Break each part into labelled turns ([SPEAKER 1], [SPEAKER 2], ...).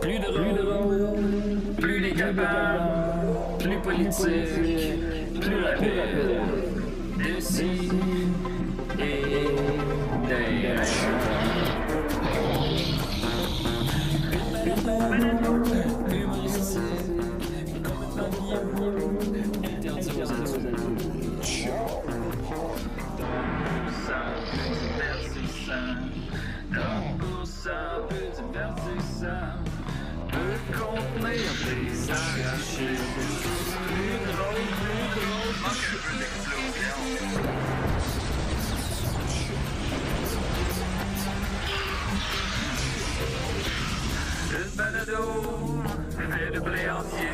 [SPEAKER 1] Plus de rôle, plus les capables, plus politique, plus rapide. De ci et d'ailleurs. Humoristique, complètement interdit aux adultes. Divertissant, divertissant, divertissant peut contenir des arachides. Plus drôle, plus drôle, manque un peu d'explosion. Une balado fait de blé entier,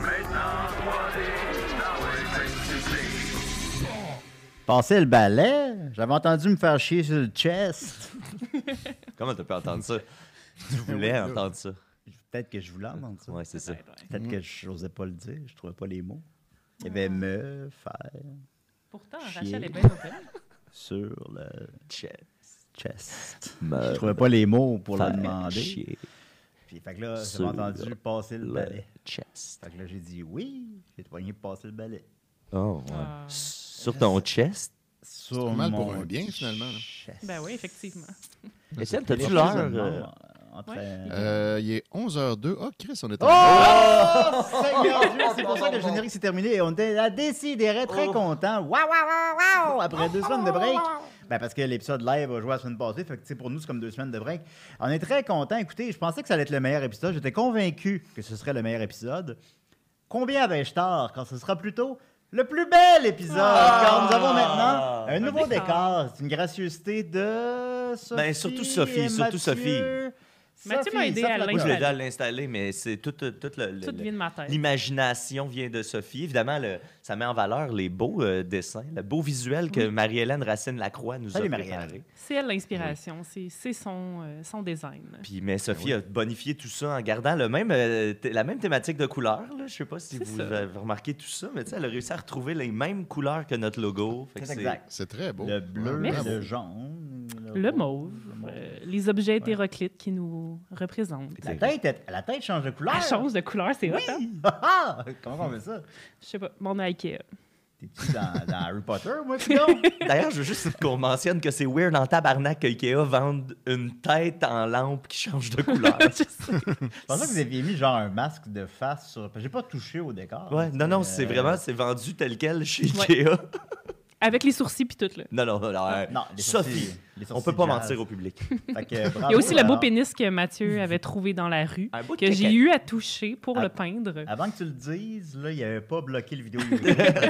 [SPEAKER 1] maintenant 3D dans Wave Activité.
[SPEAKER 2] Passer le balai? J'avais entendu me faire chier sur le chest.
[SPEAKER 3] Comment t'as pu entendre ça? Tu voulais entendre ça.
[SPEAKER 2] Peut-être que je voulais entendre ça.
[SPEAKER 3] Ouais, c'est ça.
[SPEAKER 4] Peut-être, ouais.
[SPEAKER 2] Peut-être
[SPEAKER 5] Mm.
[SPEAKER 2] que je n'osais pas le dire. Je trouvais pas les mots. Il y avait me faire
[SPEAKER 4] Pourtant,
[SPEAKER 2] Chier.
[SPEAKER 4] Rachel est bien open.
[SPEAKER 2] sur le
[SPEAKER 3] Chest.
[SPEAKER 2] chest.
[SPEAKER 3] Me
[SPEAKER 2] je trouvais pas les mots pour
[SPEAKER 3] faire
[SPEAKER 2] le demander.
[SPEAKER 3] chier
[SPEAKER 2] Puis, fait que là, j'ai
[SPEAKER 3] Sur
[SPEAKER 2] entendu passer le
[SPEAKER 3] Le
[SPEAKER 2] balai.
[SPEAKER 3] chest.
[SPEAKER 2] Fait que là, j'ai dit oui. J'ai poigné passer le balai.
[SPEAKER 3] Oh, ouais.
[SPEAKER 4] Ah.
[SPEAKER 3] Sur ton chest?
[SPEAKER 2] Sur
[SPEAKER 5] mal
[SPEAKER 2] mon
[SPEAKER 5] pour un bien, finalement, là.
[SPEAKER 2] chest.
[SPEAKER 4] Ben oui, effectivement.
[SPEAKER 3] Étienne,
[SPEAKER 2] Les
[SPEAKER 3] t'as-tu
[SPEAKER 2] choses
[SPEAKER 3] l'heure?
[SPEAKER 2] de
[SPEAKER 3] euh,
[SPEAKER 2] mort, en train-
[SPEAKER 5] Euh, il est 11h02. Oh, Chris, on est en
[SPEAKER 2] Seigneur Dieu, c'est pour ça que le générique s'est terminé et on était à décider très
[SPEAKER 3] Oh.
[SPEAKER 2] content. Waouh, waouh, waouh, waouh! Après deux semaines de break. Ben parce que l'épisode live a joué la semaine passée, fait que tu sais, pour nous, c'est comme deux semaines de break. On est très content. Écoutez, je pensais que ça allait être le meilleur épisode. J'étais convaincu que ce serait le meilleur épisode. Combien avais-je tard quand ce sera plus tôt? Le plus bel épisode!
[SPEAKER 3] Ah!
[SPEAKER 2] car nous avons maintenant un nouveau
[SPEAKER 4] décor.
[SPEAKER 2] décor. C'est une gracieuseté de Sophie.
[SPEAKER 3] Ben, surtout Sophie,
[SPEAKER 2] et
[SPEAKER 3] surtout Sophie.
[SPEAKER 2] Mathieu.
[SPEAKER 4] Mathieu m'a aidé
[SPEAKER 2] Sophie
[SPEAKER 4] à
[SPEAKER 2] Lacroix.
[SPEAKER 3] Moi, je l'ai
[SPEAKER 4] Installer.
[SPEAKER 3] à l'installer, mais c'est tout, tout, tout le- le-
[SPEAKER 4] Tout vient de ma tête.
[SPEAKER 3] L'imagination vient de Sophie. Évidemment, le- ça met en valeur les beaux euh, dessins, le beau visuel que Marie-Hélène Racine-Lacroix nous
[SPEAKER 2] Salut,
[SPEAKER 3] a
[SPEAKER 2] Marie-Hélène.
[SPEAKER 3] préparé.
[SPEAKER 4] C'est elle l'inspiration, c'est- c'est son, euh, son design.
[SPEAKER 3] Puis,
[SPEAKER 2] Ben
[SPEAKER 3] mais Sophie a bonifié tout ça en gardant le même, euh, th- la même thématique de couleurs. là. Je sais pas si
[SPEAKER 4] C'est
[SPEAKER 3] vous
[SPEAKER 4] ça.
[SPEAKER 3] avez remarqué tout ça, mais tu sais, elle a réussi à retrouver les mêmes couleurs que notre logo. Fait que
[SPEAKER 2] C'est
[SPEAKER 3] c'est-
[SPEAKER 2] exact.
[SPEAKER 5] C'est très beau.
[SPEAKER 2] Le bleu,
[SPEAKER 4] Oh. Merci.
[SPEAKER 2] le jaune.
[SPEAKER 4] Le
[SPEAKER 2] rouge,
[SPEAKER 4] mauve,
[SPEAKER 2] le mauve.
[SPEAKER 4] euh, les objets hétéroclites qui nous représentent.
[SPEAKER 2] La tête, est- la tête change de couleur.
[SPEAKER 4] La chose de couleur, c'est hot, hein?
[SPEAKER 2] Ah, ah! Comment on fait ça?
[SPEAKER 4] Je sais pas, mon Ikea.
[SPEAKER 2] T'es-tu dans, dans Harry Potter, moi, non?
[SPEAKER 3] D'ailleurs, je veux juste qu'on mentionne que c'est weird en tabarnak que Ikea vende une tête en lampe qui change de couleur.
[SPEAKER 4] Je sais.
[SPEAKER 2] Je pensais que vous aviez mis genre un masque de face sur. J'ai pas touché au décor.
[SPEAKER 3] Ouais, non, non, c'est
[SPEAKER 2] Euh,
[SPEAKER 3] vraiment, c'est vendu tel quel chez
[SPEAKER 4] Ouais.
[SPEAKER 3] Ikea.
[SPEAKER 4] Avec les sourcils puis tout, là.
[SPEAKER 3] Non, non, non, non,
[SPEAKER 2] Non, les
[SPEAKER 3] Sophie,
[SPEAKER 2] sourcils- les
[SPEAKER 3] on
[SPEAKER 2] sourcils
[SPEAKER 3] peut pas
[SPEAKER 2] jazz.
[SPEAKER 3] mentir au public.
[SPEAKER 2] Fait que, bravo,
[SPEAKER 4] Il y a aussi le beau
[SPEAKER 2] alors.
[SPEAKER 4] pénis que Mathieu avait trouvé dans la rue,
[SPEAKER 3] Un beau
[SPEAKER 4] que j'ai
[SPEAKER 3] caca.
[SPEAKER 4] eu à toucher pour
[SPEAKER 2] Ah.
[SPEAKER 4] le peindre.
[SPEAKER 2] Avant que tu le dises, là, il avait pas bloqué le vidéo.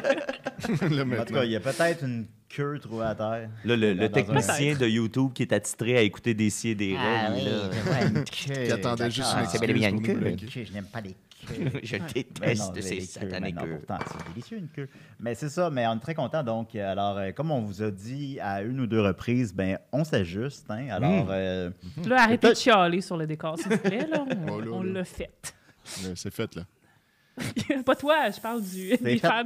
[SPEAKER 5] Là,
[SPEAKER 2] en tout
[SPEAKER 5] maintenant.
[SPEAKER 2] cas, il y a peut-être une queue trouvée à terre.
[SPEAKER 3] Le, le- le
[SPEAKER 2] Dans un-
[SPEAKER 3] technicien de YouTube qui est attitré à écouter des si et des
[SPEAKER 2] Ah
[SPEAKER 3] rêves, Ah là.
[SPEAKER 2] une queue.
[SPEAKER 5] Qui attendait juste une
[SPEAKER 2] d'accord.
[SPEAKER 3] Ah, C'est bel et bien
[SPEAKER 5] excuse
[SPEAKER 3] une
[SPEAKER 5] pour nous
[SPEAKER 3] queue.
[SPEAKER 5] bloquer.
[SPEAKER 2] Je n'aime pas les queues.
[SPEAKER 3] Je
[SPEAKER 2] Mais non, vous
[SPEAKER 3] déteste
[SPEAKER 2] avez
[SPEAKER 3] ces
[SPEAKER 2] les queues,
[SPEAKER 3] satanés
[SPEAKER 2] mais non,
[SPEAKER 3] queues.
[SPEAKER 2] Pourtant, c'est délicieux une queue. Mais c'est ça, mais on est très content. Donc, euh, alors, euh, comme on vous a dit à une ou deux reprises, ben, on s'ajuste. hein. Alors, euh,
[SPEAKER 4] Là, arrêtez de chialer sur le décor, s'il vous plaît, là. On,
[SPEAKER 5] Oh là
[SPEAKER 4] on
[SPEAKER 5] là.
[SPEAKER 4] l'a fait.
[SPEAKER 5] Là, C'est fait, là.
[SPEAKER 4] pas toi, je parle du, des
[SPEAKER 2] fait.
[SPEAKER 4] fans.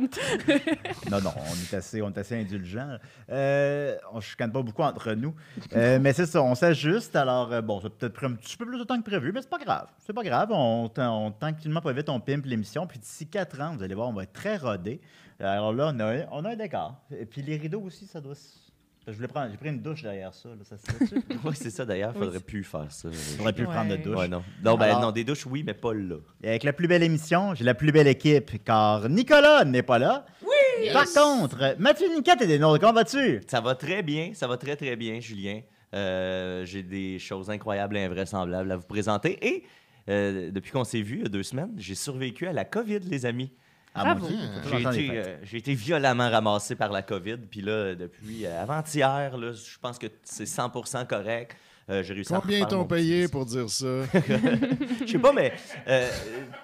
[SPEAKER 2] non, non, on est assez, on est assez indulgent. Euh, on ne chicane pas beaucoup entre nous. Euh, mais c'est ça, on s'ajuste. Alors, euh, bon, ça a peut-être pris un petit peu plus de temps que prévu, mais c'est pas grave. C'est pas grave. On, on tranquillement, pas vite, on pimpe l'émission. Puis d'ici quatre ans, vous allez voir, on va être très rodé. Alors là, on a, un- on a un décor. Et puis les rideaux aussi, ça doit. se- Je voulais prendre, j'ai pris une douche derrière ça. là. Ça se fait-tu?
[SPEAKER 3] Ouais, c'est ça d'ailleurs, faudrait plus faire ça.
[SPEAKER 2] J'aurais pu
[SPEAKER 4] Ouais.
[SPEAKER 2] prendre de douche.
[SPEAKER 3] Ouais, non. Non, ben,
[SPEAKER 2] Alors-
[SPEAKER 3] non, des douches, oui, mais pas là.
[SPEAKER 2] Et avec la plus belle émission, j'ai la plus belle équipe, car Nicolas n'est pas là. Oui! Par contre, Mathieu Niquette et des nôtres, comment vas-tu?
[SPEAKER 3] Ça va très bien, ça va très très bien, Julien. Euh, J'ai des choses incroyables et invraisemblables à vous présenter. Et euh, depuis qu'on s'est vu il y a deux semaines, j'ai survécu à la COVID, les amis.
[SPEAKER 2] Ah,
[SPEAKER 4] Bravo.
[SPEAKER 2] mon Dieu, faut toujours
[SPEAKER 3] J'ai
[SPEAKER 2] entendre des
[SPEAKER 3] été,
[SPEAKER 2] fêtes.
[SPEAKER 3] euh, j'ai été violemment ramassé par la COVID. Puis là, depuis euh, avant-hier, là, je pense que c'est 100% correct. Euh, j'ai réussi à
[SPEAKER 5] Combien
[SPEAKER 3] refaire mon
[SPEAKER 5] t'ont
[SPEAKER 3] petit-
[SPEAKER 5] payé pour dire ça?
[SPEAKER 3] Je sais pas, mais euh,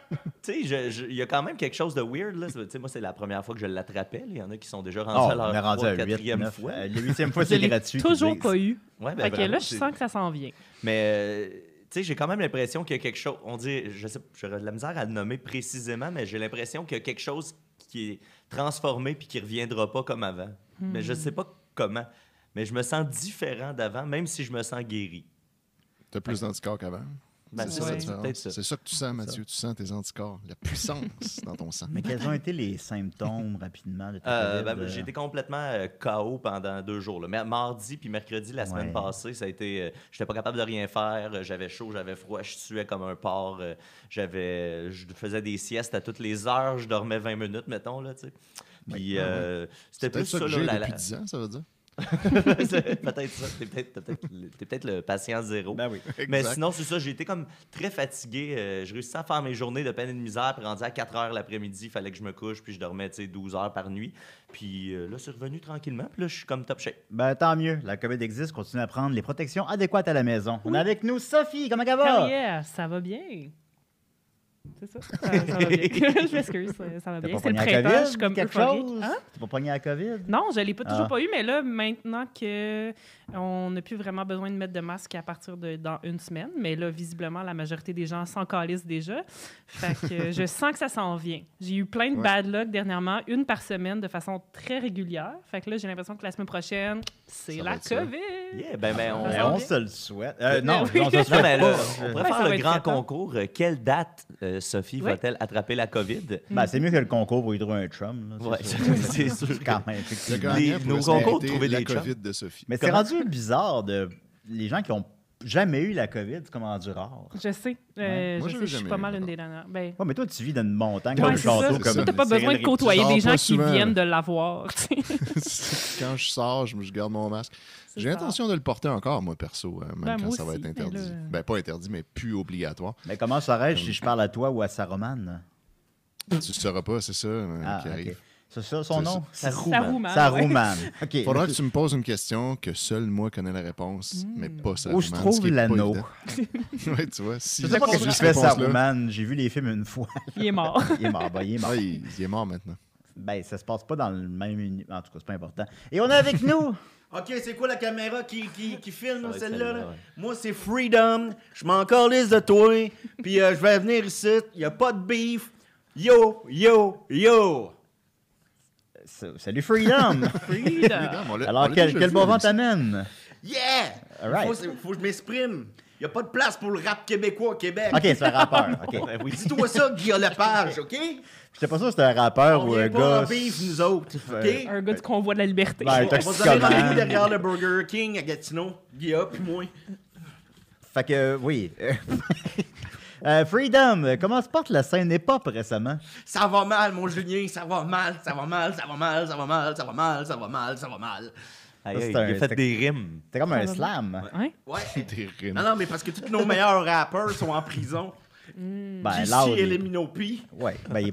[SPEAKER 3] tu sais, je- je- il y a quand même quelque chose de weird. Là. Tu sais, moi, c'est la première fois que je l'attrapais. là. Il y en a qui sont déjà rendus
[SPEAKER 2] Oh,
[SPEAKER 3] à leur
[SPEAKER 2] on est rendu
[SPEAKER 3] trois,
[SPEAKER 2] à 8,
[SPEAKER 3] quatrième
[SPEAKER 2] 9
[SPEAKER 3] fois.
[SPEAKER 2] fois. La huitième fois,
[SPEAKER 4] Je
[SPEAKER 2] c'est
[SPEAKER 4] l'ai
[SPEAKER 2] gratuit.
[SPEAKER 4] toujours
[SPEAKER 2] qu'ils
[SPEAKER 4] pas
[SPEAKER 2] disent.
[SPEAKER 4] eu.
[SPEAKER 3] Ouais, ben,
[SPEAKER 4] fait que
[SPEAKER 3] vraiment,
[SPEAKER 4] là, je
[SPEAKER 3] c'est-
[SPEAKER 4] sens que ça s'en vient.
[SPEAKER 3] Mais euh, tu sais, j'ai quand même l'impression qu'il y a quelque chose. On dit, je sais, j'aurais de la misère à le nommer précisément, mais j'ai l'impression qu'il y a quelque chose qui est transformé puis qui reviendra pas comme avant. Mais je sais pas comment. Mais je me sens différent d'avant, même si je me sens guéri.
[SPEAKER 5] T'as plus d'anticorps qu'avant.
[SPEAKER 3] Ben,
[SPEAKER 5] C'est
[SPEAKER 4] c'est
[SPEAKER 5] ça,
[SPEAKER 4] ça,
[SPEAKER 5] la
[SPEAKER 4] c'est
[SPEAKER 5] différence.
[SPEAKER 3] peut-être ça.
[SPEAKER 5] C'est ça que tu sens, Mathieu. Tu sens tes anticorps, la puissance dans ton sang.
[SPEAKER 2] Mais quels ont été les symptômes rapidement de ta
[SPEAKER 3] Euh,
[SPEAKER 2] COVID,
[SPEAKER 3] ben,
[SPEAKER 2] euh?
[SPEAKER 3] J'étais complètement euh, KO pendant deux jours. là. Mais Mardi puis mercredi la semaine
[SPEAKER 2] Ouais.
[SPEAKER 3] passée, ça a été. euh, J'étais pas capable de rien faire. Euh, J'avais chaud, j'avais froid, je suais comme un porc. euh, J'avais, je faisais des siestes à toutes les heures. Je dormais 20 minutes, mettons là. tu sais. Puis euh, c'était plus
[SPEAKER 5] C'est peut-être
[SPEAKER 3] ça.
[SPEAKER 5] ça que
[SPEAKER 3] là,
[SPEAKER 5] j'ai
[SPEAKER 3] la- la-
[SPEAKER 5] depuis 10 ans, ça veut dire.
[SPEAKER 3] C'est peut-être ça. T'es peut-être t'es peut-être le- t'es peut-être le patient zéro.
[SPEAKER 2] Ben oui.
[SPEAKER 3] Mais
[SPEAKER 5] Exact.
[SPEAKER 3] sinon, c'est ça, j'ai été comme très fatigué. euh, je réussissais à faire mes journées de peine et de misère, puis rendu à 4 heures l'après-midi, il fallait que je me couche, puis je dormais, tu sais, 12 heures par nuit. Puis euh, là, c'est revenu tranquillement, puis là, je suis comme top shape.
[SPEAKER 2] Ben, tant mieux. La COVID existe. Continue à prendre les protections adéquates à la maison. On a avec nous Sophie. Comment ça va?
[SPEAKER 4] Hell yeah, ça va bien. C'est ça. Ça, ça va bien. je m'excuse, ça, ça va
[SPEAKER 2] T'as
[SPEAKER 4] bien.
[SPEAKER 2] pas
[SPEAKER 4] C'est le
[SPEAKER 2] pogné la
[SPEAKER 4] printemps, je suis
[SPEAKER 2] COVID?
[SPEAKER 4] comme
[SPEAKER 2] quelque
[SPEAKER 4] euphorique.
[SPEAKER 2] chose?
[SPEAKER 4] Hein?
[SPEAKER 2] T'as pas pogné la COVID?
[SPEAKER 4] Non, je l'ai pas, toujours
[SPEAKER 2] Ah.
[SPEAKER 4] pas eu, mais là, maintenant que on n'a plus vraiment besoin de mettre de masque à partir de dans une semaine, mais là, visiblement, la majorité des gens s'en calissent déjà. Fait que je sens que ça s'en vient. J'ai eu plein de
[SPEAKER 5] Ouais.
[SPEAKER 4] bad luck dernièrement, une par semaine, de façon très régulière. Fait que là, j'ai l'impression que la semaine prochaine, c'est
[SPEAKER 5] Ça va
[SPEAKER 4] la
[SPEAKER 5] être ça.
[SPEAKER 4] COVID.
[SPEAKER 3] Yeah, ben, ben, on...
[SPEAKER 2] Ben,
[SPEAKER 4] s'en
[SPEAKER 2] on
[SPEAKER 4] vient.
[SPEAKER 2] se le souhaite. Euh, non,
[SPEAKER 4] oui.
[SPEAKER 2] on se le souhaite
[SPEAKER 3] Non, mais là,
[SPEAKER 2] pas. Euh,
[SPEAKER 3] on
[SPEAKER 4] Ouais,
[SPEAKER 3] pourrait
[SPEAKER 4] ça
[SPEAKER 3] faire
[SPEAKER 4] va
[SPEAKER 3] le
[SPEAKER 4] être
[SPEAKER 3] grand
[SPEAKER 4] traitant.
[SPEAKER 3] concours. euh, Quelle date, euh, Sophie,
[SPEAKER 4] Oui.
[SPEAKER 3] va-t-elle attraper la COVID?
[SPEAKER 4] Hmm.
[SPEAKER 2] Ben, c'est mieux que le concours pour y trouver un chum. là,
[SPEAKER 3] Ouais,
[SPEAKER 2] sûr.
[SPEAKER 3] c'est sûr.
[SPEAKER 2] Quand même,
[SPEAKER 5] Le
[SPEAKER 2] effectivement.
[SPEAKER 3] Les-
[SPEAKER 5] gagnant
[SPEAKER 3] nos
[SPEAKER 5] pourrait se
[SPEAKER 3] concours,
[SPEAKER 5] mériter
[SPEAKER 3] trouver
[SPEAKER 5] la
[SPEAKER 3] des chums.
[SPEAKER 5] COVID de Sophie.
[SPEAKER 2] Mais c'est rendu bizarre de les gens qui ont jamais eu la COVID, c'est comme rendu rare.
[SPEAKER 4] Je sais. Euh,
[SPEAKER 5] Moi,
[SPEAKER 4] je
[SPEAKER 5] je
[SPEAKER 4] sais, je
[SPEAKER 5] l'ai
[SPEAKER 4] suis
[SPEAKER 5] jamais
[SPEAKER 4] pas
[SPEAKER 5] eu,
[SPEAKER 4] mal une
[SPEAKER 5] mettons.
[SPEAKER 4] des dernières. Ben,
[SPEAKER 2] Ouais, mais toi, tu vis dans une montagne,
[SPEAKER 4] Ouais,
[SPEAKER 2] comme
[SPEAKER 4] c'est
[SPEAKER 2] château,
[SPEAKER 4] ça.
[SPEAKER 2] comme
[SPEAKER 5] T'as
[SPEAKER 4] T'as pas
[SPEAKER 2] Cyril
[SPEAKER 4] besoin de
[SPEAKER 2] Ricoeur.
[SPEAKER 4] côtoyer
[SPEAKER 5] sors
[SPEAKER 4] des
[SPEAKER 5] pas
[SPEAKER 4] gens qui
[SPEAKER 5] souvent,
[SPEAKER 4] viennent
[SPEAKER 5] là.
[SPEAKER 4] de l'avoir. tu sais.
[SPEAKER 5] Quand je sors, je, me- je garde mon masque.
[SPEAKER 4] C'est
[SPEAKER 5] J'ai
[SPEAKER 4] ça.
[SPEAKER 5] l'intention de le porter encore, moi, perso, hein,
[SPEAKER 4] Ben,
[SPEAKER 5] même quand
[SPEAKER 4] moi
[SPEAKER 5] ça va
[SPEAKER 4] aussi,
[SPEAKER 5] être
[SPEAKER 4] mais
[SPEAKER 5] interdit.
[SPEAKER 4] là- euh.
[SPEAKER 5] Ben, pas interdit, mais plus obligatoire.
[SPEAKER 2] Mais comment saurais-je si je parle à toi ou à Saromane?
[SPEAKER 5] tu ne sauras pas, c'est ça euh,
[SPEAKER 2] Ah,
[SPEAKER 5] qui arrive.
[SPEAKER 2] ok. C'est ça son
[SPEAKER 5] C'est
[SPEAKER 2] nom?
[SPEAKER 3] Ça roule.
[SPEAKER 4] Ça roule,
[SPEAKER 2] Ça
[SPEAKER 4] ouais.
[SPEAKER 2] Roumane. OK.
[SPEAKER 5] Faudra que tu me poses une question que seul moi connais la réponse, mais pas ça.
[SPEAKER 2] Où Mmh. je trouve l'anneau?
[SPEAKER 5] ouais, tu vois, si
[SPEAKER 2] Je sais pas
[SPEAKER 5] si
[SPEAKER 2] ce que je
[SPEAKER 5] cette
[SPEAKER 2] fais
[SPEAKER 5] réponse-là-
[SPEAKER 2] Saruman. J'ai vu les films une fois.
[SPEAKER 4] Il est mort.
[SPEAKER 2] Il est mort, ben, il est mort.
[SPEAKER 5] Ah, il, il est mort maintenant.
[SPEAKER 2] Ben, ça se passe pas dans le même uni- En tout cas, c'est pas important. Et on est avec nous.
[SPEAKER 6] OK, c'est quoi la caméra qui, qui, qui
[SPEAKER 3] Ça
[SPEAKER 6] filme
[SPEAKER 3] va être
[SPEAKER 6] celle-là?
[SPEAKER 3] celle-là,
[SPEAKER 6] là?
[SPEAKER 3] ouais.
[SPEAKER 6] Moi, c'est Freedom. Je m'en calisse de toi. Puis euh, je vais venir ici. Il a pas de beef. Yo, yo, yo.
[SPEAKER 2] S- Salut Freedom.
[SPEAKER 4] Freedom.
[SPEAKER 5] Regarde, on l'a- on
[SPEAKER 2] Alors,
[SPEAKER 5] l'a
[SPEAKER 2] quel,
[SPEAKER 5] déjà
[SPEAKER 2] quel
[SPEAKER 5] vu,
[SPEAKER 2] bon
[SPEAKER 5] lui,
[SPEAKER 2] vent
[SPEAKER 5] ça.
[SPEAKER 2] t'amène?
[SPEAKER 6] Yeah!
[SPEAKER 2] All right.
[SPEAKER 6] Faut, c'est- faut que je m'exprime. Il a pas de place pour le rap québécois au Québec.
[SPEAKER 2] OK, c'est un rappeur. OK.
[SPEAKER 3] Ben oui.
[SPEAKER 6] Dis-toi ça, Guillaume Lepage, OK?
[SPEAKER 2] J'étais pas sûr que c'était un rappeur
[SPEAKER 6] On
[SPEAKER 2] ou un
[SPEAKER 6] vient pas
[SPEAKER 2] gars.
[SPEAKER 6] en beef, nous autres, OK?
[SPEAKER 4] Un gars du convoi de la liberté.
[SPEAKER 2] Ben,
[SPEAKER 6] On va se donner
[SPEAKER 2] toxicomane.
[SPEAKER 6] rendez-vous derrière le Burger King à Gatineau. Guillaume puis moi.
[SPEAKER 2] Fait que, euh, oui. Euh, Freedom, euh, comment se porte la scène hip-hop récemment?
[SPEAKER 6] Ça va mal, mon Julien, ça va mal, ça va mal, ça va mal, ça va mal, ça va mal, ça va mal, ça va mal.
[SPEAKER 3] Aïe,
[SPEAKER 2] Ça,
[SPEAKER 3] aïe,
[SPEAKER 2] c'est
[SPEAKER 3] il
[SPEAKER 2] un-
[SPEAKER 3] a fait
[SPEAKER 2] c'est-
[SPEAKER 3] des rimes.
[SPEAKER 2] C'était comme un
[SPEAKER 4] Ça va-
[SPEAKER 2] slam.
[SPEAKER 4] Hein?
[SPEAKER 6] Ouais.
[SPEAKER 5] Des rimes.
[SPEAKER 6] Non, non, mais parce que tous nos meilleurs rappeurs sont en prison.
[SPEAKER 2] Ben,
[SPEAKER 6] Ici,
[SPEAKER 2] loud, il-
[SPEAKER 6] Eliminopi.
[SPEAKER 2] Ouais, ben, il...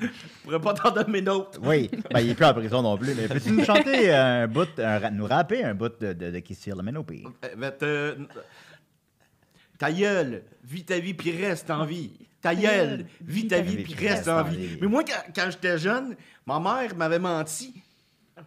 [SPEAKER 6] Je pourrais pas t'en donner d'autres.
[SPEAKER 2] Oui, ben, il est plus en prison non plus. Mais peux-tu nous chanter un bout, un ra- nous rapper un bout de, de, de Kiss Your Lemon P?
[SPEAKER 6] Euh, ben, te- Ta gueule, vis ta vie puis reste en vie. Ta gueule, vis ta vie puis reste en vie. Mais moi, quand, quand j'étais jeune, ma mère m'avait menti.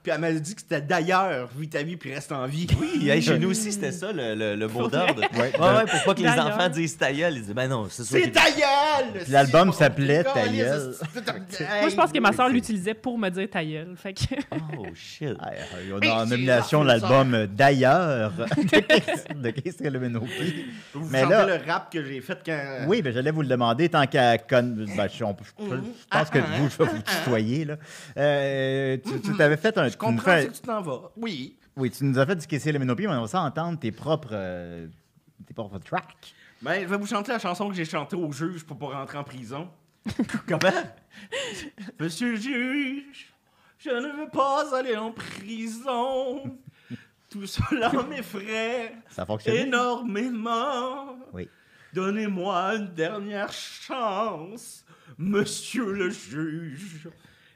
[SPEAKER 6] Puis elle m'avait dit que c'était d'ailleurs, vis ta vie puis reste en vie.
[SPEAKER 3] Puis, hey, chez nous aussi, c'était ça le, le, le mot
[SPEAKER 4] Pour vrai?
[SPEAKER 3] d'ordre. Ouais, ouais, pour pas que les
[SPEAKER 4] D'ailleurs.
[SPEAKER 3] enfants disent ta gueule, ils disent ben non, c'est ça.
[SPEAKER 6] C'est ta gueule!
[SPEAKER 2] Puis l'album
[SPEAKER 6] si-
[SPEAKER 2] s'appelait Ta
[SPEAKER 6] Calisse,
[SPEAKER 2] gueule.
[SPEAKER 6] c'est- c'est-
[SPEAKER 4] Moi, je pense que ma soeur l'utilisait pour me dire ta gueule. Fait que...
[SPEAKER 3] Oh shit.
[SPEAKER 2] Ah, euh, on
[SPEAKER 6] Hey,
[SPEAKER 2] a en
[SPEAKER 6] c'est
[SPEAKER 2] nomination
[SPEAKER 6] la
[SPEAKER 2] l'album euh, D'ailleurs de Kiss- de Kiss Your Lemon P.
[SPEAKER 6] Vous vous
[SPEAKER 2] Mais
[SPEAKER 6] sentez
[SPEAKER 2] là-
[SPEAKER 6] le rap que j'ai fait quand.
[SPEAKER 2] Oui, ben, j'allais vous le demander tant qu'à. con- ben, je, on- je- je
[SPEAKER 6] Mm-hmm.
[SPEAKER 2] pense que vous, je vais vous tutoyer. Là. Euh, tu tu t'avais fait un.
[SPEAKER 6] Ah, Je
[SPEAKER 2] tu nous
[SPEAKER 6] comprends
[SPEAKER 2] fais-
[SPEAKER 6] ce que tu t'en vas. Oui.
[SPEAKER 2] Oui, tu nous as fait du Kissy le Ménopie, mais on va entendre tes propres, euh, tes propres tracks.
[SPEAKER 6] Ben, je vais vous chanter la chanson que j'ai chantée au juge pour pas rentrer en prison. Comment? Monsieur le juge, je ne veux pas aller en prison. Tout cela m'effraie
[SPEAKER 2] Ça fonctionne.
[SPEAKER 6] énormément.
[SPEAKER 2] Oui.
[SPEAKER 6] Donnez-moi une dernière chance, monsieur le juge,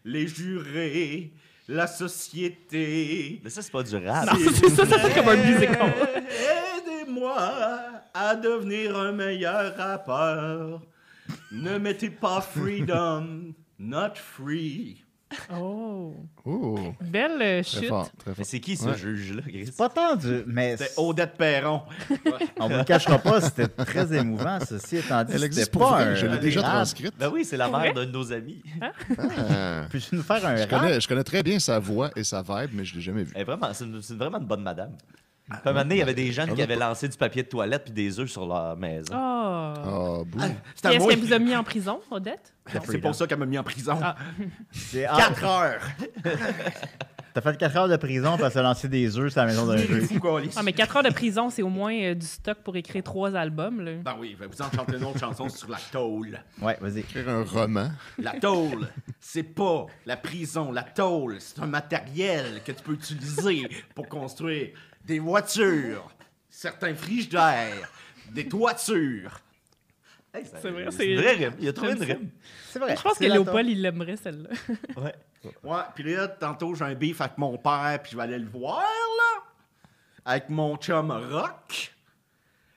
[SPEAKER 6] les jurés, la société.
[SPEAKER 3] Mais ça, c'est pas du rap.
[SPEAKER 4] c'est ça, ça serait comme un musical.
[SPEAKER 6] Aidez-moi à devenir un meilleur rappeur. Ne mettez pas freedom, not free.
[SPEAKER 4] Oh.
[SPEAKER 5] Oh,
[SPEAKER 4] Belle euh,
[SPEAKER 5] très
[SPEAKER 4] chute.
[SPEAKER 5] fort, très
[SPEAKER 3] Mais
[SPEAKER 5] fort.
[SPEAKER 3] c'est qui ce
[SPEAKER 5] Ouais.
[SPEAKER 3] juge-là, Chris?
[SPEAKER 2] Pas tant du. Mais
[SPEAKER 6] C'est Odette Perron.
[SPEAKER 2] on ne le cachera pas, c'était très émouvant, ceci étant dit.
[SPEAKER 5] Elle
[SPEAKER 2] c'était
[SPEAKER 5] existe
[SPEAKER 2] pas
[SPEAKER 5] pour vrai,
[SPEAKER 2] un-
[SPEAKER 5] je
[SPEAKER 2] un
[SPEAKER 5] l'ai déjà
[SPEAKER 2] rap.
[SPEAKER 5] transcrite.
[SPEAKER 3] Ben oui, c'est la
[SPEAKER 4] vrai?
[SPEAKER 3] mère d'un de nos amis.
[SPEAKER 5] Ah.
[SPEAKER 2] Peux-tu nous faire un
[SPEAKER 5] Je
[SPEAKER 2] rap?
[SPEAKER 5] connais, je connais très bien sa voix et sa vibe, mais je l'ai jamais vue.
[SPEAKER 3] Elle est vraiment, c'est une, c'est une- vraiment une bonne madame. Puis à un moment donné, il y avait des jeunes qui avaient lancé du papier de toilette puis des œufs sur leur maison.
[SPEAKER 4] Oh.
[SPEAKER 5] Ah, bouh.
[SPEAKER 4] Puis
[SPEAKER 6] C'est à
[SPEAKER 4] Est-ce
[SPEAKER 6] moi
[SPEAKER 4] qu'elle vous a mis en prison, Odette?
[SPEAKER 6] C'est pour ça qu'elle m'a mis en prison.
[SPEAKER 4] Ah.
[SPEAKER 2] C'est- ah,
[SPEAKER 6] 4 heures.
[SPEAKER 2] T'as fait 4 heures de prison parce que lancer des œufs sur la maison d'un jeu.
[SPEAKER 6] Fou, câlisse.
[SPEAKER 4] Ah, mais 4 heures de prison, c'est au moins euh, du stock pour écrire trois albums. Là.
[SPEAKER 6] Ben oui, ben vous en chantez une autre chanson sur la tôle.
[SPEAKER 2] Ouais, vas-y.
[SPEAKER 5] Écrire un roman.
[SPEAKER 6] La tôle, c'est pas la prison. La tôle, c'est un matériel que tu peux utiliser pour construire des voitures, certains frigidaires, des toitures.
[SPEAKER 4] C'est vrai,
[SPEAKER 3] C'est une vraie rime. Il a trouvé une rime.
[SPEAKER 2] C'est vrai.
[SPEAKER 4] Je pense que
[SPEAKER 2] c'est la
[SPEAKER 4] Léopold, il l'aimerait, celle-là.
[SPEAKER 3] Ouais.
[SPEAKER 6] Ouais, puis là, tantôt, j'ai un bif avec mon père, puis je vais aller le voir, là. Avec mon chum Rock.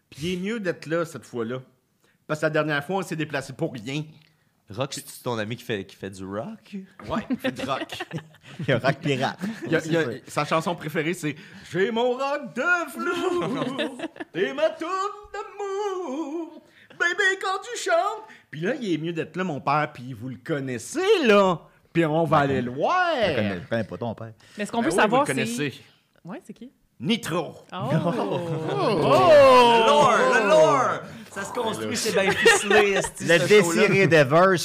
[SPEAKER 6] Puis il est mieux d'être là cette fois-là. Parce que la dernière fois, on s'est déplacé pour rien.
[SPEAKER 3] Rock, c'est ton ami qui fait, qui fait du rock?
[SPEAKER 6] Ouais, il fait du rock.
[SPEAKER 2] tôle. Il y a Rock Pirate.
[SPEAKER 6] Il y a- il y a- sa chanson préférée, c'est J'ai mon rock de flou et ma tourne d'amour. Bébé, quand tu chantes. Puis là, il est mieux d'être là, mon père, puis vous le connaissez, là. Puis on va aller le voir.
[SPEAKER 2] Je connais- je connais Ben, pas ton père.
[SPEAKER 4] Mais est-ce qu'on
[SPEAKER 6] Ben
[SPEAKER 4] veut
[SPEAKER 6] oui,
[SPEAKER 4] savoir
[SPEAKER 6] vous le
[SPEAKER 4] si.
[SPEAKER 6] connaissez.
[SPEAKER 4] Ouais, c'est qui?
[SPEAKER 6] Nitro.
[SPEAKER 4] Oh!
[SPEAKER 3] Le lore! Le lore! Ça
[SPEAKER 2] Oh,
[SPEAKER 3] se construit, c'est bien ficelé, esti,
[SPEAKER 2] Le
[SPEAKER 3] ce show-là.
[SPEAKER 2] désiré d'Evers.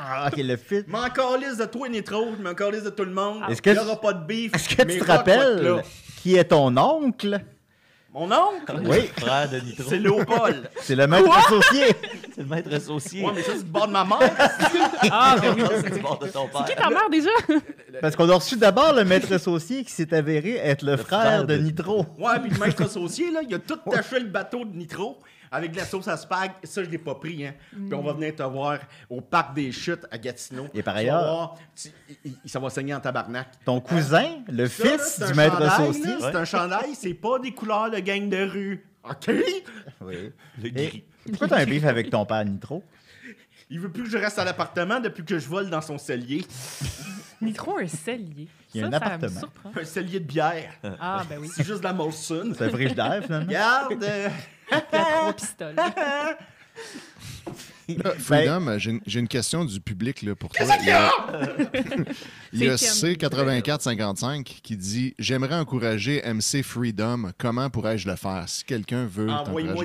[SPEAKER 2] Ah, Ok, le fit.
[SPEAKER 6] Je m'en calisse de toi, Nitro, je m'en calisse de tout le monde.
[SPEAKER 2] Est-ce que
[SPEAKER 6] Il n'y
[SPEAKER 2] tu-
[SPEAKER 6] aura pas de beef.
[SPEAKER 2] Est-ce que
[SPEAKER 6] mais
[SPEAKER 2] tu te
[SPEAKER 6] rock, rock, là.
[SPEAKER 2] rappelles qui est ton oncle?
[SPEAKER 6] Mon oncle,
[SPEAKER 2] Oui,
[SPEAKER 3] Frère de Nitro.
[SPEAKER 6] c'est Léopold.
[SPEAKER 2] c'est le maître associé.
[SPEAKER 3] C'est le maître associé.
[SPEAKER 6] ouais, mais ça, c'est le bord de ma mère.
[SPEAKER 4] Ah, ben oui.
[SPEAKER 3] C'est du bord de ton père.
[SPEAKER 4] Qui ta mère déjà?
[SPEAKER 2] Parce qu'on a reçu d'abord le maître associé qui s'est avéré être le, frère,
[SPEAKER 3] frère
[SPEAKER 2] de
[SPEAKER 3] de-
[SPEAKER 2] Nitro.
[SPEAKER 6] Ouais, puis le maître associé, là, il a tout taché le bateau de Nitro avec de la sauce à spag. Ça, je l'ai pas pris, hein. Puis on va venir te voir au parc des chutes à Gatineau.
[SPEAKER 2] Et par
[SPEAKER 6] Tu vas
[SPEAKER 2] ailleurs-
[SPEAKER 6] voir, tu- il- il- Ça va saigner en tabarnak.
[SPEAKER 2] Ton cousin, le
[SPEAKER 6] Ça, là,
[SPEAKER 2] fils
[SPEAKER 6] c'est
[SPEAKER 2] du
[SPEAKER 6] un
[SPEAKER 2] maître
[SPEAKER 6] chandail,
[SPEAKER 2] associé.
[SPEAKER 6] là, C'est un chandail, c'est pas des couleurs de gang de rue. OK?
[SPEAKER 2] Oui.
[SPEAKER 3] Le
[SPEAKER 2] Et
[SPEAKER 3] gris.
[SPEAKER 2] pourquoi t'as un beef avec ton père Nitro?
[SPEAKER 6] Il veut plus que je reste à l'appartement depuis que je vole dans son cellier.
[SPEAKER 4] Nitro, un cellier.
[SPEAKER 2] Il y a
[SPEAKER 4] ça,
[SPEAKER 2] un
[SPEAKER 4] ça me
[SPEAKER 2] appartement.
[SPEAKER 4] surprend.
[SPEAKER 6] Un cellier de bière.
[SPEAKER 4] Ah, ben oui.
[SPEAKER 6] C'est juste de la Molson.
[SPEAKER 2] C'est un frigidaire, finalement.
[SPEAKER 6] Regarde. euh,
[SPEAKER 4] Il y a trois pistolets.
[SPEAKER 5] Là, Freedom, j'ai j'ai une question du public là, pour toi. Il y a, il y a
[SPEAKER 4] C'est
[SPEAKER 5] C8455 qui dit J'aimerais encourager MC Freedom. Comment pourrais-je le faire Si quelqu'un veut
[SPEAKER 6] Envoyez-moi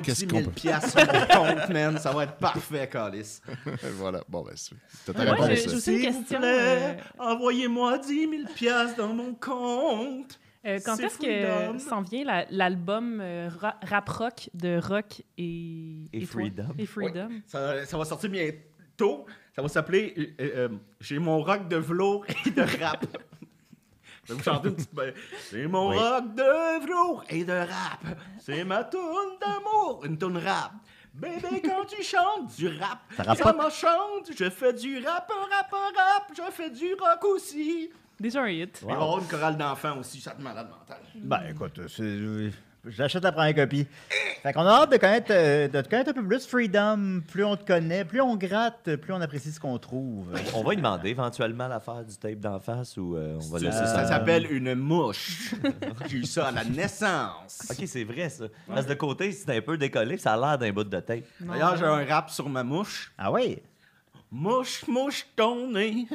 [SPEAKER 5] t'encourager,
[SPEAKER 6] 10
[SPEAKER 5] qu'est-ce
[SPEAKER 6] 000
[SPEAKER 5] qu'on peut
[SPEAKER 6] piastres sur mon compte, man. Ça va être parfait, Calis.
[SPEAKER 5] Voilà, bon, ben, c'est- c'était ta
[SPEAKER 4] Ouais,
[SPEAKER 5] réponse.
[SPEAKER 4] j'ai- j'ai aussi
[SPEAKER 5] ça.
[SPEAKER 4] une
[SPEAKER 6] S'il vous
[SPEAKER 4] question,
[SPEAKER 6] plaît, envoyez-moi 10 000 piastres dans mon compte.
[SPEAKER 4] Euh, quand
[SPEAKER 6] C'est
[SPEAKER 4] est-ce
[SPEAKER 6] Freedom.
[SPEAKER 4] que s'en vient la- l'album euh, ra- rap rock de Rock et,
[SPEAKER 3] Et
[SPEAKER 4] toi?
[SPEAKER 3] Freedom.
[SPEAKER 4] Et Freedom.
[SPEAKER 6] Ça, ça va sortir bientôt. Ça va s'appeler euh, euh, euh, J'ai mon rock de velours et de rap. Je vais vous chanter une petite. ben, J'ai mon
[SPEAKER 2] Oui.
[SPEAKER 6] rock de velours et de rap. C'est ma tourne d'amour, une tourne rap. Bébé, quand tu chantes du rap,
[SPEAKER 2] Ça rappe
[SPEAKER 6] ça
[SPEAKER 2] pas.
[SPEAKER 6] m'enchante. Je fais du rap, un rap, un rap. Je fais du rock aussi.
[SPEAKER 4] Déjà un hit.
[SPEAKER 6] Il va y avoir une chorale d'enfants aussi, ça te malade mental.
[SPEAKER 2] Ben, écoute, c'est- j'achète la première copie. Fait qu'on a hâte de, connaître, euh, de te connaître un peu plus, Freedom. Plus on te connaît, plus on gratte, plus on apprécie ce qu'on trouve.
[SPEAKER 3] On va lui demander éventuellement l'affaire du tape d'en face ou euh, on va
[SPEAKER 6] Ça,
[SPEAKER 3] laisser
[SPEAKER 6] ça
[SPEAKER 3] ça.
[SPEAKER 6] s'appelle une mouche. J'ai eu ça à la naissance.
[SPEAKER 3] Ok, c'est vrai ça. Parce que de côté, c'est un peu décollé, puis ça a l'air d'un bout de tape.
[SPEAKER 4] Non.
[SPEAKER 6] D'ailleurs, j'ai un rap sur ma mouche.
[SPEAKER 2] Ah oui?
[SPEAKER 6] Mouche, mouche ton nez,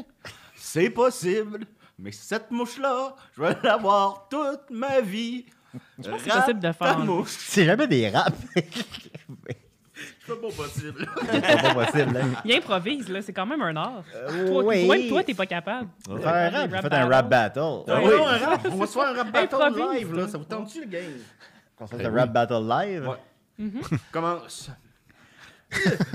[SPEAKER 6] c'est possible, mais cette mouche-là, je vais l'avoir toute ma vie. Je
[SPEAKER 4] pense que c'est possible de faire, hein.
[SPEAKER 6] mouche.
[SPEAKER 2] C'est jamais des raps.
[SPEAKER 6] C'est pas possible.
[SPEAKER 2] c'est pas possible. hein.
[SPEAKER 4] Il improvise, là. C'est quand même un art.
[SPEAKER 2] Euh,
[SPEAKER 4] toi,
[SPEAKER 2] oui.
[SPEAKER 4] toi, toi, t'es pas capable.
[SPEAKER 2] Faire un rap, j'ai fait un rap battle.
[SPEAKER 6] Ah
[SPEAKER 4] Ouais.
[SPEAKER 6] oui, non, un rap, on va se faire un rap battle
[SPEAKER 4] Improvise,
[SPEAKER 6] live, là.
[SPEAKER 4] toi.
[SPEAKER 6] Ça vous tente-tu, le game?
[SPEAKER 2] Qu'on fasse un rap battle live.
[SPEAKER 6] Ouais. Commence.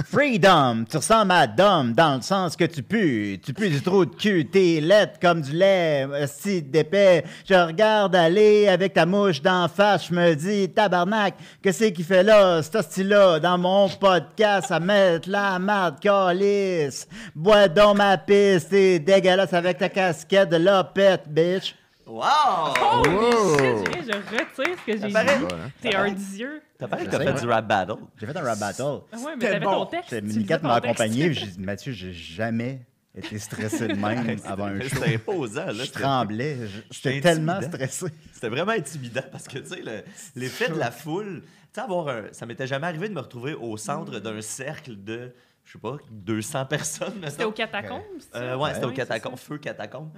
[SPEAKER 2] Freedom, tu ressembles à Dom dans le sens que tu pues. Tu pues du trou de cul, t'es laide comme du lait, si d'épais. Je regarde aller avec ta mouche d'en face, je me dis, tabarnak, que c'est qui fait là, cet hostie-là, dans mon podcast, à mettre la marde, calice. Bois donc ma piste, t'es dégueulasse avec ta casquette de lopette, bitch.
[SPEAKER 3] Wow!
[SPEAKER 4] Oh,
[SPEAKER 5] Wow!
[SPEAKER 4] shit, je retire ce que j'ai
[SPEAKER 3] paraît.
[SPEAKER 4] dit.
[SPEAKER 2] hein.
[SPEAKER 5] Ouais.
[SPEAKER 4] T'es un dieu.
[SPEAKER 3] T'as parlé que
[SPEAKER 2] Je
[SPEAKER 3] t'as
[SPEAKER 2] sais,
[SPEAKER 3] fait du rap battle.
[SPEAKER 2] J'ai fait un rap battle.
[SPEAKER 4] Ah ouais, mais
[SPEAKER 6] C'était
[SPEAKER 4] t'avais
[SPEAKER 6] bon.
[SPEAKER 4] ton texte.
[SPEAKER 2] C'est
[SPEAKER 4] tu
[SPEAKER 2] Minicat
[SPEAKER 4] lisais
[SPEAKER 2] m'a
[SPEAKER 4] ton texte.
[SPEAKER 2] accompagné, puis j'ai dit, Mathieu, j'ai jamais été stressé de même avant un show.
[SPEAKER 3] C'était imposant, là.
[SPEAKER 2] Je
[SPEAKER 3] C'était-
[SPEAKER 2] tremblais, je- j'étais
[SPEAKER 3] C'était
[SPEAKER 2] tellement
[SPEAKER 3] intimidant.
[SPEAKER 2] stressé.
[SPEAKER 3] C'était vraiment intimidant parce que, tu sais, le- l'effet de la foule. Tu sais, avoir un. Ça m'était jamais arrivé de me retrouver au
[SPEAKER 4] Mm.
[SPEAKER 3] centre d'un cercle de, je sais pas, 200 personnes.
[SPEAKER 4] C'était
[SPEAKER 3] mettons.
[SPEAKER 4] au catacombe,
[SPEAKER 2] Ben
[SPEAKER 3] Euh, ouais, c'était au catacombe, feu catacombe.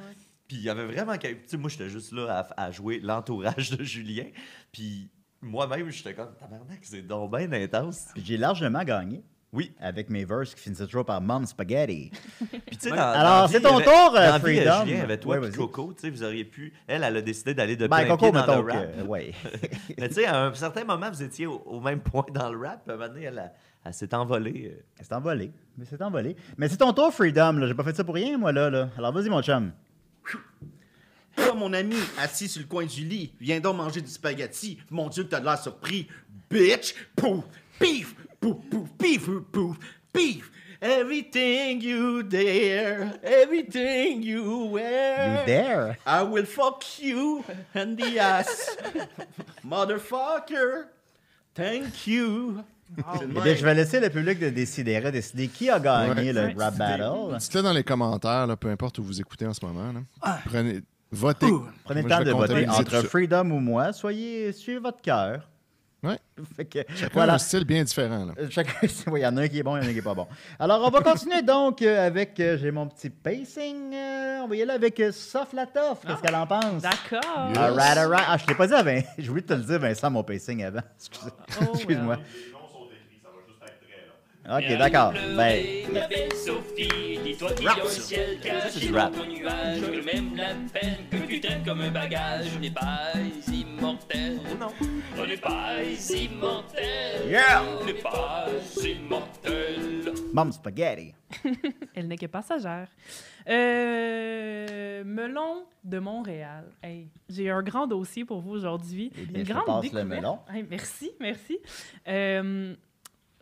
[SPEAKER 3] Puis il y avait vraiment. quel- Tu sais, moi, j'étais juste là à, à jouer l'entourage de Julien. Puis moi-même, j'étais comme, tabarnak, c'est donc bien intense.
[SPEAKER 2] Puis j'ai largement gagné
[SPEAKER 3] Oui.
[SPEAKER 2] avec mes verses qui finissaient toujours par Mom Spaghetti.
[SPEAKER 3] Puis, tu sais, dans-
[SPEAKER 2] Alors,
[SPEAKER 3] dans
[SPEAKER 2] c'est
[SPEAKER 3] vie,
[SPEAKER 2] ton
[SPEAKER 3] il y
[SPEAKER 2] tour,
[SPEAKER 3] avait-
[SPEAKER 2] euh,
[SPEAKER 3] dans vie, il y a
[SPEAKER 2] Freedom.
[SPEAKER 3] Julien, avec toi,
[SPEAKER 2] Ouais,
[SPEAKER 3] puis
[SPEAKER 2] vas-y.
[SPEAKER 3] Coco, tu sais, vous auriez pu. Elle, elle a décidé d'aller de
[SPEAKER 2] Ben,
[SPEAKER 3] plein
[SPEAKER 2] Coco,
[SPEAKER 3] pied dans
[SPEAKER 2] mettons
[SPEAKER 3] le rap.
[SPEAKER 2] que. Ouais.
[SPEAKER 3] Mais tu sais, à un certain moment, vous étiez au, au même point dans le rap. Puis, à un moment donné, elle, a- elle s'est envolée. euh.
[SPEAKER 2] C'est envolé. Mais c'est envolé. Mais c'est ton tour, Freedom. là. J'ai pas fait ça pour rien, moi, là. là. Alors, vas-y, mon chum.
[SPEAKER 6] Toi, mon ami, assis sur le coin du lit, viens donc manger du spaghetti. Mon Dieu, t'as de l'air surpris. Bitch! Pouf! Pif! Pouf, pouf, pif, pouf, pif! Everything you dare, everything you
[SPEAKER 2] You
[SPEAKER 6] wear.
[SPEAKER 2] dare?
[SPEAKER 6] I will fuck you in the ass. Motherfucker! Thank you! C'est le
[SPEAKER 2] Eh bien,
[SPEAKER 6] même.
[SPEAKER 2] je vais laisser le public de décider, décider qui a gagné
[SPEAKER 5] Ouais.
[SPEAKER 2] le
[SPEAKER 4] Ouais.
[SPEAKER 2] rap battle.
[SPEAKER 5] Dites-le dans les commentaires, là, peu importe où vous écoutez en ce moment. là. Prenez, votez.
[SPEAKER 2] Prenez le
[SPEAKER 5] Moi,
[SPEAKER 2] temps
[SPEAKER 5] je vais
[SPEAKER 2] de voter
[SPEAKER 5] comptabiliser
[SPEAKER 2] entre
[SPEAKER 5] tout ça.
[SPEAKER 2] Freedom ou moi. Soyez, suivez votre cœur.
[SPEAKER 5] Ouais.
[SPEAKER 2] Fait que,
[SPEAKER 5] Chacun a
[SPEAKER 2] voilà.
[SPEAKER 5] un style bien différent. là.
[SPEAKER 2] Euh, Chacun, il y en a un qui est bon, il y en a un qui est pas bon. Alors, on va continuer donc euh, avec. euh, J'ai mon petit pacing. euh, on va y aller avec euh, Sof Latoff. Qu'est-ce qu'elle en
[SPEAKER 7] Ah,
[SPEAKER 2] pense?
[SPEAKER 4] D'accord.
[SPEAKER 5] Yeah.
[SPEAKER 2] Alright, alright. Ah, je l'ai pas dit avant. J'ai oublié de te le dire, Vincent, mon pacing avant. Excuse-
[SPEAKER 7] Ah,
[SPEAKER 4] well.
[SPEAKER 2] Excuse-moi.
[SPEAKER 7] oh, Les noms sont écrits, ça va juste être très long.
[SPEAKER 2] Ok, d'accord. Ben,
[SPEAKER 8] Ma belle Sophie, dis-toi qu'il y a un ciel
[SPEAKER 3] This
[SPEAKER 8] caché
[SPEAKER 3] is
[SPEAKER 8] dans
[SPEAKER 3] rap.
[SPEAKER 8] ton nuage. Que même la peine que tu traînes comme un bagage n'est pas immortel.
[SPEAKER 3] Non.
[SPEAKER 8] On n'est pas immortel.
[SPEAKER 2] Yeah.
[SPEAKER 8] On n'est pas immortel.
[SPEAKER 2] Mom Spaghetti.
[SPEAKER 4] Elle n'est que passagère. Euh, melon de Montréal. Hey, j'ai un grand dossier pour vous aujourd'hui.
[SPEAKER 2] Eh bien,
[SPEAKER 4] Une
[SPEAKER 2] je te
[SPEAKER 4] grande
[SPEAKER 2] passe le
[SPEAKER 4] découverte.
[SPEAKER 2] melon.
[SPEAKER 4] Hey, merci, merci. Euh,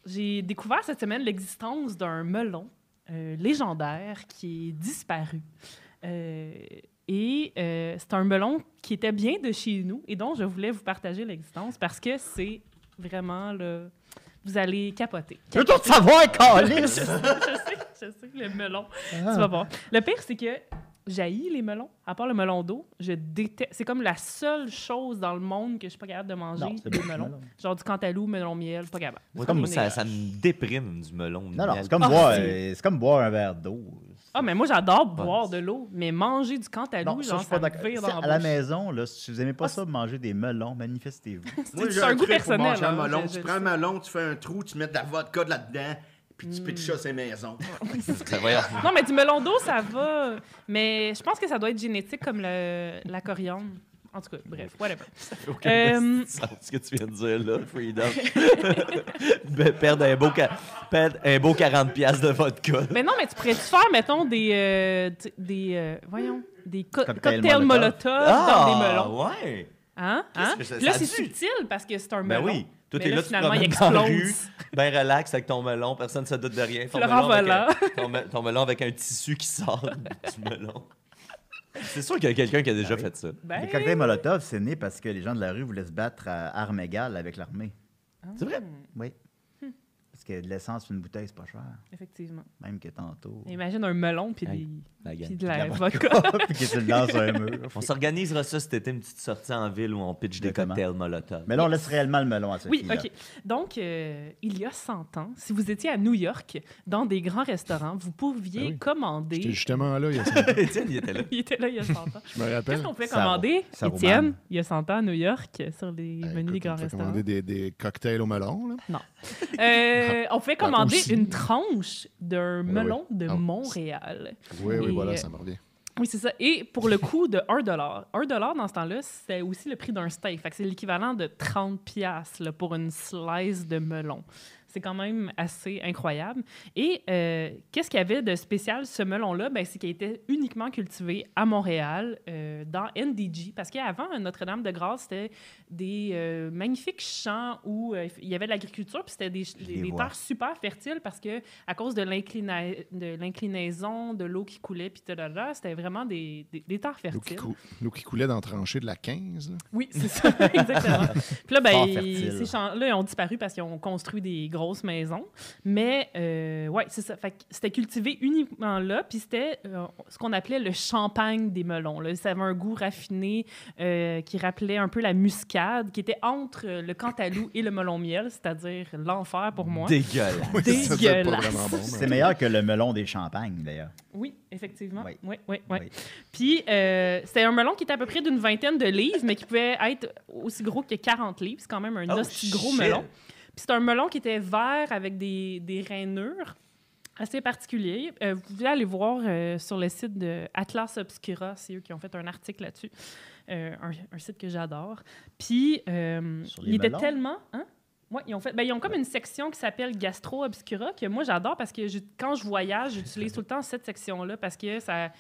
[SPEAKER 4] j'ai découvert cette semaine l'existence d'un melon euh, légendaire qui est disparu. Euh, et euh, c'est un melon qui était bien de chez nous et dont je voulais vous partager l'existence parce que c'est vraiment le. Vous allez capoter.
[SPEAKER 2] Je veux tout savoir, Carlis!
[SPEAKER 4] je sais, je sais, le melon.
[SPEAKER 2] Ah.
[SPEAKER 4] Tu vas voir. Le pire, c'est que j'haïs les melons. À part le melon d'eau, je déteste. C'est comme la seule chose dans le monde que je suis pas capable de manger,
[SPEAKER 2] Non, c'est
[SPEAKER 4] des
[SPEAKER 2] bon,
[SPEAKER 4] melons.
[SPEAKER 2] melon.
[SPEAKER 4] Genre du cantalou, melon miel, pas capable.
[SPEAKER 3] Moi,
[SPEAKER 2] comme
[SPEAKER 3] moi, ça,
[SPEAKER 4] ça.
[SPEAKER 3] ça me déprime du melon. du
[SPEAKER 2] Non, non,
[SPEAKER 3] miel.
[SPEAKER 2] c'est comme,
[SPEAKER 4] Ah,
[SPEAKER 2] boire,
[SPEAKER 4] c'est-
[SPEAKER 2] euh, c'est comme boire un verre d'eau.
[SPEAKER 4] Ah, mais moi, j'adore
[SPEAKER 3] Bon.
[SPEAKER 4] boire de l'eau, mais manger du cantalou,
[SPEAKER 2] Non, ça,
[SPEAKER 4] genre,
[SPEAKER 2] je suis pas
[SPEAKER 4] hein, ça me
[SPEAKER 2] d'accord.
[SPEAKER 4] vire
[SPEAKER 2] Tu sais,
[SPEAKER 4] dans
[SPEAKER 2] à la
[SPEAKER 4] la bouche.
[SPEAKER 2] maison, là, si vous aimez pas
[SPEAKER 4] Ah,
[SPEAKER 2] ça, manger des melons, manifestez-vous.
[SPEAKER 6] Moi,
[SPEAKER 4] C'est
[SPEAKER 6] j'ai
[SPEAKER 4] un goût
[SPEAKER 6] truc pour
[SPEAKER 4] personnel,
[SPEAKER 6] manger un
[SPEAKER 4] hein,
[SPEAKER 6] melon.
[SPEAKER 4] je-
[SPEAKER 6] Tu
[SPEAKER 4] je
[SPEAKER 6] prends un
[SPEAKER 4] sais.
[SPEAKER 6] melon, tu fais un trou, tu mets de la vodka de là-dedans, puis tu
[SPEAKER 4] Hmm.
[SPEAKER 6] pitches ça à ses maisons.
[SPEAKER 3] Ça va y avoir-
[SPEAKER 4] Non, mais du melon d'eau, ça va. Mais je pense que ça doit être génétique comme le- la coriandre. En tout cas, bref, whatever.
[SPEAKER 3] aucun
[SPEAKER 4] Euh,
[SPEAKER 3] sens ce que tu viens de dire là, Freedom. Ben, perdre, un beau ca- perdre un beau 40$ piastres de vodka.
[SPEAKER 4] Mais non, mais tu pourrais-tu faire, mettons, des. euh, t- des euh, voyons, des co-
[SPEAKER 2] Cocktail
[SPEAKER 4] cocktails
[SPEAKER 2] Molotov.
[SPEAKER 4] molotov, dans Ah, des melons.
[SPEAKER 3] Ah! ouais!
[SPEAKER 4] Hein? Hein?
[SPEAKER 3] que ça-
[SPEAKER 4] Puis là,
[SPEAKER 3] ça
[SPEAKER 4] c'est
[SPEAKER 3] tue.
[SPEAKER 4] subtil parce que c'est un
[SPEAKER 3] Ben
[SPEAKER 4] melon.
[SPEAKER 3] oui, toi
[SPEAKER 4] Mais
[SPEAKER 3] t'es là, tu te
[SPEAKER 4] finalement, il
[SPEAKER 3] promènes dans la rue,
[SPEAKER 4] explose.
[SPEAKER 3] ben relax avec ton melon, personne ne se doute de rien. Ton
[SPEAKER 4] Florent
[SPEAKER 3] melon, avec un, ton, me- ton melon avec un tissu qui sort du melon. C'est sûr qu'il y a quelqu'un qui a déjà fait ça.
[SPEAKER 4] Ben,
[SPEAKER 2] Les cocktails Molotov, c'est né parce que les gens de la rue voulaient se battre à armes égales avec l'armée.
[SPEAKER 4] Ah.
[SPEAKER 3] C'est vrai?
[SPEAKER 4] Hmm.
[SPEAKER 2] Oui. Parce que de l'essence, une bouteille, c'est pas cher.
[SPEAKER 4] effectivement.
[SPEAKER 2] Même que tantôt.
[SPEAKER 4] Imagine un melon puis,
[SPEAKER 3] Hey,
[SPEAKER 4] des-
[SPEAKER 3] la gang.
[SPEAKER 4] puis de la
[SPEAKER 2] la
[SPEAKER 4] vodka.
[SPEAKER 2] Puis que tu le lances sur un mur.
[SPEAKER 3] On s'organisera ça cet été, une petite sortie en ville où on pitch des
[SPEAKER 2] Exactement.
[SPEAKER 3] cocktails Molotov.
[SPEAKER 2] Mais là, on laisse réellement le melon à ce
[SPEAKER 4] Oui, OK. Donc, euh, il y a 100 ans, si vous étiez à New York, dans des grands restaurants, vous
[SPEAKER 3] Ah
[SPEAKER 4] pouviez
[SPEAKER 5] Ben oui. J'étais
[SPEAKER 4] commander...
[SPEAKER 5] justement là, il y a cinq ans,
[SPEAKER 3] Étienne, il était là.
[SPEAKER 4] Il était là il y a 100 ans.
[SPEAKER 5] je me
[SPEAKER 4] Qu'est-ce
[SPEAKER 5] rappelle.
[SPEAKER 4] qu'on pouvait
[SPEAKER 2] Ça va.
[SPEAKER 4] commander,
[SPEAKER 2] Ça va,
[SPEAKER 4] Étienne,
[SPEAKER 2] man.
[SPEAKER 4] il y a 100 ans à New York, sur les
[SPEAKER 5] Eh,
[SPEAKER 4] menus des
[SPEAKER 5] écoute, on
[SPEAKER 4] grands
[SPEAKER 5] me fait
[SPEAKER 4] restaurants?
[SPEAKER 5] commander des, des cocktails au melon. là.
[SPEAKER 4] Euh, on pouvait
[SPEAKER 5] Bah,
[SPEAKER 4] commander
[SPEAKER 5] aussi.
[SPEAKER 4] une tranche d'un
[SPEAKER 5] oui.
[SPEAKER 4] melon de
[SPEAKER 5] Ah oui.
[SPEAKER 4] Montréal.
[SPEAKER 5] Oui, oui,
[SPEAKER 4] Et, euh,
[SPEAKER 5] voilà, ça me revient.
[SPEAKER 4] Oui, c'est ça. Et pour le coût de 1 1 dans ce temps-là, c'est aussi le prix d'un steak. Fait que c'est l'équivalent de 30 pièces pour une slice de melon. C'est quand même assez incroyable. Et euh, qu'est-ce qu'il y avait de spécial, ce melon-là? Ben, c'est qu'il était uniquement cultivé à Montréal, euh, dans NDG. Parce qu'avant, à Notre-Dame-de-Grâce, c'était des euh, magnifiques champs où euh, il y avait de l'agriculture, puis c'était des, des-
[SPEAKER 2] les
[SPEAKER 4] des
[SPEAKER 2] vois.
[SPEAKER 4] terres super fertiles parce que à cause de l'inclina- de l'inclinaison, de l'eau qui coulait, puis tadada, c'était vraiment des, des, des terres
[SPEAKER 5] L'eau qui,
[SPEAKER 4] fertiles.
[SPEAKER 5] cou- l'eau qui coulait dans le tranché de la 15. là.
[SPEAKER 4] Oui, c'est ça, exactement. Puis là, ben,
[SPEAKER 2] Fort
[SPEAKER 4] ils-
[SPEAKER 2] fertile.
[SPEAKER 4] ces champs-là ils ont disparu parce qu'ils ont construit des grosses maisons. Mais euh, ouais, c'est ça. Fait que c'était cultivé uniquement là, puis c'était euh, ce qu'on appelait le champagne des melons. là. Ça avait un goût raffiné euh, qui rappelait un peu la muscade, qui était entre euh, le cantalou et le melon miel, c'est-à-dire l'enfer pour moi.
[SPEAKER 3] Dégueulasse.
[SPEAKER 5] Oui, ça, c'est pas
[SPEAKER 4] Dégueulasse.
[SPEAKER 5] vraiment bon.
[SPEAKER 2] C'est meilleur que le melon des champagnes, d'ailleurs.
[SPEAKER 4] Oui, effectivement.
[SPEAKER 2] Oui.
[SPEAKER 4] Oui, oui, oui.
[SPEAKER 2] Oui.
[SPEAKER 4] Puis, euh, c'était un melon qui était à peu près d'une vingtaine de livres, mais qui pouvait être aussi gros que 40 livres. C'est quand même un
[SPEAKER 3] Oh,
[SPEAKER 4] hostie gros
[SPEAKER 3] shit.
[SPEAKER 4] melon. Puis, c'est un melon qui était vert avec des, des rainures assez particuliers. Euh, vous pouvez aller voir euh, sur le site de Atlas Obscura, c'est eux qui ont fait un article là-dessus. Euh, un, un site que j'adore. Puis, euh,
[SPEAKER 2] Sur les
[SPEAKER 4] il était
[SPEAKER 2] melons?
[SPEAKER 4] tellement... hein? Ouais, ils ont fait. ben, ils ont comme une section qui s'appelle Gastro Obscura que moi j'adore parce que je- quand je voyage, j'utilise tout le temps cette section-là parce que ça.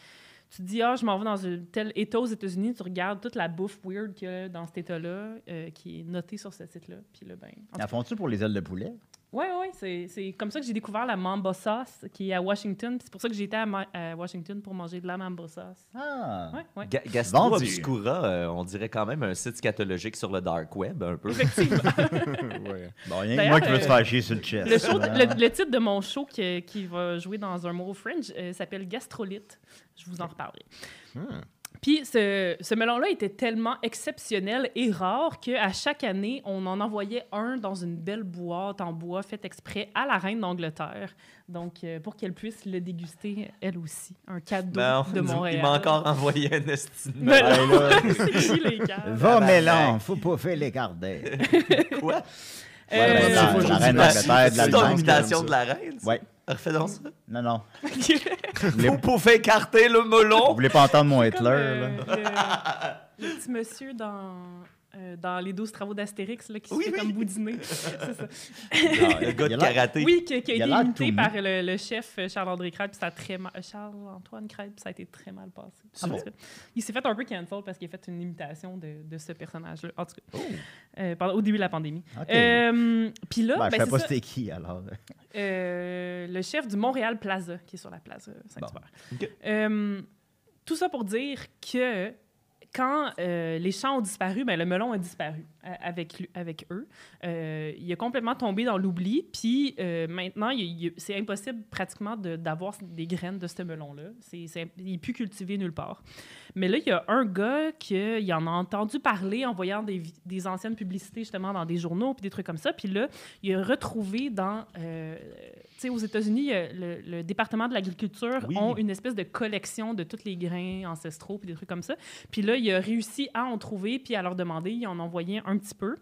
[SPEAKER 4] Tu te dis, ah, je m'en vais dans un tel État aux États-Unis, tu regardes toute la bouffe weird qu'il y a dans cet État-là euh, qui est notée sur ce site-là. Puis là, ben. en tout
[SPEAKER 2] La font-tu pour les ailes de poulet?
[SPEAKER 4] oui, oui, c'est, c'est comme ça que j'ai découvert la mamba sauce qui est à Washington. puis C'est pour ça que j'étais à, Ma- à Washington pour manger de la mamba sauce.
[SPEAKER 2] Ah!
[SPEAKER 4] Ouais, ouais.
[SPEAKER 3] Ga- Gastro
[SPEAKER 2] Vendu.
[SPEAKER 3] Obscura, euh, on dirait quand même un site scatologique sur le dark web, un peu.
[SPEAKER 4] Effectivement.
[SPEAKER 5] Ouais.
[SPEAKER 2] Bon, rien que
[SPEAKER 4] D'ailleurs,
[SPEAKER 2] moi qui veux te
[SPEAKER 4] euh,
[SPEAKER 2] faire chier sur le chest.
[SPEAKER 4] le, show-
[SPEAKER 2] Ah.
[SPEAKER 4] le- le titre de mon show qui, qui va jouer dans un mot fringe euh, s'appelle Gastrolite. Je vous en reparlerai.
[SPEAKER 3] Hmm.
[SPEAKER 5] Ah.
[SPEAKER 4] Puis ce, ce melon-là était tellement exceptionnel et rare qu'à chaque année, on en envoyait un dans une belle boîte en bois faite exprès à la reine d'Angleterre. Donc, euh, pour qu'elle puisse le déguster, elle aussi. Un cadeau
[SPEAKER 3] Ben,
[SPEAKER 4] de
[SPEAKER 3] on-
[SPEAKER 4] Montréal.
[SPEAKER 3] il m'a encore envoyé un estime.
[SPEAKER 4] Melon.
[SPEAKER 2] là.
[SPEAKER 4] C'est qui, les gars?
[SPEAKER 2] Va, Mélan, faut pas faire les carder.
[SPEAKER 3] Quoi?
[SPEAKER 2] Ouais,
[SPEAKER 4] Euh,
[SPEAKER 2] ben, la- la
[SPEAKER 5] c'est pas
[SPEAKER 2] reine d'Angleterre, de
[SPEAKER 3] C'est ton
[SPEAKER 5] gentil. l'Allemagne,
[SPEAKER 2] l'Allemagne.
[SPEAKER 3] imitation
[SPEAKER 5] comme
[SPEAKER 3] de la reine? ça?
[SPEAKER 2] Ouais.
[SPEAKER 3] Refais donc ça.
[SPEAKER 2] Non, non.
[SPEAKER 3] Vous pouvez écarter le
[SPEAKER 2] Vous
[SPEAKER 3] melon.
[SPEAKER 2] voulez pas entendre mon Hitler,
[SPEAKER 4] comme,
[SPEAKER 2] là?
[SPEAKER 4] euh, le, le petit monsieur dans, euh, dans les 12 travaux d'Astérix là, qui
[SPEAKER 3] Oui,
[SPEAKER 4] se fait
[SPEAKER 3] oui.
[SPEAKER 4] comme boudiner. C'est ça.
[SPEAKER 3] Le gars
[SPEAKER 2] Ah, Il
[SPEAKER 3] de
[SPEAKER 2] a l'air-
[SPEAKER 3] karaté.
[SPEAKER 4] Oui, qui, qui a
[SPEAKER 2] il a
[SPEAKER 4] été
[SPEAKER 2] l'air
[SPEAKER 4] imité
[SPEAKER 2] tout
[SPEAKER 4] par le, le chef euh, Charles-André Crête, puis ça a très mal... euh, Charles-Antoine Crête, puis ça a été très mal passé. En tout cas, Il s'est fait un peu cancel parce qu'il a fait une imitation de, de ce personnage-là, en tout cas, euh, pendant- au début de la pandémie.
[SPEAKER 2] OK.
[SPEAKER 4] Euh, puis là,
[SPEAKER 2] Ben,
[SPEAKER 4] ben,
[SPEAKER 2] je sais
[SPEAKER 4] c'est
[SPEAKER 2] pas
[SPEAKER 4] ça.
[SPEAKER 2] c'était qui, alors.
[SPEAKER 4] Euh, le chef du Montréal Plaza, qui est sur la place euh, Saint-Hubert.
[SPEAKER 3] OK.
[SPEAKER 4] Euh, tout ça pour dire que quand euh, les champs ont disparu, ben, le melon a disparu euh, avec, lui- avec eux. Euh, il a complètement tombé dans l'oubli. Puis euh, maintenant, il- il- c'est impossible pratiquement de- d'avoir des graines de ce melon-là. C'est- c'est- il n'est plus cultivé nulle part. Mais là, il y a un gars qui euh, en a entendu parler en voyant des, vi- des anciennes publicités justement dans des journaux puis des trucs comme ça. Puis là, il a retrouvé dans... euh, tu sais, aux États-Unis, il y a le, le département de l'agriculture
[SPEAKER 3] Oui.
[SPEAKER 4] ont une espèce de collection de tous les grains ancestraux puis des trucs comme ça. Puis là, il a réussi à en trouver puis à leur demander. Il en envoyait un petit peu.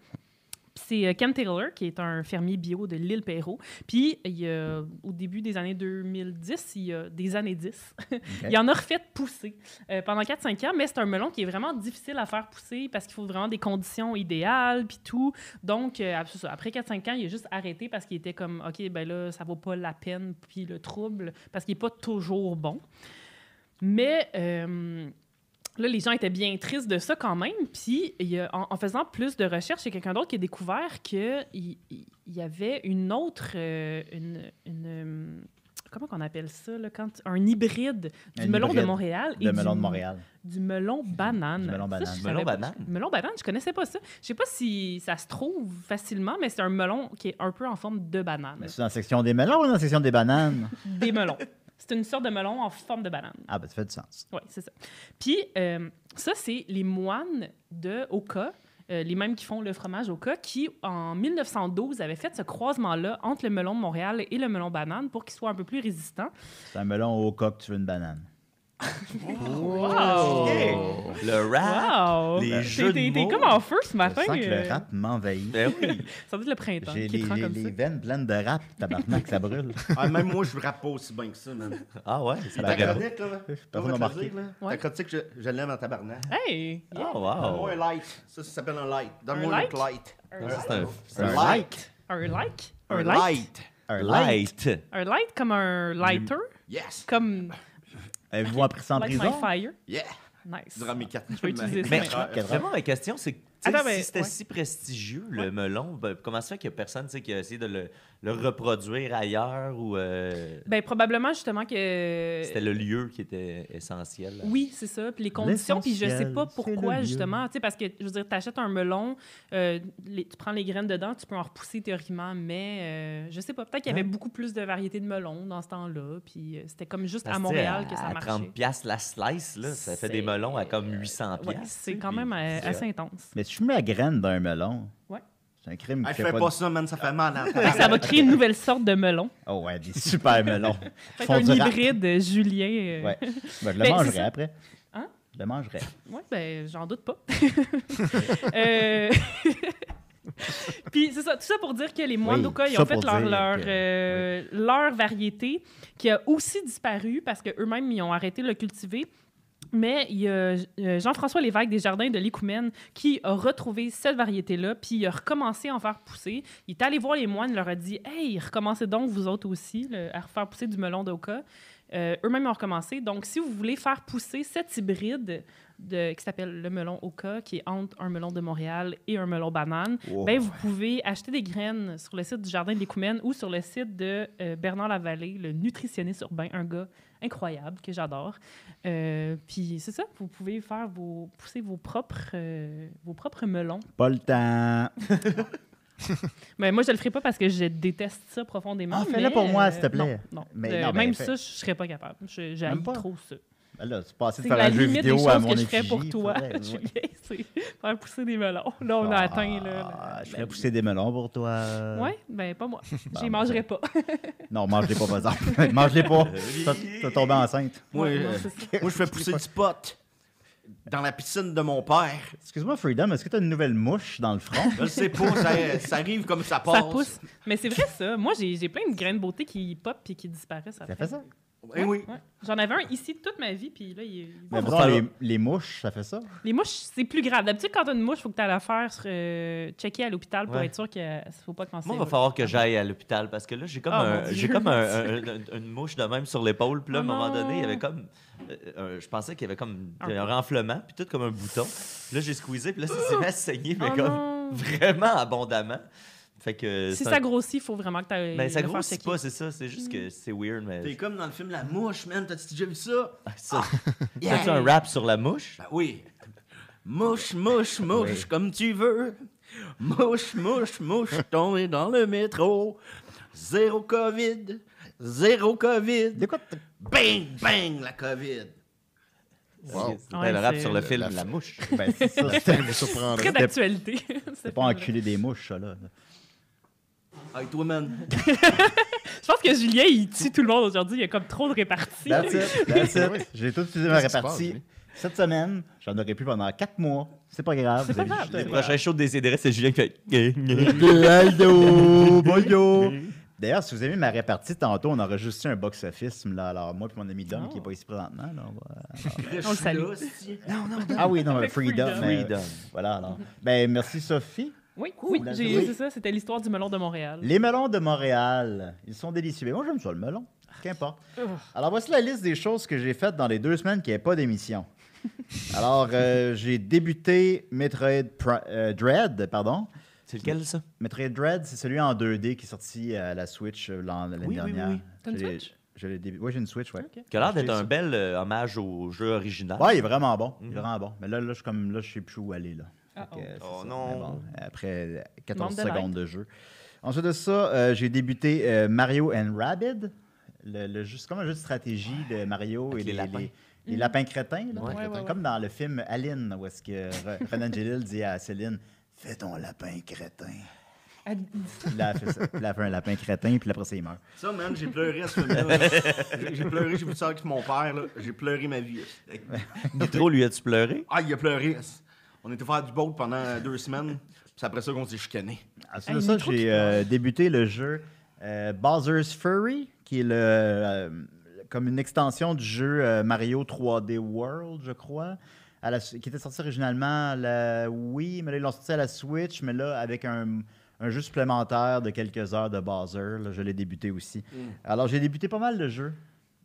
[SPEAKER 4] Puis C'est euh, Ken Taylor, qui est un fermier bio de l'île Perrault. Puis, il y a, au début des années 2010, il y a des années 10, il en a refait pousser euh, pendant 4-5 ans, mais c'est un melon qui est vraiment difficile à faire pousser parce qu'il faut vraiment des conditions idéales, puis tout. Donc, euh, après, c'est ça. après 4-5 ans, il a juste arrêté parce qu'il était comme, OK, ben là, ça vaut pas la peine, puis le trouble, parce qu'il est pas toujours bon. Mais euh, là, les gens étaient bien tristes de ça quand même. Puis, il y a- en, en faisant plus de recherches, il y a quelqu'un d'autre qui a découvert qu'il il il y avait une autre. euh, une, une, euh, comment qu'on appelle ça? Là, quand, un hybride du
[SPEAKER 2] Un
[SPEAKER 4] melon
[SPEAKER 2] hybride
[SPEAKER 4] de Montréal et
[SPEAKER 2] Le
[SPEAKER 4] du-
[SPEAKER 2] melon de Montréal.
[SPEAKER 4] Du melon banane.
[SPEAKER 2] Du melon
[SPEAKER 4] Ça,
[SPEAKER 2] banane.
[SPEAKER 4] je
[SPEAKER 2] Du
[SPEAKER 4] savais
[SPEAKER 3] melon
[SPEAKER 4] pas.
[SPEAKER 3] banane.
[SPEAKER 4] Melon banane, je connaissais pas ça. Je sais pas si ça se trouve facilement, mais c'est un melon qui est un peu en forme de banane.
[SPEAKER 2] Mais c'est dans la section des melons ou dans la section des bananes?
[SPEAKER 4] Des melons. C'est une sorte de melon en forme de banane.
[SPEAKER 2] Ah, ben, ça fait du sens.
[SPEAKER 4] Oui, c'est ça. Puis, euh, ça, c'est les moines de Oka, euh, les mêmes qui font le fromage Oka, qui, en 1912, avaient fait ce croisement-là entre le melon de Montréal et le melon banane pour qu'il soit un peu plus résistant.
[SPEAKER 2] C'est un melon au coq, tu veux une banane.
[SPEAKER 3] Ok. Oh. Le rap.
[SPEAKER 4] Wow!
[SPEAKER 3] les
[SPEAKER 4] T'es-
[SPEAKER 3] jeux de
[SPEAKER 4] T'es t'es
[SPEAKER 3] mots.
[SPEAKER 4] comme en feu ce
[SPEAKER 2] Je
[SPEAKER 4] matin.
[SPEAKER 2] sens que le
[SPEAKER 4] euh,
[SPEAKER 2] rap m'envahit.
[SPEAKER 3] Ben oui.
[SPEAKER 4] Ça doit être le printemps
[SPEAKER 2] J'ai
[SPEAKER 4] qui
[SPEAKER 2] les,
[SPEAKER 4] te rend
[SPEAKER 2] les-
[SPEAKER 4] comme
[SPEAKER 2] les
[SPEAKER 4] ça.
[SPEAKER 2] veines pleines de rap, tabarnak, ça brûle.
[SPEAKER 6] Ah, même moi, je rappe pas aussi bien que ça, man.
[SPEAKER 3] Ah ouais, ça
[SPEAKER 2] Ben,
[SPEAKER 6] Ta
[SPEAKER 3] paraît.
[SPEAKER 6] chronique, là,
[SPEAKER 2] pas
[SPEAKER 6] on va te
[SPEAKER 2] remarqué.
[SPEAKER 6] le dire, là.
[SPEAKER 4] Ouais.
[SPEAKER 6] ta chronique, je, je l'aime en tabarnak.
[SPEAKER 4] Hey!
[SPEAKER 3] Ah
[SPEAKER 6] Donne-moi
[SPEAKER 3] wow.
[SPEAKER 6] un light. Ça, ça s'appelle un light. Donne-moi
[SPEAKER 4] Un
[SPEAKER 6] un
[SPEAKER 4] light?
[SPEAKER 6] light.
[SPEAKER 4] Un
[SPEAKER 3] Ça,
[SPEAKER 4] light?
[SPEAKER 3] c'est un- c'est un
[SPEAKER 2] Un
[SPEAKER 6] light.
[SPEAKER 4] Un like?
[SPEAKER 6] Un
[SPEAKER 4] Un light?
[SPEAKER 6] light.
[SPEAKER 2] Un light.
[SPEAKER 3] light.
[SPEAKER 4] Un light comme un lighter?
[SPEAKER 6] Yes.
[SPEAKER 4] Comme
[SPEAKER 2] Avez-vous appris ça en
[SPEAKER 4] light my
[SPEAKER 2] prison?
[SPEAKER 4] fire?
[SPEAKER 6] Yeah.
[SPEAKER 4] Nice.
[SPEAKER 6] Durant mes quatre
[SPEAKER 4] Je vais utiliser ça.
[SPEAKER 3] Mais
[SPEAKER 4] maintenant.
[SPEAKER 2] Quatre
[SPEAKER 3] vraiment, ma question, c'est que tu Tu sais,
[SPEAKER 4] ah, Attends, mais-
[SPEAKER 3] si c'était
[SPEAKER 4] ouais.
[SPEAKER 3] si prestigieux, le melon, ben, comment ça fait qu'il y a personne tu sais, qui a essayé de le, le reproduire ailleurs ou euh,
[SPEAKER 4] Ben, probablement, justement, que.
[SPEAKER 3] c'était le lieu qui était essentiel? là?
[SPEAKER 4] Euh, Oui, c'est ça. Puis les conditions, puis je sais
[SPEAKER 2] L'essentiel,
[SPEAKER 4] pas
[SPEAKER 2] c'est le
[SPEAKER 4] pourquoi,
[SPEAKER 2] lieu.
[SPEAKER 4] justement. Tu sais, parce que, je veux dire, t'achètes un melon, euh, les- tu prends les graines dedans, tu peux en repousser théoriquement, mais euh, je sais pas. Peut-être qu'il y avait beaucoup plus de variétés de melons dans ce temps-là, puis euh, c'était comme juste
[SPEAKER 3] Parce
[SPEAKER 4] à
[SPEAKER 3] que,
[SPEAKER 4] Montréal
[SPEAKER 3] tu sais,
[SPEAKER 4] que ça
[SPEAKER 3] à
[SPEAKER 4] marchait.
[SPEAKER 3] 30 piastres la slice, là, ça fait
[SPEAKER 4] C'est- euh,
[SPEAKER 3] des melons à comme 800
[SPEAKER 4] Ouais,
[SPEAKER 3] piastres.
[SPEAKER 4] c'est quand même euh,
[SPEAKER 3] c'est-
[SPEAKER 4] assez intense.
[SPEAKER 2] Mais si je mets la graine d'un melon,
[SPEAKER 4] Ouais.
[SPEAKER 2] c'est un crime
[SPEAKER 6] Hey,
[SPEAKER 2] qui
[SPEAKER 6] fais
[SPEAKER 2] fait
[SPEAKER 6] pas,
[SPEAKER 2] pas... de-
[SPEAKER 6] ça, man, ça fait mal. hein.
[SPEAKER 4] Ça va créer une nouvelle sorte de melon.
[SPEAKER 2] Oh ouais, des super melons. Ils
[SPEAKER 4] Fait
[SPEAKER 2] font
[SPEAKER 4] un
[SPEAKER 2] du rap.
[SPEAKER 4] hybride euh, Julien. euh,
[SPEAKER 2] Ouais. Ben, je le
[SPEAKER 4] Ben, c'est
[SPEAKER 2] mangerai
[SPEAKER 4] ça.
[SPEAKER 2] après.
[SPEAKER 4] Hein?
[SPEAKER 2] Je le mangerai.
[SPEAKER 4] Oui, ben, j'en doute pas. Euh, Puis c'est ça, tout ça pour dire que les moines
[SPEAKER 2] Oui,
[SPEAKER 4] d'Oka, ils
[SPEAKER 2] ça
[SPEAKER 4] ont fait
[SPEAKER 2] pour
[SPEAKER 4] leur,
[SPEAKER 2] dire
[SPEAKER 4] leur,
[SPEAKER 2] que-
[SPEAKER 4] euh, leur variété qui a aussi disparu parce qu'eux-mêmes, ils ont arrêté de le cultiver. Mais il y a euh, Jean-François Lévesque des Jardins de l'Écoumène qui a retrouvé cette variété-là, puis il a recommencé à en faire pousser. Il est allé voir les moines, il leur a dit Hey, recommencez donc vous autres aussi le- à refaire pousser du melon d'Oka. Euh, Eux-mêmes ont recommencé. Donc, si vous voulez faire pousser cet hybride de, qui s'appelle le melon Oka, qui est entre un melon de Montréal et un melon banane,
[SPEAKER 2] Wow.
[SPEAKER 4] ben, vous pouvez acheter des graines sur le site du Jardin de l'Écoumène ou sur le site de euh, Bernard Lavallée, le nutritionniste urbain, un gars incroyable que j'adore. Euh, Puis c'est ça, vous pouvez faire vos, pousser vos propres, euh, vos propres melons.
[SPEAKER 2] Pas le temps.
[SPEAKER 4] Mais moi, je le ferai pas parce que je déteste ça profondément.
[SPEAKER 2] Ah, fais-le
[SPEAKER 4] mais,
[SPEAKER 2] pour moi,
[SPEAKER 4] euh,
[SPEAKER 2] s'il te plaît.
[SPEAKER 4] Non, non.
[SPEAKER 2] Mais
[SPEAKER 4] Euh,
[SPEAKER 2] non, mais
[SPEAKER 4] même
[SPEAKER 2] fais.
[SPEAKER 4] ça, je serais pas capable. Je- J'haïs
[SPEAKER 2] Même pas.
[SPEAKER 4] trop ça.
[SPEAKER 2] Ben là, tu passé de
[SPEAKER 4] C'est
[SPEAKER 2] faire
[SPEAKER 4] la
[SPEAKER 2] un jeu
[SPEAKER 4] limite des
[SPEAKER 2] vidéo à
[SPEAKER 4] choses
[SPEAKER 2] mon
[SPEAKER 4] que je ferais
[SPEAKER 2] effigie,
[SPEAKER 4] pour toi,
[SPEAKER 2] faudrait-
[SPEAKER 4] Julien,
[SPEAKER 2] Ouais.
[SPEAKER 4] c'est faire pousser des melons. Là, on a atteint,
[SPEAKER 2] Ah,
[SPEAKER 4] là.
[SPEAKER 2] Je ferais pousser des melons pour toi.
[SPEAKER 4] Oui, ben pas moi.
[SPEAKER 2] Bon,
[SPEAKER 4] Je les mangerai pas.
[SPEAKER 2] Non, mange-les pas, par exemple. mange-les pas. T'as- T'as tombé enceinte.
[SPEAKER 6] Moi,
[SPEAKER 4] Ouais,
[SPEAKER 6] euh,
[SPEAKER 4] non, c'est ça.
[SPEAKER 6] moi, je fais pousser du pot dans la piscine de mon père.
[SPEAKER 2] Excuse-moi, Freedom, est-ce que t'as une nouvelle mouche dans le front?
[SPEAKER 6] Je le sais pas, ça, ça arrive comme ça passe.
[SPEAKER 4] Ça pousse. Mais c'est vrai, ça. Moi, j'ai j'ai plein de graines de beauté qui pop puis qui disparaissent
[SPEAKER 2] Ça
[SPEAKER 4] après.
[SPEAKER 2] fait ça?
[SPEAKER 6] Eh oui.
[SPEAKER 4] Ouais. J'en avais un ici toute ma vie, puis là, il, il-
[SPEAKER 2] Mais
[SPEAKER 3] Bon,
[SPEAKER 2] disons,
[SPEAKER 3] ça va.
[SPEAKER 2] les, les mouches, ça fait ça?
[SPEAKER 4] Les mouches, c'est plus grave. D'habitude, quand t'as une mouche, faut que t'ailles la faire euh, checker à l'hôpital pour
[SPEAKER 3] Ouais.
[SPEAKER 4] être sûr qu'il ne faut pas qu'on
[SPEAKER 3] Moi, il va falloir que j'aille à l'hôpital parce que là, j'ai comme,
[SPEAKER 4] Ah,
[SPEAKER 3] un-
[SPEAKER 4] mon Dieu,
[SPEAKER 3] j'ai comme
[SPEAKER 4] mon
[SPEAKER 3] un- un- un- une mouche de même sur l'épaule. Puis là, à un
[SPEAKER 4] Oh
[SPEAKER 3] moment donné, il y avait
[SPEAKER 4] non.
[SPEAKER 3] comme. euh, euh, je pensais qu'il y avait comme
[SPEAKER 4] Un
[SPEAKER 3] un
[SPEAKER 4] peu.
[SPEAKER 3] renflement, puis tout comme un bouton. Puis là, j'ai squeezé, puis là, ça s'est mis à saigner, mais
[SPEAKER 4] Oh
[SPEAKER 3] comme
[SPEAKER 4] non.
[SPEAKER 3] vraiment abondamment. Fait que.
[SPEAKER 4] Si
[SPEAKER 3] c'est un-
[SPEAKER 4] ça grossit, il faut vraiment que t'ailles.
[SPEAKER 3] Ben, ça
[SPEAKER 4] le faire
[SPEAKER 3] grossit
[SPEAKER 4] checker.
[SPEAKER 3] pas, c'est ça. C'est juste que c'est weird,
[SPEAKER 6] T'es
[SPEAKER 3] mais.
[SPEAKER 6] comme dans le film La Mouche, man. T'as-tu déjà vu ça?
[SPEAKER 3] Ça,
[SPEAKER 6] Yeah.
[SPEAKER 3] T'as-tu un rap sur la mouche?
[SPEAKER 6] Ben oui. Mouche, mouche, mouche, comme tu veux. Mouche, mouche, mouche, tombé dans le métro. Zéro COVID. Zéro COVID.
[SPEAKER 2] D'écoute,
[SPEAKER 6] Bang, bang, la COVID.
[SPEAKER 5] Wow.
[SPEAKER 3] C'était
[SPEAKER 4] Ouais,
[SPEAKER 3] le rap
[SPEAKER 4] c'est-
[SPEAKER 3] sur le film
[SPEAKER 5] La-
[SPEAKER 3] La, mouche.
[SPEAKER 2] ben, c'est ça, c'était
[SPEAKER 5] Vous surprendrez.
[SPEAKER 4] Très d'actualité.
[SPEAKER 2] c'était pas enculer des mouches, ça, là.
[SPEAKER 6] Hey, toi, man.
[SPEAKER 4] Je pense que Julien, il tue tout le monde aujourd'hui. Il y a comme trop de réparties.
[SPEAKER 2] That's it, that's it. J'ai tout utilisé ma
[SPEAKER 5] Qu'est-ce qui se passe,
[SPEAKER 2] répartie.
[SPEAKER 5] lui?
[SPEAKER 2] Cette semaine, j'en aurais plus pendant quatre mois. C'est pas grave.
[SPEAKER 4] C'est
[SPEAKER 2] vous
[SPEAKER 4] pas
[SPEAKER 2] avez
[SPEAKER 4] grave.
[SPEAKER 2] juste-
[SPEAKER 3] Le prochain show des Décidérés, c'est Julien qui fait.
[SPEAKER 2] Aldo, bonjour. D'ailleurs, si vous aimez ma répartie, tantôt, on a enregistré un box-office. Là, alors, moi et mon ami Dom,
[SPEAKER 4] Oh.
[SPEAKER 2] qui n'est pas ici présentement. là, on va-
[SPEAKER 6] Chris,
[SPEAKER 4] On le
[SPEAKER 6] je suis
[SPEAKER 4] salue.
[SPEAKER 6] là, si.
[SPEAKER 2] Ah oui, non,
[SPEAKER 4] Avec
[SPEAKER 2] Freedom.
[SPEAKER 4] Freedom.
[SPEAKER 2] mais-
[SPEAKER 3] Freedom.
[SPEAKER 2] Voilà, alors. Ben, merci, Sophie.
[SPEAKER 4] Oui, oui,
[SPEAKER 2] Cool.
[SPEAKER 4] j'ai-
[SPEAKER 2] Oui.
[SPEAKER 4] c'est ça. C'était l'histoire du melon de Montréal.
[SPEAKER 2] Les melons de Montréal, ils sont délicieux. Mais moi, j'aime ça, le melon. Qu'importe.
[SPEAKER 4] Oh,
[SPEAKER 2] Alors, voici la liste des choses que j'ai faites dans les deux semaines qui n'y avait pas d'émission. Alors, euh, j'ai débuté Metroid Pri- euh, Dread, pardon.
[SPEAKER 3] C'est lequel, ça?
[SPEAKER 2] Metroid Dread, c'est celui en 2D qui est sorti à la Switch euh, l'an- l'année
[SPEAKER 3] Oui, oui,
[SPEAKER 2] dernière.
[SPEAKER 3] oui, oui.
[SPEAKER 4] T'as une
[SPEAKER 2] Je l'ai-
[SPEAKER 4] Switch?
[SPEAKER 2] je l'ai début- Oui, j'ai une Switch, oui.
[SPEAKER 4] Ok.
[SPEAKER 3] Qui a l'air
[SPEAKER 2] Acheter
[SPEAKER 3] d'être un
[SPEAKER 2] ça.
[SPEAKER 3] bel euh, hommage au jeu original.
[SPEAKER 2] Ouais, il est vraiment bon. Il est
[SPEAKER 3] Mhm.
[SPEAKER 2] vraiment bon. Mais là, là je suis comme là, je sais plus où aller là.
[SPEAKER 4] Ah,
[SPEAKER 2] Fait que, c'est
[SPEAKER 3] Oh
[SPEAKER 2] ça.
[SPEAKER 3] non.
[SPEAKER 2] Mais bon, après 14
[SPEAKER 4] Manque de
[SPEAKER 2] secondes de jeu. Ensuite de ça, euh, j'ai débuté euh, Mario and Rabid. Le, le jeu- c'est comme un jeu de stratégie de Mario
[SPEAKER 3] Avec
[SPEAKER 2] et
[SPEAKER 3] les
[SPEAKER 2] les,
[SPEAKER 3] lapins.
[SPEAKER 2] les- les lapins crétins. là.
[SPEAKER 3] Ouais,
[SPEAKER 4] ouais, ouais.
[SPEAKER 2] Comme dans le film Aline, où est-ce que Re- Renan Gélil dit à Céline Fais ton lapin crétin.
[SPEAKER 4] Ah,
[SPEAKER 2] Puis là, elle fait ça. Puis là, elle fait un lapin crétin, puis là, après, ça, il meurt.
[SPEAKER 6] Ça, man, j'ai pleuré à ce film-là. J'ai- J'ai pleuré, j'ai vu ça avec mon père, là. J'ai pleuré ma vie.
[SPEAKER 3] Nitro, lui, a-tu pleuré?
[SPEAKER 6] Ah, il a pleuré. On était faire du boat pendant deux semaines. C'est après ça qu'on s'est chicané.
[SPEAKER 2] Ensuite
[SPEAKER 4] Un
[SPEAKER 2] de ça,
[SPEAKER 4] micro qui
[SPEAKER 2] j'ai euh, débuté le jeu euh, Bowser's Fury, qui est le, euh, comme une extension du jeu euh, Mario 3D World, je crois, à la- qui était sorti originalement à la Wii, mais là, ils l'ont sorti à la Switch, mais là, avec un, un jeu supplémentaire de quelques heures de Bowser, là, je l'ai débuté aussi. Alors, j'ai débuté pas mal le jeu.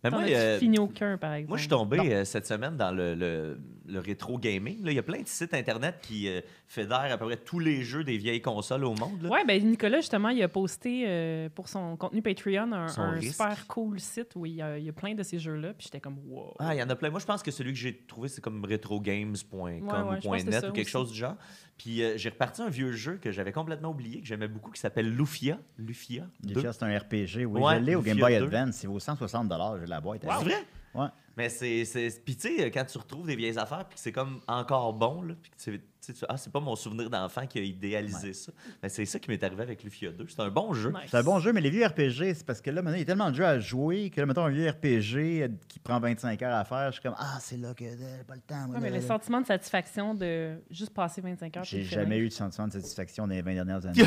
[SPEAKER 3] Ben,
[SPEAKER 4] T'en
[SPEAKER 3] moi,
[SPEAKER 4] as-tu
[SPEAKER 3] euh,
[SPEAKER 4] fini aucun, par exemple?
[SPEAKER 3] moi, je suis tombé euh, cette semaine dans le, le- le rétro gaming. là. Il y a plein de sites Internet qui euh, fédèrent à peu près tous les jeux des vieilles consoles au monde. là.
[SPEAKER 4] Oui, ben Nicolas, justement, il a posté euh, pour son contenu Patreon un,
[SPEAKER 3] Son
[SPEAKER 4] un
[SPEAKER 3] risque.
[SPEAKER 4] super cool site où il y a, il y a plein de ces jeux-là. Puis j'étais comme, wow.
[SPEAKER 3] Ah, il y en a plein. Moi, je pense que celui que j'ai trouvé, c'est comme retrogames.com
[SPEAKER 4] Ouais, ouais, je pense que
[SPEAKER 3] ou
[SPEAKER 4] c'est
[SPEAKER 3] .net
[SPEAKER 4] ça
[SPEAKER 3] ou quelque
[SPEAKER 4] aussi.
[SPEAKER 3] chose du genre. Puis euh, j'ai reparti un vieux jeu que j'avais complètement oublié, que j'aimais beaucoup, qui s'appelle Lufia. Lufia 2.
[SPEAKER 2] Déjà, c'est un RPG. Oui,
[SPEAKER 3] Ouais,
[SPEAKER 2] je l'ai au
[SPEAKER 3] le
[SPEAKER 2] Game
[SPEAKER 3] Fiat
[SPEAKER 2] Boy
[SPEAKER 3] 2.
[SPEAKER 2] Advance. Il vaut 160 j'ai la boîte.
[SPEAKER 3] C'est vrai?
[SPEAKER 2] Ouais.
[SPEAKER 3] Mais c'est. c'est- Puis, tu sais, quand tu retrouves des vieilles affaires, puis que c'est comme encore bon, là, puis que tu- tu sais, tu fais, Ah, c'est pas mon souvenir d'enfant qui a idéalisé ça. Mais c'est ça qui m'est arrivé avec Lufia 2. C'est un bon jeu.
[SPEAKER 4] Nice.
[SPEAKER 2] C'est un bon jeu, mais les vieux RPG, c'est parce que là, maintenant, il y a tellement de jeux à jouer que là, mettons, un vieux RPG euh, qui prend 25 heures à faire, je suis comme, ah, c'est là que euh, pas le temps. moi,
[SPEAKER 4] Ouais, mais
[SPEAKER 2] là,
[SPEAKER 4] le
[SPEAKER 2] là.
[SPEAKER 4] sentiment de satisfaction de juste passer 25 heures. puis
[SPEAKER 2] J'ai
[SPEAKER 4] le finir.
[SPEAKER 2] jamais eu de sentiment de satisfaction dans les 20 dernières années.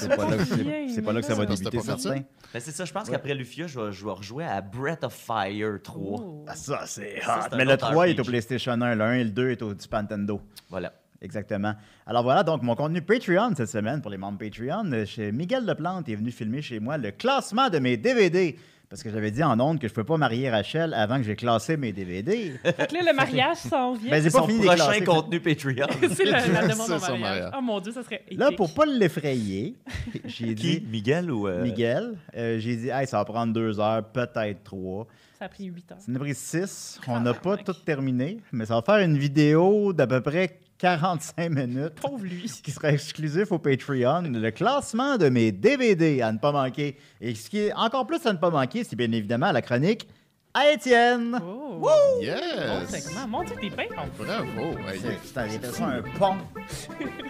[SPEAKER 2] c'est pas là que, c'est- c'est pas là que ça va
[SPEAKER 5] C'était
[SPEAKER 2] débuter,
[SPEAKER 5] pas fait ça?
[SPEAKER 2] certain.
[SPEAKER 3] Mais c'est ça, je pense qu'après Lufia, je vais, je vais rejouer à Breath of Fire 3.
[SPEAKER 4] Oh.
[SPEAKER 2] Ah, ça, c'est
[SPEAKER 3] Ça,
[SPEAKER 2] hot.
[SPEAKER 3] c'est un
[SPEAKER 2] Mais le
[SPEAKER 3] autre
[SPEAKER 2] 3 est au
[SPEAKER 3] RPG.
[SPEAKER 2] PlayStation 1, le 1 et le 2 est au Super Nintendo.
[SPEAKER 3] Voilà.
[SPEAKER 2] Exactement. Alors voilà, donc mon contenu Patreon cette semaine pour les membres Patreon. euh, Chez Miguel Leplante est venu filmer chez moi le classement de mes DVD. Parce que j'avais dit en ondes que je ne peux pas marier Rachel avant que j'ai classé mes DVD.
[SPEAKER 4] Fait que là, le mariage s'en vient.
[SPEAKER 2] Ben, j'ai pas
[SPEAKER 3] Son
[SPEAKER 2] fini de les
[SPEAKER 3] prochain
[SPEAKER 2] classer.
[SPEAKER 3] contenu Patreon.
[SPEAKER 4] c'est la, la demande
[SPEAKER 5] C'est
[SPEAKER 4] en
[SPEAKER 5] son
[SPEAKER 4] mariage.
[SPEAKER 5] mariage.
[SPEAKER 4] Oh mon Dieu, ça serait épique.
[SPEAKER 2] Là, pour pas l'effrayer, j'ai
[SPEAKER 3] Qui
[SPEAKER 2] dit
[SPEAKER 3] Miguel ou. euh,
[SPEAKER 2] Miguel. euh, j'ai dit, hey, ça va prendre deux heures, peut-être trois.
[SPEAKER 4] Ça a pris 8 heures.
[SPEAKER 2] Ça nous a pris six. On n'a pas
[SPEAKER 4] Tabarnak.
[SPEAKER 2] tout terminé, mais ça va faire une vidéo d'à peu près 45 minutes.
[SPEAKER 4] Pauvre lui.
[SPEAKER 2] qui sera exclusif au Patreon, le classement de mes DVD à ne pas manquer. Et ce qui est encore plus à ne pas manquer, c'est bien évidemment la chronique à Étienne.
[SPEAKER 4] Oh. Bon
[SPEAKER 5] Yes!
[SPEAKER 4] segment. Mon Dieu, t'es bien con.
[SPEAKER 5] Bravo! Hey,
[SPEAKER 2] C'est c'est un, c'est un pont,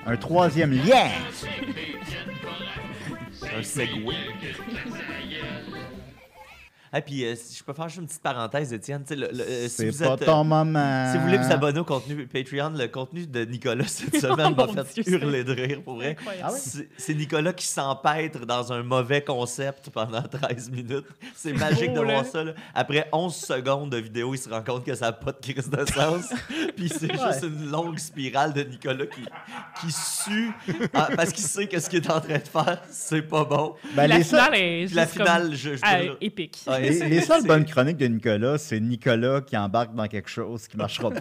[SPEAKER 2] un troisième lien.
[SPEAKER 3] un segway. Ah, puis euh, si je peux faire juste une petite parenthèse, Étienne. tu sais, le- le- euh, si
[SPEAKER 2] C'est
[SPEAKER 3] vous
[SPEAKER 2] pas
[SPEAKER 3] êtes, euh,
[SPEAKER 2] ton moment.
[SPEAKER 3] Si vous voulez vous
[SPEAKER 4] Euh.
[SPEAKER 3] abonner au contenu Patreon, le contenu de Nicolas cette semaine
[SPEAKER 4] Oh mon
[SPEAKER 3] m'a fait
[SPEAKER 4] Dieu, c'est-
[SPEAKER 3] hurler de rire, pour vrai.
[SPEAKER 4] Incroyable.
[SPEAKER 2] Ah ouais?
[SPEAKER 3] C'est c'est Nicolas qui s'empêtre dans un mauvais concept pendant 13 minutes. C'est magique de
[SPEAKER 4] beau, là.
[SPEAKER 3] voir ça. là. Après 11 secondes de vidéo, il se rend compte que ça n'a pas de crise de sens. Puis c'est
[SPEAKER 2] Ouais.
[SPEAKER 3] juste une longue spirale de Nicolas qui, qui sue ah, parce qu'il sait que ce qu'il est en train de faire, c'est pas bon.
[SPEAKER 2] Ben,
[SPEAKER 4] la
[SPEAKER 2] les, seules-
[SPEAKER 4] finale est
[SPEAKER 3] Puis
[SPEAKER 4] juste
[SPEAKER 3] la
[SPEAKER 4] comme-
[SPEAKER 3] finale, je, je
[SPEAKER 4] Ah,
[SPEAKER 3] brûle.
[SPEAKER 4] épique.
[SPEAKER 3] Ah, et
[SPEAKER 2] les-
[SPEAKER 3] c'est-
[SPEAKER 2] les seules
[SPEAKER 3] c'est-
[SPEAKER 2] bonnes chroniques de Nicolas, c'est Nicolas qui embarque dans quelque chose qui marchera pas.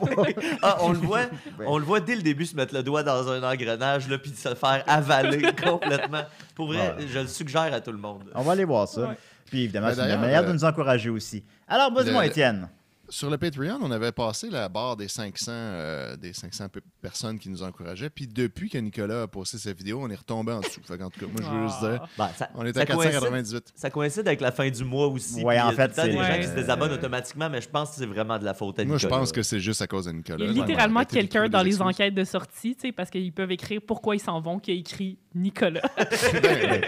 [SPEAKER 3] Ah, on le voit, on le voit dès le début se mettre le doigt dans un engrenage là, puis de se faire avaler complètement. Pour vrai,
[SPEAKER 2] Ouais.
[SPEAKER 3] je le suggère à tout le monde.
[SPEAKER 2] On va aller voir ça.
[SPEAKER 4] Ouais.
[SPEAKER 2] Puis évidemment,
[SPEAKER 5] Ben,
[SPEAKER 2] c'est une
[SPEAKER 5] d'ailleurs,
[SPEAKER 2] manière de
[SPEAKER 5] euh,
[SPEAKER 2] nous encourager aussi. Alors, vas-moi,
[SPEAKER 5] le-
[SPEAKER 2] Étienne.
[SPEAKER 5] Sur le Patreon, on avait passé la barre des 500, euh, des 500 pe- personnes qui nous encourageaient. Puis depuis que Nicolas a posté cette vidéo, on est retombé en dessous. Fait en tout cas, moi, je veux juste
[SPEAKER 4] Ah.
[SPEAKER 5] dire,
[SPEAKER 3] Ben, ça,
[SPEAKER 5] on est
[SPEAKER 3] ça
[SPEAKER 5] à
[SPEAKER 3] coïncide,
[SPEAKER 5] 498.
[SPEAKER 3] ça coïncide avec la fin du mois aussi.
[SPEAKER 2] Ouais,
[SPEAKER 3] puis
[SPEAKER 2] en
[SPEAKER 3] il y a
[SPEAKER 2] fait,
[SPEAKER 3] tout le temps des
[SPEAKER 4] c'est-
[SPEAKER 3] gens qui se
[SPEAKER 4] Ouais.
[SPEAKER 3] désabonnent automatiquement, mais je pense que c'est vraiment de la faute à
[SPEAKER 5] Moi, je
[SPEAKER 3] Nicolas.
[SPEAKER 5] pense que c'est juste à cause de Nicolas.
[SPEAKER 4] Il y a littéralement
[SPEAKER 5] Arrêtez de
[SPEAKER 4] quelqu'un
[SPEAKER 5] trouver
[SPEAKER 4] dans
[SPEAKER 5] des
[SPEAKER 4] les
[SPEAKER 5] excuses.
[SPEAKER 4] enquêtes de sortie, tu sais, parce qu'ils peuvent écrire pourquoi ils s'en vont, qui a écrit Nicolas.
[SPEAKER 5] Ben,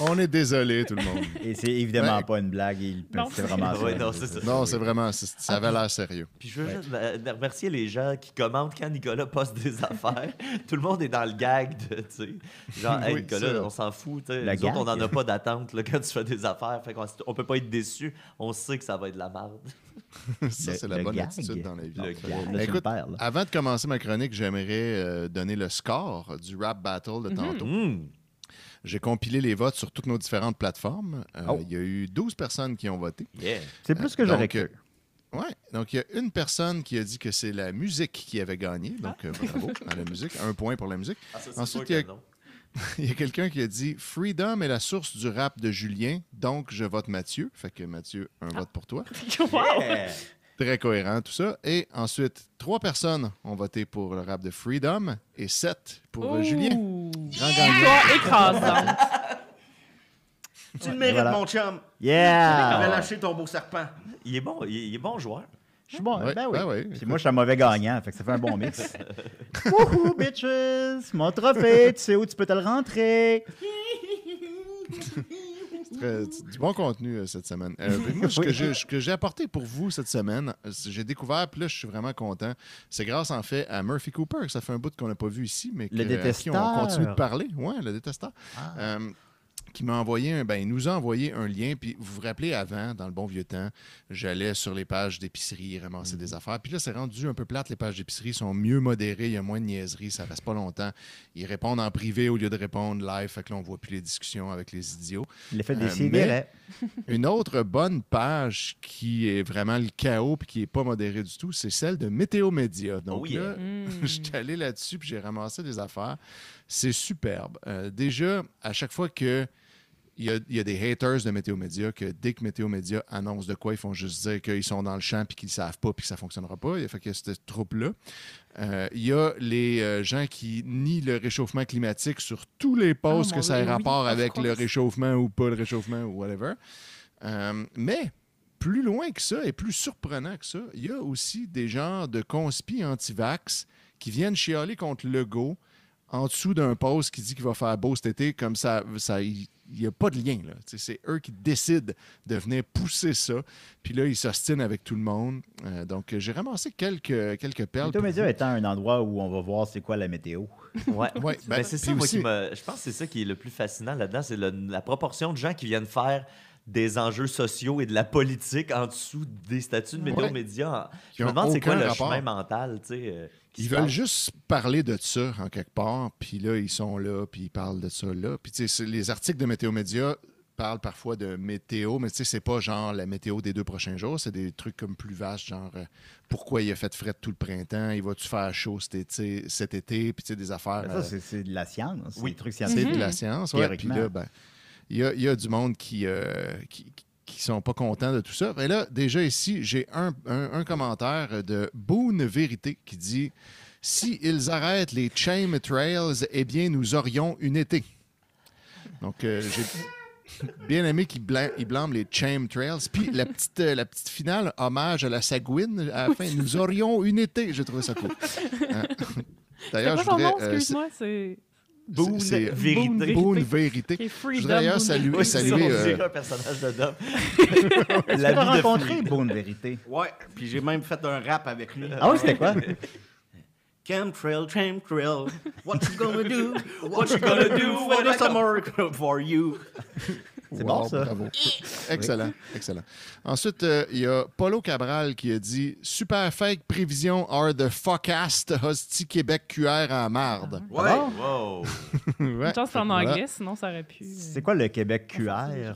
[SPEAKER 5] On est désolé, tout le monde.
[SPEAKER 2] Et c'est évidemment
[SPEAKER 5] Ouais.
[SPEAKER 2] pas une blague. il-
[SPEAKER 4] Non.
[SPEAKER 2] C'est vraiment
[SPEAKER 3] Ouais,
[SPEAKER 2] ça.
[SPEAKER 3] non, c'est ça.
[SPEAKER 5] Non, c'est vraiment, c'est- ça
[SPEAKER 4] Ah.
[SPEAKER 5] avait l'air sérieux.
[SPEAKER 3] Puis je veux juste euh, remercier les gens qui commentent quand Nicolas poste des affaires. Tout le monde est dans le gag de, tu sais, genre, hey,
[SPEAKER 5] Oui,
[SPEAKER 3] Nicolas,
[SPEAKER 5] ça.
[SPEAKER 3] on s'en fout. tu sais.
[SPEAKER 2] Le
[SPEAKER 3] Nous autres, on
[SPEAKER 2] gag.
[SPEAKER 3] n'en a pas d'attente là, quand tu fais des affaires. Fait qu'on on peut pas être déçu. On sait que ça va être de la merde.
[SPEAKER 5] Ça,
[SPEAKER 2] Le-
[SPEAKER 5] c'est la
[SPEAKER 2] le
[SPEAKER 5] bonne
[SPEAKER 2] gag.
[SPEAKER 5] attitude dans la vie.
[SPEAKER 3] Le
[SPEAKER 2] Là,
[SPEAKER 3] gag.
[SPEAKER 2] tu me
[SPEAKER 5] Écoute, ah,
[SPEAKER 2] perds, là.
[SPEAKER 5] Avant de commencer ma chronique, j'aimerais euh, donner le score du rap battle
[SPEAKER 4] Mhm.
[SPEAKER 5] de tantôt.
[SPEAKER 3] Hmm.
[SPEAKER 5] J'ai compilé les votes sur toutes nos différentes plateformes. Euh, Il
[SPEAKER 2] Oh.
[SPEAKER 5] y a eu 12 personnes qui ont voté.
[SPEAKER 3] Yeah.
[SPEAKER 2] C'est plus que
[SPEAKER 5] Euh,
[SPEAKER 2] j'aurais
[SPEAKER 5] donc,
[SPEAKER 2] cru.
[SPEAKER 5] euh, Ouais, donc il y a une personne qui a dit que c'est la musique qui avait gagné, donc euh, bravo à la musique, un point pour la musique.
[SPEAKER 3] Ah, ça, c'est
[SPEAKER 5] Ensuite,
[SPEAKER 3] sûr
[SPEAKER 5] il y a,
[SPEAKER 3] que non.
[SPEAKER 5] il y a quelqu'un qui a dit Freedom est la source du rap de Julien, donc je vote Mathieu. Fait que Mathieu, un vote pour toi.
[SPEAKER 4] wow!
[SPEAKER 3] Yeah.
[SPEAKER 5] Très cohérent tout ça. Et ensuite, trois personnes ont voté pour le rap de Freedom et sept pour
[SPEAKER 4] Oh.
[SPEAKER 5] euh, Julien.
[SPEAKER 4] Ouh.
[SPEAKER 5] Grand gagnant.
[SPEAKER 4] Victoire écrasante.
[SPEAKER 6] Tu le mérites,
[SPEAKER 2] Voilà. Ah.
[SPEAKER 6] mon chum. J'avais
[SPEAKER 2] Yeah!
[SPEAKER 6] lâché ton beau serpent.
[SPEAKER 3] Il est bon, il est, il est bon joueur.
[SPEAKER 2] Je suis bon,
[SPEAKER 5] Ouais,
[SPEAKER 2] ben oui.
[SPEAKER 5] ben oui,
[SPEAKER 2] Puis
[SPEAKER 5] écoute.
[SPEAKER 2] moi, je suis un mauvais gagnant, fait que ça fait un bon mix. Wouhou, bitches! Mon trophée, tu sais où tu peux te le rentrer!
[SPEAKER 5] Très- du bon contenu euh, cette semaine. Euh, mais moi, ce que j'ai- ce que j'ai apporté pour vous cette semaine, euh, c'est- j'ai découvert, puis là, je suis vraiment content. C'est grâce, en fait, à Murphy Cooper, que ça fait un bout qu'on n'a pas vu ici, mais que,
[SPEAKER 2] Le
[SPEAKER 5] à qui on
[SPEAKER 2] détesteur.
[SPEAKER 5] continue de parler. Ouais, le détesteur. Euh, qui m'a envoyé un, ben, il nous a envoyé un lien. Puis vous vous rappelez, avant, dans le bon vieux temps, j'allais sur les pages d'épicerie ramasser des affaires. Puis là, c'est rendu un peu plate. Les pages d'épicerie sont mieux modérées. Il y a moins de niaiseries. Ça reste pas longtemps. Ils répondent en privé au lieu de répondre live. Fait que là, on voit plus les discussions avec les idiots.
[SPEAKER 2] L'effet
[SPEAKER 5] Euh,
[SPEAKER 2] des sidérés.
[SPEAKER 5] Une autre bonne page qui est vraiment le chaos puis qui n'est pas modérée du tout, c'est celle de Météo Média. Donc
[SPEAKER 3] Oh yeah.
[SPEAKER 5] là, je suis allé là-dessus puis j'ai ramassé des affaires. C'est superbe. Euh, déjà, à chaque fois que il y, a, il y a des haters de Météo Média que dès que Météo Média annonce de quoi, ils font juste dire qu'ils sont dans le champ puis qu'ils ne savent pas puis que ça ne fonctionnera pas. Il fait que cette troupe-là. Euh, Il y a les euh, gens qui nient le réchauffement climatique sur tous les postes,
[SPEAKER 4] Ah, mon
[SPEAKER 5] que ça ait
[SPEAKER 4] Dieu, oui, Ah,
[SPEAKER 5] rapport
[SPEAKER 4] of
[SPEAKER 5] avec le
[SPEAKER 4] course.
[SPEAKER 5] réchauffement ou pas le réchauffement ou whatever. Euh, mais plus loin que ça et plus surprenant que ça, il y a aussi des genres de conspi anti-vax qui viennent chialer contre Legault en dessous d'un post qui dit qu'il va faire beau cet été, comme ça, ça il n'y a pas de lien. là. Tu sais, C'est eux qui décident de venir pousser ça. Puis là, ils s'ostinent avec tout le monde. Euh, donc, j'ai ramassé quelques, quelques perles.
[SPEAKER 2] Météo
[SPEAKER 5] pour
[SPEAKER 2] Média
[SPEAKER 5] vous.
[SPEAKER 2] étant un endroit où on va voir c'est quoi la météo.
[SPEAKER 3] Ouais.
[SPEAKER 5] Ouais, ben,
[SPEAKER 3] Ben, c'est
[SPEAKER 5] puis
[SPEAKER 3] ça, moi, qui
[SPEAKER 5] aussi-
[SPEAKER 3] me- Je pense que c'est ça qui est le plus fascinant là-dedans, c'est le- la proportion de gens qui viennent faire des enjeux sociaux et de la politique en dessous des statuts de météo
[SPEAKER 5] Ouais.
[SPEAKER 3] média.
[SPEAKER 5] Qui
[SPEAKER 3] Je me
[SPEAKER 5] ont
[SPEAKER 3] demande c'est quoi
[SPEAKER 5] aucun
[SPEAKER 3] le
[SPEAKER 5] rapport.
[SPEAKER 3] chemin mental, tu sais. euh, qui
[SPEAKER 5] Ils
[SPEAKER 3] se
[SPEAKER 5] veulent
[SPEAKER 3] passe.
[SPEAKER 5] juste parler de ça en quelque part, puis là, ils sont là, puis ils parlent de ça là. Puis tu sais, c'est- les articles de Météo Média parlent parfois de météo, mais tu sais, c'est pas genre la météo des deux prochains jours, c'est des trucs comme plus vastes, genre euh, pourquoi il a fait fret tout le printemps, il va-tu faire chaud cet été, cet été puis tu sais, des affaires.
[SPEAKER 2] Mais
[SPEAKER 5] euh,
[SPEAKER 2] Ben, Ça, c'est- c'est de la science.
[SPEAKER 3] Oui.
[SPEAKER 2] Oui, truc
[SPEAKER 5] c'est
[SPEAKER 4] Mhm.
[SPEAKER 2] scientifique.
[SPEAKER 5] de la science. ouais. Puis
[SPEAKER 2] Théoriquement.
[SPEAKER 5] là, ben, il y a, il y a du monde qui, euh, qui, qui sont pas contents de tout ça. Et là, déjà ici, j'ai un, un- un commentaire de Boone Vérité qui dit Si ils arrêtent les chain trails, eh bien, nous aurions une été. Donc, euh, j'ai bien aimé qu'il blâme, il blâme les chain trails. Puis la petite, euh, la petite finale, hommage à la Sagouine, à la fin, nous aurions une été. J'ai trouvé ça cool. Hein.
[SPEAKER 4] C'est
[SPEAKER 5] D'ailleurs,
[SPEAKER 4] quoi
[SPEAKER 5] je
[SPEAKER 4] son
[SPEAKER 5] voudrais.
[SPEAKER 4] nom,
[SPEAKER 5] euh,
[SPEAKER 4] excuse-moi? C'est
[SPEAKER 3] Boone,
[SPEAKER 5] c'est-
[SPEAKER 3] vérité.
[SPEAKER 5] Boone Vérité.
[SPEAKER 4] Qui est
[SPEAKER 5] Je
[SPEAKER 4] Freedom
[SPEAKER 5] voudrais d'ailleurs
[SPEAKER 4] Boone.
[SPEAKER 5] saluer,
[SPEAKER 3] Oui, c'est ça,
[SPEAKER 5] saluer,
[SPEAKER 3] on
[SPEAKER 5] euh,
[SPEAKER 3] dirait un personnage de Dom.
[SPEAKER 2] Tu l'as
[SPEAKER 3] la vie de
[SPEAKER 2] rencontré,
[SPEAKER 3] Fleet.
[SPEAKER 2] bonne vérité.
[SPEAKER 6] Ouais, puis j'ai même fait un rap avec lui.
[SPEAKER 2] Ah oui, c'était quoi?
[SPEAKER 6] Chemtrail, chemtrail, what you gonna do? What you gonna do when the summer for you?
[SPEAKER 2] C'est bon, ça.
[SPEAKER 5] euh, bravo. Excellent, excellent. Ensuite, euh, il y a Paulo Cabral qui a dit Super fake prévision are the forecast hosti Québec QR en marde.
[SPEAKER 3] Ah.
[SPEAKER 6] Ouais.
[SPEAKER 3] Wow.
[SPEAKER 5] Ouais,
[SPEAKER 4] Une chance c'est en
[SPEAKER 5] voilà.
[SPEAKER 4] anglais, sinon ça aurait pu. euh,
[SPEAKER 2] C'est quoi le Québec
[SPEAKER 5] Ah,
[SPEAKER 2] QR?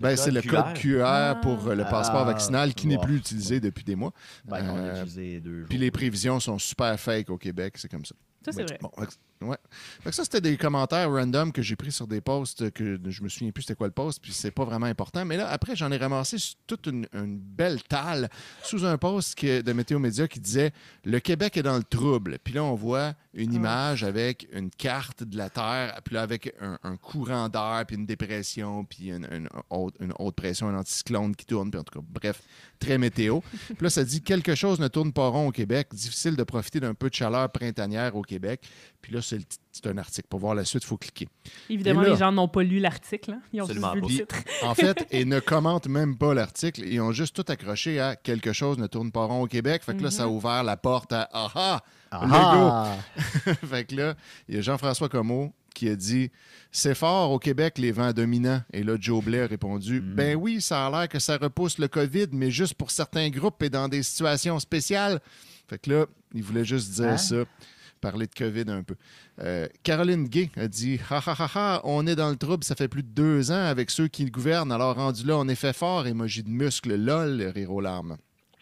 [SPEAKER 5] Ben, c'est le code QR pour euh, le passeport
[SPEAKER 2] Ah.
[SPEAKER 5] vaccinal qui n'est
[SPEAKER 2] Wow.
[SPEAKER 5] plus utilisé depuis des mois.
[SPEAKER 2] Ben, qu'on
[SPEAKER 5] Euh,
[SPEAKER 2] a utilisé deux jours.
[SPEAKER 5] Puis les prévisions sont super fake au Québec, c'est comme ça.
[SPEAKER 4] Ça, c'est
[SPEAKER 5] Mais-
[SPEAKER 4] vrai.
[SPEAKER 5] bon, fait que- ouais. Fait que ça, c'était des commentaires random que j'ai pris sur des posts que je me souviens plus c'était quoi le post, puis c'est pas vraiment important. Mais là, après, j'en ai ramassé s- toute une, une belle talle sous un post que- de Météo Média qui disait Le Québec est dans le trouble. Puis là, on voit
[SPEAKER 4] Ah.
[SPEAKER 5] une image avec une carte de la Terre, puis là, avec un, un courant d'air, puis une dépression, puis une, une haute, une haute pression, un anticyclone qui tourne, puis en tout cas, bref, très météo. Puis là, ça dit Quelque chose ne tourne pas rond au Québec. Difficile de profiter d'un peu de chaleur printanière au Québec. Puis là, c'est le tit- c'est un article. Pour voir la suite, il faut cliquer.
[SPEAKER 4] Évidemment,
[SPEAKER 5] Et là-
[SPEAKER 4] les gens n'ont pas lu l'article. hein. Ils ont juste
[SPEAKER 3] Absolument
[SPEAKER 4] vu le
[SPEAKER 3] pas.
[SPEAKER 4] titre.
[SPEAKER 5] En fait, et ne commentent même pas l'article. Ils ont juste tout accroché à quelque chose ne tourne pas rond au Québec. Fait que là, ça a ouvert la porte à Ah ah!
[SPEAKER 2] Ah!
[SPEAKER 5] fait que là, il y a Jean-François Comeau qui a dit C'est fort au Québec les vents dominants. Et là, Joe Blair a répondu
[SPEAKER 2] Mm.
[SPEAKER 5] Ben oui, ça a l'air que ça repousse le COVID, mais juste pour certains groupes et dans des situations spéciales. Fait que là, il voulait juste dire
[SPEAKER 2] Hein?
[SPEAKER 5] ça, parler de COVID un peu. Euh, Caroline Gay a dit Ha ha ha ha, on est dans le trouble, ça fait plus de deux ans avec ceux qui le gouvernent, alors rendu là, on est fait fort, émoji de muscle, lol, rire aux larmes.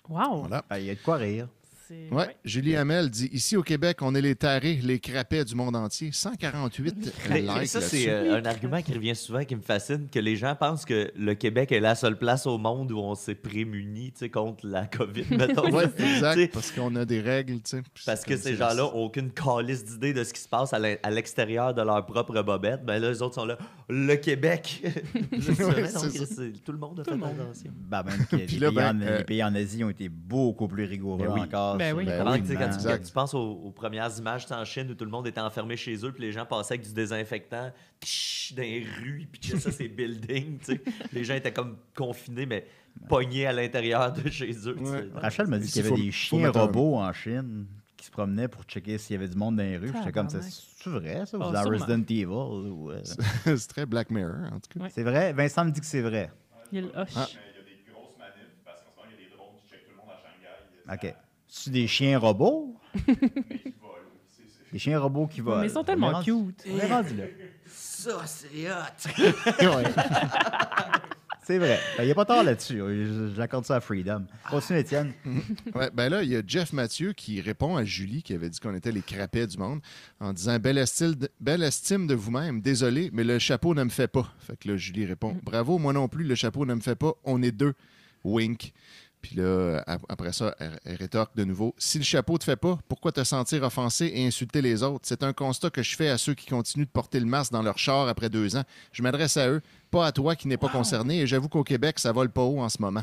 [SPEAKER 4] Wow.
[SPEAKER 5] Voilà.
[SPEAKER 2] Ah, Il y a de quoi rire.
[SPEAKER 4] C'est-
[SPEAKER 5] Ouais,
[SPEAKER 4] ouais.
[SPEAKER 5] Julie Hamel dit Ici au Québec, on est les tarés, les crapets du monde entier. 148
[SPEAKER 3] Mais-
[SPEAKER 5] likes.
[SPEAKER 3] mais ça, c'est
[SPEAKER 5] là-dessus.
[SPEAKER 3] euh, un argument qui revient souvent, qui me fascine, que les gens pensent que le Québec est la seule place au monde où on s'est prémuni tu sais, contre la COVID, mettons.
[SPEAKER 5] Ouais,
[SPEAKER 3] Tu sais,
[SPEAKER 5] exact, parce qu'on a des règles, tu sais. puis
[SPEAKER 3] Parce
[SPEAKER 5] c'est
[SPEAKER 3] que
[SPEAKER 5] comme
[SPEAKER 3] ces
[SPEAKER 5] si-
[SPEAKER 3] gens-là n'ont aucune calice d'idée de ce qui se passe à l'in- à l'extérieur de leur propre bobette. Ben là, les autres sont là, le Québec. Je dis, mais
[SPEAKER 5] Ouais,
[SPEAKER 3] non,
[SPEAKER 5] c'est
[SPEAKER 3] Chris, c'est- tout le monde a fait attention.
[SPEAKER 2] Ben, même que les,
[SPEAKER 5] Puis là,
[SPEAKER 2] pays en,
[SPEAKER 5] ben, euh,
[SPEAKER 2] les pays en Asie ont été beaucoup plus rigoureux
[SPEAKER 3] Ben oui.
[SPEAKER 2] encore.
[SPEAKER 4] Ben
[SPEAKER 2] sur
[SPEAKER 4] oui.
[SPEAKER 2] le
[SPEAKER 5] Ben
[SPEAKER 3] Avant, tu sais, quand, tu,
[SPEAKER 2] confinement.
[SPEAKER 3] quand tu penses aux, aux premières images tu sais, en Chine où tout le monde était enfermé chez eux, puis les gens passaient avec du désinfectant tch, dans les rues, puis que ça, c'est building. tu sais. Les gens étaient comme confinés, mais pognés à l'intérieur de chez eux. tu sais.
[SPEAKER 5] Ouais.
[SPEAKER 2] Rachel m'a dit
[SPEAKER 5] Ici,
[SPEAKER 2] qu'il y avait
[SPEAKER 5] faut-
[SPEAKER 2] des
[SPEAKER 5] faut
[SPEAKER 2] chiens
[SPEAKER 5] mettre un-
[SPEAKER 2] robots en Chine qui se promenaient pour checker s'il y avait du monde dans les rues. J'étais comme, c'est
[SPEAKER 4] Tabarnak.
[SPEAKER 2] c'est vrai, ça? Ou
[SPEAKER 4] Ah,
[SPEAKER 2] c'est dans
[SPEAKER 4] sûrement.
[SPEAKER 2] Resident Evil? ou, euh,
[SPEAKER 5] c'est très Black Mirror, en tout cas.
[SPEAKER 4] Ouais.
[SPEAKER 2] C'est vrai? Vincent me dit que c'est vrai.
[SPEAKER 4] Il y a le hoche.
[SPEAKER 5] Ah.
[SPEAKER 7] Mais il y a des grosses manifs, parce qu'en ce moment, il y a des drones qui checkent tout le monde à Shanghai. euh,
[SPEAKER 2] OK. C'est des chiens robots? des chiens robots qui volent.
[SPEAKER 4] mais ils sont tellement
[SPEAKER 2] On est rendu-
[SPEAKER 4] cute.
[SPEAKER 2] on est rendu là.
[SPEAKER 6] Ça, c'est hot.
[SPEAKER 5] Ouais.
[SPEAKER 2] C'est vrai. Il n'y a pas tort là-dessus. Je- J'accorde ça à Freedom. Continue, Étienne.
[SPEAKER 5] Ouais, ben là, il y a Jeff Mathieu qui répond à Julie qui avait dit qu'on était les crapets du monde en disant belle, estil- belle estime de vous-même, désolé, mais le chapeau ne me fait pas. Fait que là, Julie répond Bravo, moi non plus, le chapeau ne me fait pas, on est deux. Wink. Puis là, ap- après ça, elle elle rétorque de nouveau Si le chapeau te fait pas, pourquoi te sentir offensé et insulter les autres C'est un constat que je fais à ceux qui continuent de porter le masque dans leur char après deux ans. Je m'adresse à eux, pas à toi qui n'es pas concerné, et j'avoue qu'au Québec, ça vole pas haut en ce moment.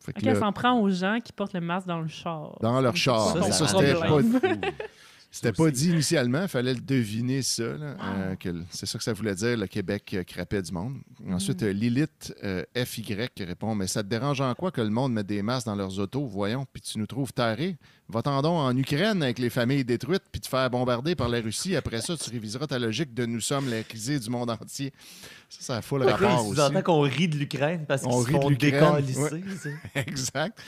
[SPEAKER 5] Fait que
[SPEAKER 4] Ok,
[SPEAKER 5] là-
[SPEAKER 4] elle s'en prend aux gens qui portent le masque dans le char.
[SPEAKER 5] dans leur char.
[SPEAKER 4] Ça,
[SPEAKER 5] Ça,
[SPEAKER 4] c'est
[SPEAKER 5] c'était
[SPEAKER 4] un
[SPEAKER 5] pas,
[SPEAKER 4] problème.
[SPEAKER 5] c'était pas dit initialement. fallait le deviner, ça. là,
[SPEAKER 4] Ah.
[SPEAKER 5] euh, que le- c'est ça que ça voulait dire, le Québec euh, crapait du monde.
[SPEAKER 4] Hmm.
[SPEAKER 5] Ensuite, euh, Lilith euh, FY qui répond Mais ça te dérange en quoi que le monde mette des masques dans leurs autos Voyons, puis tu nous trouves tarés. Va-t'en donc en Ukraine avec les familles détruites, puis te faire bombarder par la Russie. Après ça, tu réviseras ta logique de nous sommes l'accusé du monde entier. Ça, ça a full rapport
[SPEAKER 3] Vous
[SPEAKER 5] aussi.
[SPEAKER 3] entendez qu'on rit de l'Ukraine parce
[SPEAKER 5] On
[SPEAKER 3] qu'ils se
[SPEAKER 5] rit de
[SPEAKER 3] font
[SPEAKER 5] l'Ukraine,
[SPEAKER 3] décalisser.
[SPEAKER 5] ouais.
[SPEAKER 3] tu sais.
[SPEAKER 5] Exact.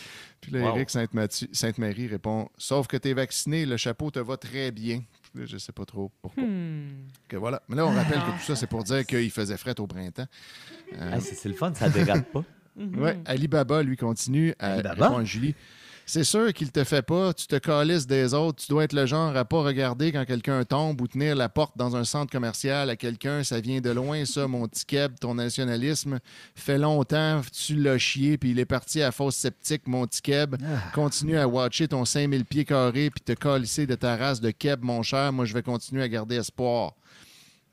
[SPEAKER 5] Puis là,
[SPEAKER 3] Wow.
[SPEAKER 5] Éric Sainte-Mathieu- Sainte-Marie répond Sauf que t'es vacciné, le chapeau te va très bien. Puis là, Je sais pas trop pourquoi.
[SPEAKER 4] Hmm.
[SPEAKER 5] Que voilà. Mais là, on rappelle que tout ça, c'est pour dire qu'il faisait fret au printemps. Euh,
[SPEAKER 3] Ah, c'est c'est le fun, ça dérape pas.
[SPEAKER 5] ouais, Alibaba, lui, continue à
[SPEAKER 2] Alibaba?
[SPEAKER 5] répondre à Julie. C'est sûr qu'il te fait pas, tu te calisses des autres, tu dois être le genre à pas regarder quand quelqu'un tombe ou tenir la porte dans un centre commercial à quelqu'un, ça vient de loin ça, mon petit keb, ton nationalisme, fait longtemps, tu l'as chié, puis il est parti à fausse sceptique, mon petit keb, continue à watcher ton 5000 pieds carrés, puis te calisser de ta race de keb, mon cher, moi je vais continuer à garder espoir.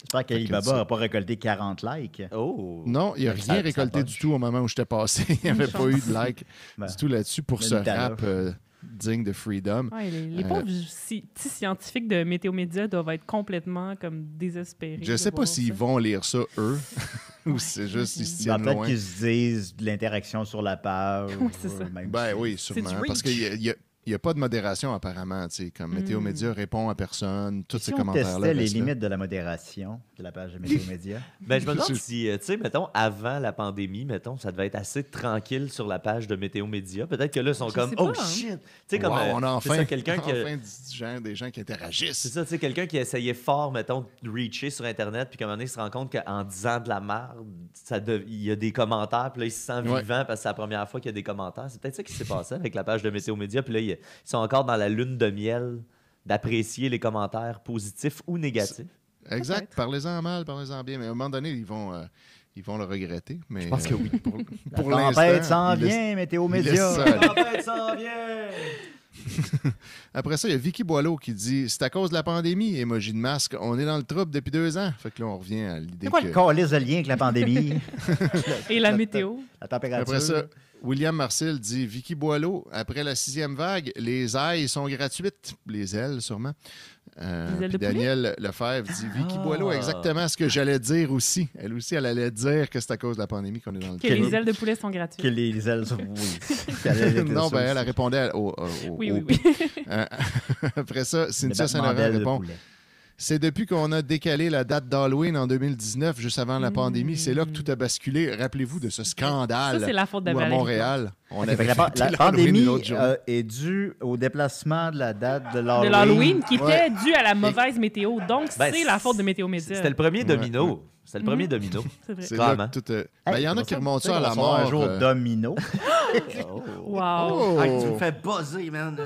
[SPEAKER 2] J'espère qu'Alibaba n'a pas récolté 40 likes.
[SPEAKER 5] Ah,
[SPEAKER 3] Oh!
[SPEAKER 5] Non, il n'a
[SPEAKER 2] Ça- ça
[SPEAKER 5] rien récolté
[SPEAKER 2] punch.
[SPEAKER 5] du tout au moment où j'étais passé. Il n'y avait pas eu de like
[SPEAKER 2] Ben,
[SPEAKER 5] du tout là-dessus pour
[SPEAKER 2] ben,
[SPEAKER 5] ce
[SPEAKER 2] le talent.
[SPEAKER 5] rap euh, digne de Freedom.
[SPEAKER 4] Ouais, les les
[SPEAKER 5] Euh,
[SPEAKER 4] pauvres si- petits scientifiques de Météo Média doivent être complètement comme désespérés.
[SPEAKER 5] Je
[SPEAKER 4] de
[SPEAKER 5] sais pas
[SPEAKER 4] voir
[SPEAKER 5] s'ils
[SPEAKER 4] ça.
[SPEAKER 5] vont lire ça, eux, ou c'est juste ils se
[SPEAKER 2] Ben,
[SPEAKER 5] tiennent
[SPEAKER 2] Peut-être
[SPEAKER 5] loin.
[SPEAKER 2] qu'ils se disent de l'interaction sur la page.
[SPEAKER 4] Oui, c'est ça.
[SPEAKER 2] Même
[SPEAKER 5] Ben
[SPEAKER 2] si-
[SPEAKER 5] oui,
[SPEAKER 4] du
[SPEAKER 5] sûrement.
[SPEAKER 4] reach.
[SPEAKER 5] Parce qu'il n'y a, il y a pas de modération, apparemment. tu sais, Comme
[SPEAKER 4] Hmm.
[SPEAKER 5] Météo Média répond à personne, tous ces
[SPEAKER 2] Si on
[SPEAKER 5] commentaires-là.
[SPEAKER 2] testait les
[SPEAKER 5] restent là.
[SPEAKER 2] limites de la modération de la page de Météo Média.
[SPEAKER 3] Ben, je me demande
[SPEAKER 5] Je-
[SPEAKER 3] si, euh, tu sais, mettons, avant la pandémie, mettons, ça devait être assez tranquille sur la page de Météo Média. Peut-être que là, ils sont
[SPEAKER 4] Je
[SPEAKER 3] comme,
[SPEAKER 4] sais pas,
[SPEAKER 3] oh
[SPEAKER 4] hein.
[SPEAKER 3] shit! Tu sais, comme,
[SPEAKER 5] Wow,
[SPEAKER 3] euh,
[SPEAKER 5] on a
[SPEAKER 3] c'est
[SPEAKER 5] enfin,
[SPEAKER 3] ça, quelqu'un qui. a-
[SPEAKER 5] enfin du genre, des gens qui
[SPEAKER 3] C'est
[SPEAKER 5] interagissent.
[SPEAKER 3] ça, tu sais, quelqu'un qui essayait fort, mettons, de reacher sur Internet, puis qu'à un moment donné, il se rend compte qu'en disant de la merde, ça dev- il y a des commentaires, puis là, il se sent
[SPEAKER 5] Ouais.
[SPEAKER 3] vivant parce que c'est la première fois qu'il y a des commentaires. C'est peut-être ça qui s'est passé avec la page de Météo Média, puis là, ils ils sont encore dans la lune de miel d'apprécier les commentaires positifs ou négatifs.
[SPEAKER 5] Exact.
[SPEAKER 4] Peut-être.
[SPEAKER 5] Parlez-en mal, parlez-en bien. Mais à un moment donné, ils vont, euh, ils vont le regretter. Mais,
[SPEAKER 3] pense que oui.
[SPEAKER 5] Pour, pour
[SPEAKER 2] la tempête s'en
[SPEAKER 5] ils laissent-
[SPEAKER 2] vient, Météo
[SPEAKER 5] ils laissent
[SPEAKER 2] Média.
[SPEAKER 5] ça aller.
[SPEAKER 3] s'en vient!
[SPEAKER 5] Après ça, il y a Vicky Boileau qui dit C'est à cause de la pandémie, émoji de masque, on est dans le trouble depuis deux ans. Fait que là, on revient à l'idée
[SPEAKER 2] C'est quoi le
[SPEAKER 5] que.
[SPEAKER 2] calice de lien avec la pandémie?
[SPEAKER 4] Et la météo.
[SPEAKER 2] la température.
[SPEAKER 5] Après ça, William Marcel dit Vicky Boileau, après la sixième vague, les ailes sont gratuites. Les ailes, sûrement. Euh,
[SPEAKER 4] Les ailes de
[SPEAKER 5] puis Daniel Lefebvre dit Vicky
[SPEAKER 3] Ah.
[SPEAKER 5] Boileau, exactement ce que j'allais dire aussi. Elle aussi, elle allait dire que c'est à cause de la pandémie qu'on est dans le
[SPEAKER 4] Que
[SPEAKER 5] trouble.
[SPEAKER 4] les ailes de poulet sont gratuites.
[SPEAKER 2] Que les, les ailes sont. Oui. Qu'elle était
[SPEAKER 5] non,
[SPEAKER 2] ça
[SPEAKER 5] ben, elle,
[SPEAKER 2] aussi.
[SPEAKER 5] elle répondait au. au- au-
[SPEAKER 4] Oui,
[SPEAKER 5] au-
[SPEAKER 4] oui, oui.
[SPEAKER 5] Euh, après ça,
[SPEAKER 2] Le
[SPEAKER 5] Cynthia
[SPEAKER 2] battement
[SPEAKER 5] Saint-Laurent
[SPEAKER 2] d'ailes de
[SPEAKER 5] répond
[SPEAKER 2] poulet.
[SPEAKER 5] C'est depuis qu'on a décalé la date d'Halloween en 2019, juste avant la pandémie. C'est là que tout a basculé. Rappelez-vous de ce scandale
[SPEAKER 4] Ça, c'est la faute de
[SPEAKER 5] où à
[SPEAKER 4] Valérie.
[SPEAKER 5] Montréal, on
[SPEAKER 2] Ok,
[SPEAKER 5] avait
[SPEAKER 2] fait que la, pa-
[SPEAKER 5] fêté
[SPEAKER 2] la
[SPEAKER 5] l'Halloween
[SPEAKER 2] pandémie
[SPEAKER 5] l'autre jour.
[SPEAKER 2] euh, est due au déplacement de la date de
[SPEAKER 4] De
[SPEAKER 2] l'Halloween.
[SPEAKER 4] l'Halloween qui
[SPEAKER 5] Ouais.
[SPEAKER 4] était due à la mauvaise météo. Donc,
[SPEAKER 3] Ben,
[SPEAKER 4] c'est la faute de Météo Média.
[SPEAKER 3] C'était le premier domino.
[SPEAKER 5] Ouais,
[SPEAKER 3] C'était le premier
[SPEAKER 4] Mhm.
[SPEAKER 3] domino.
[SPEAKER 4] C'est vrai.
[SPEAKER 5] C'est là
[SPEAKER 3] Clairement.
[SPEAKER 2] hein.
[SPEAKER 5] que tout. euh,
[SPEAKER 2] Hey,
[SPEAKER 5] ben, Il y en a
[SPEAKER 2] comment
[SPEAKER 5] qui
[SPEAKER 2] ça,
[SPEAKER 5] remontent
[SPEAKER 2] tu sais
[SPEAKER 5] ça à la
[SPEAKER 2] qu'on sort
[SPEAKER 5] mort.
[SPEAKER 2] Un jour
[SPEAKER 5] euh,
[SPEAKER 2] domino.
[SPEAKER 4] Wow.
[SPEAKER 5] oh!
[SPEAKER 6] Ah, tu me fais buzzer, man.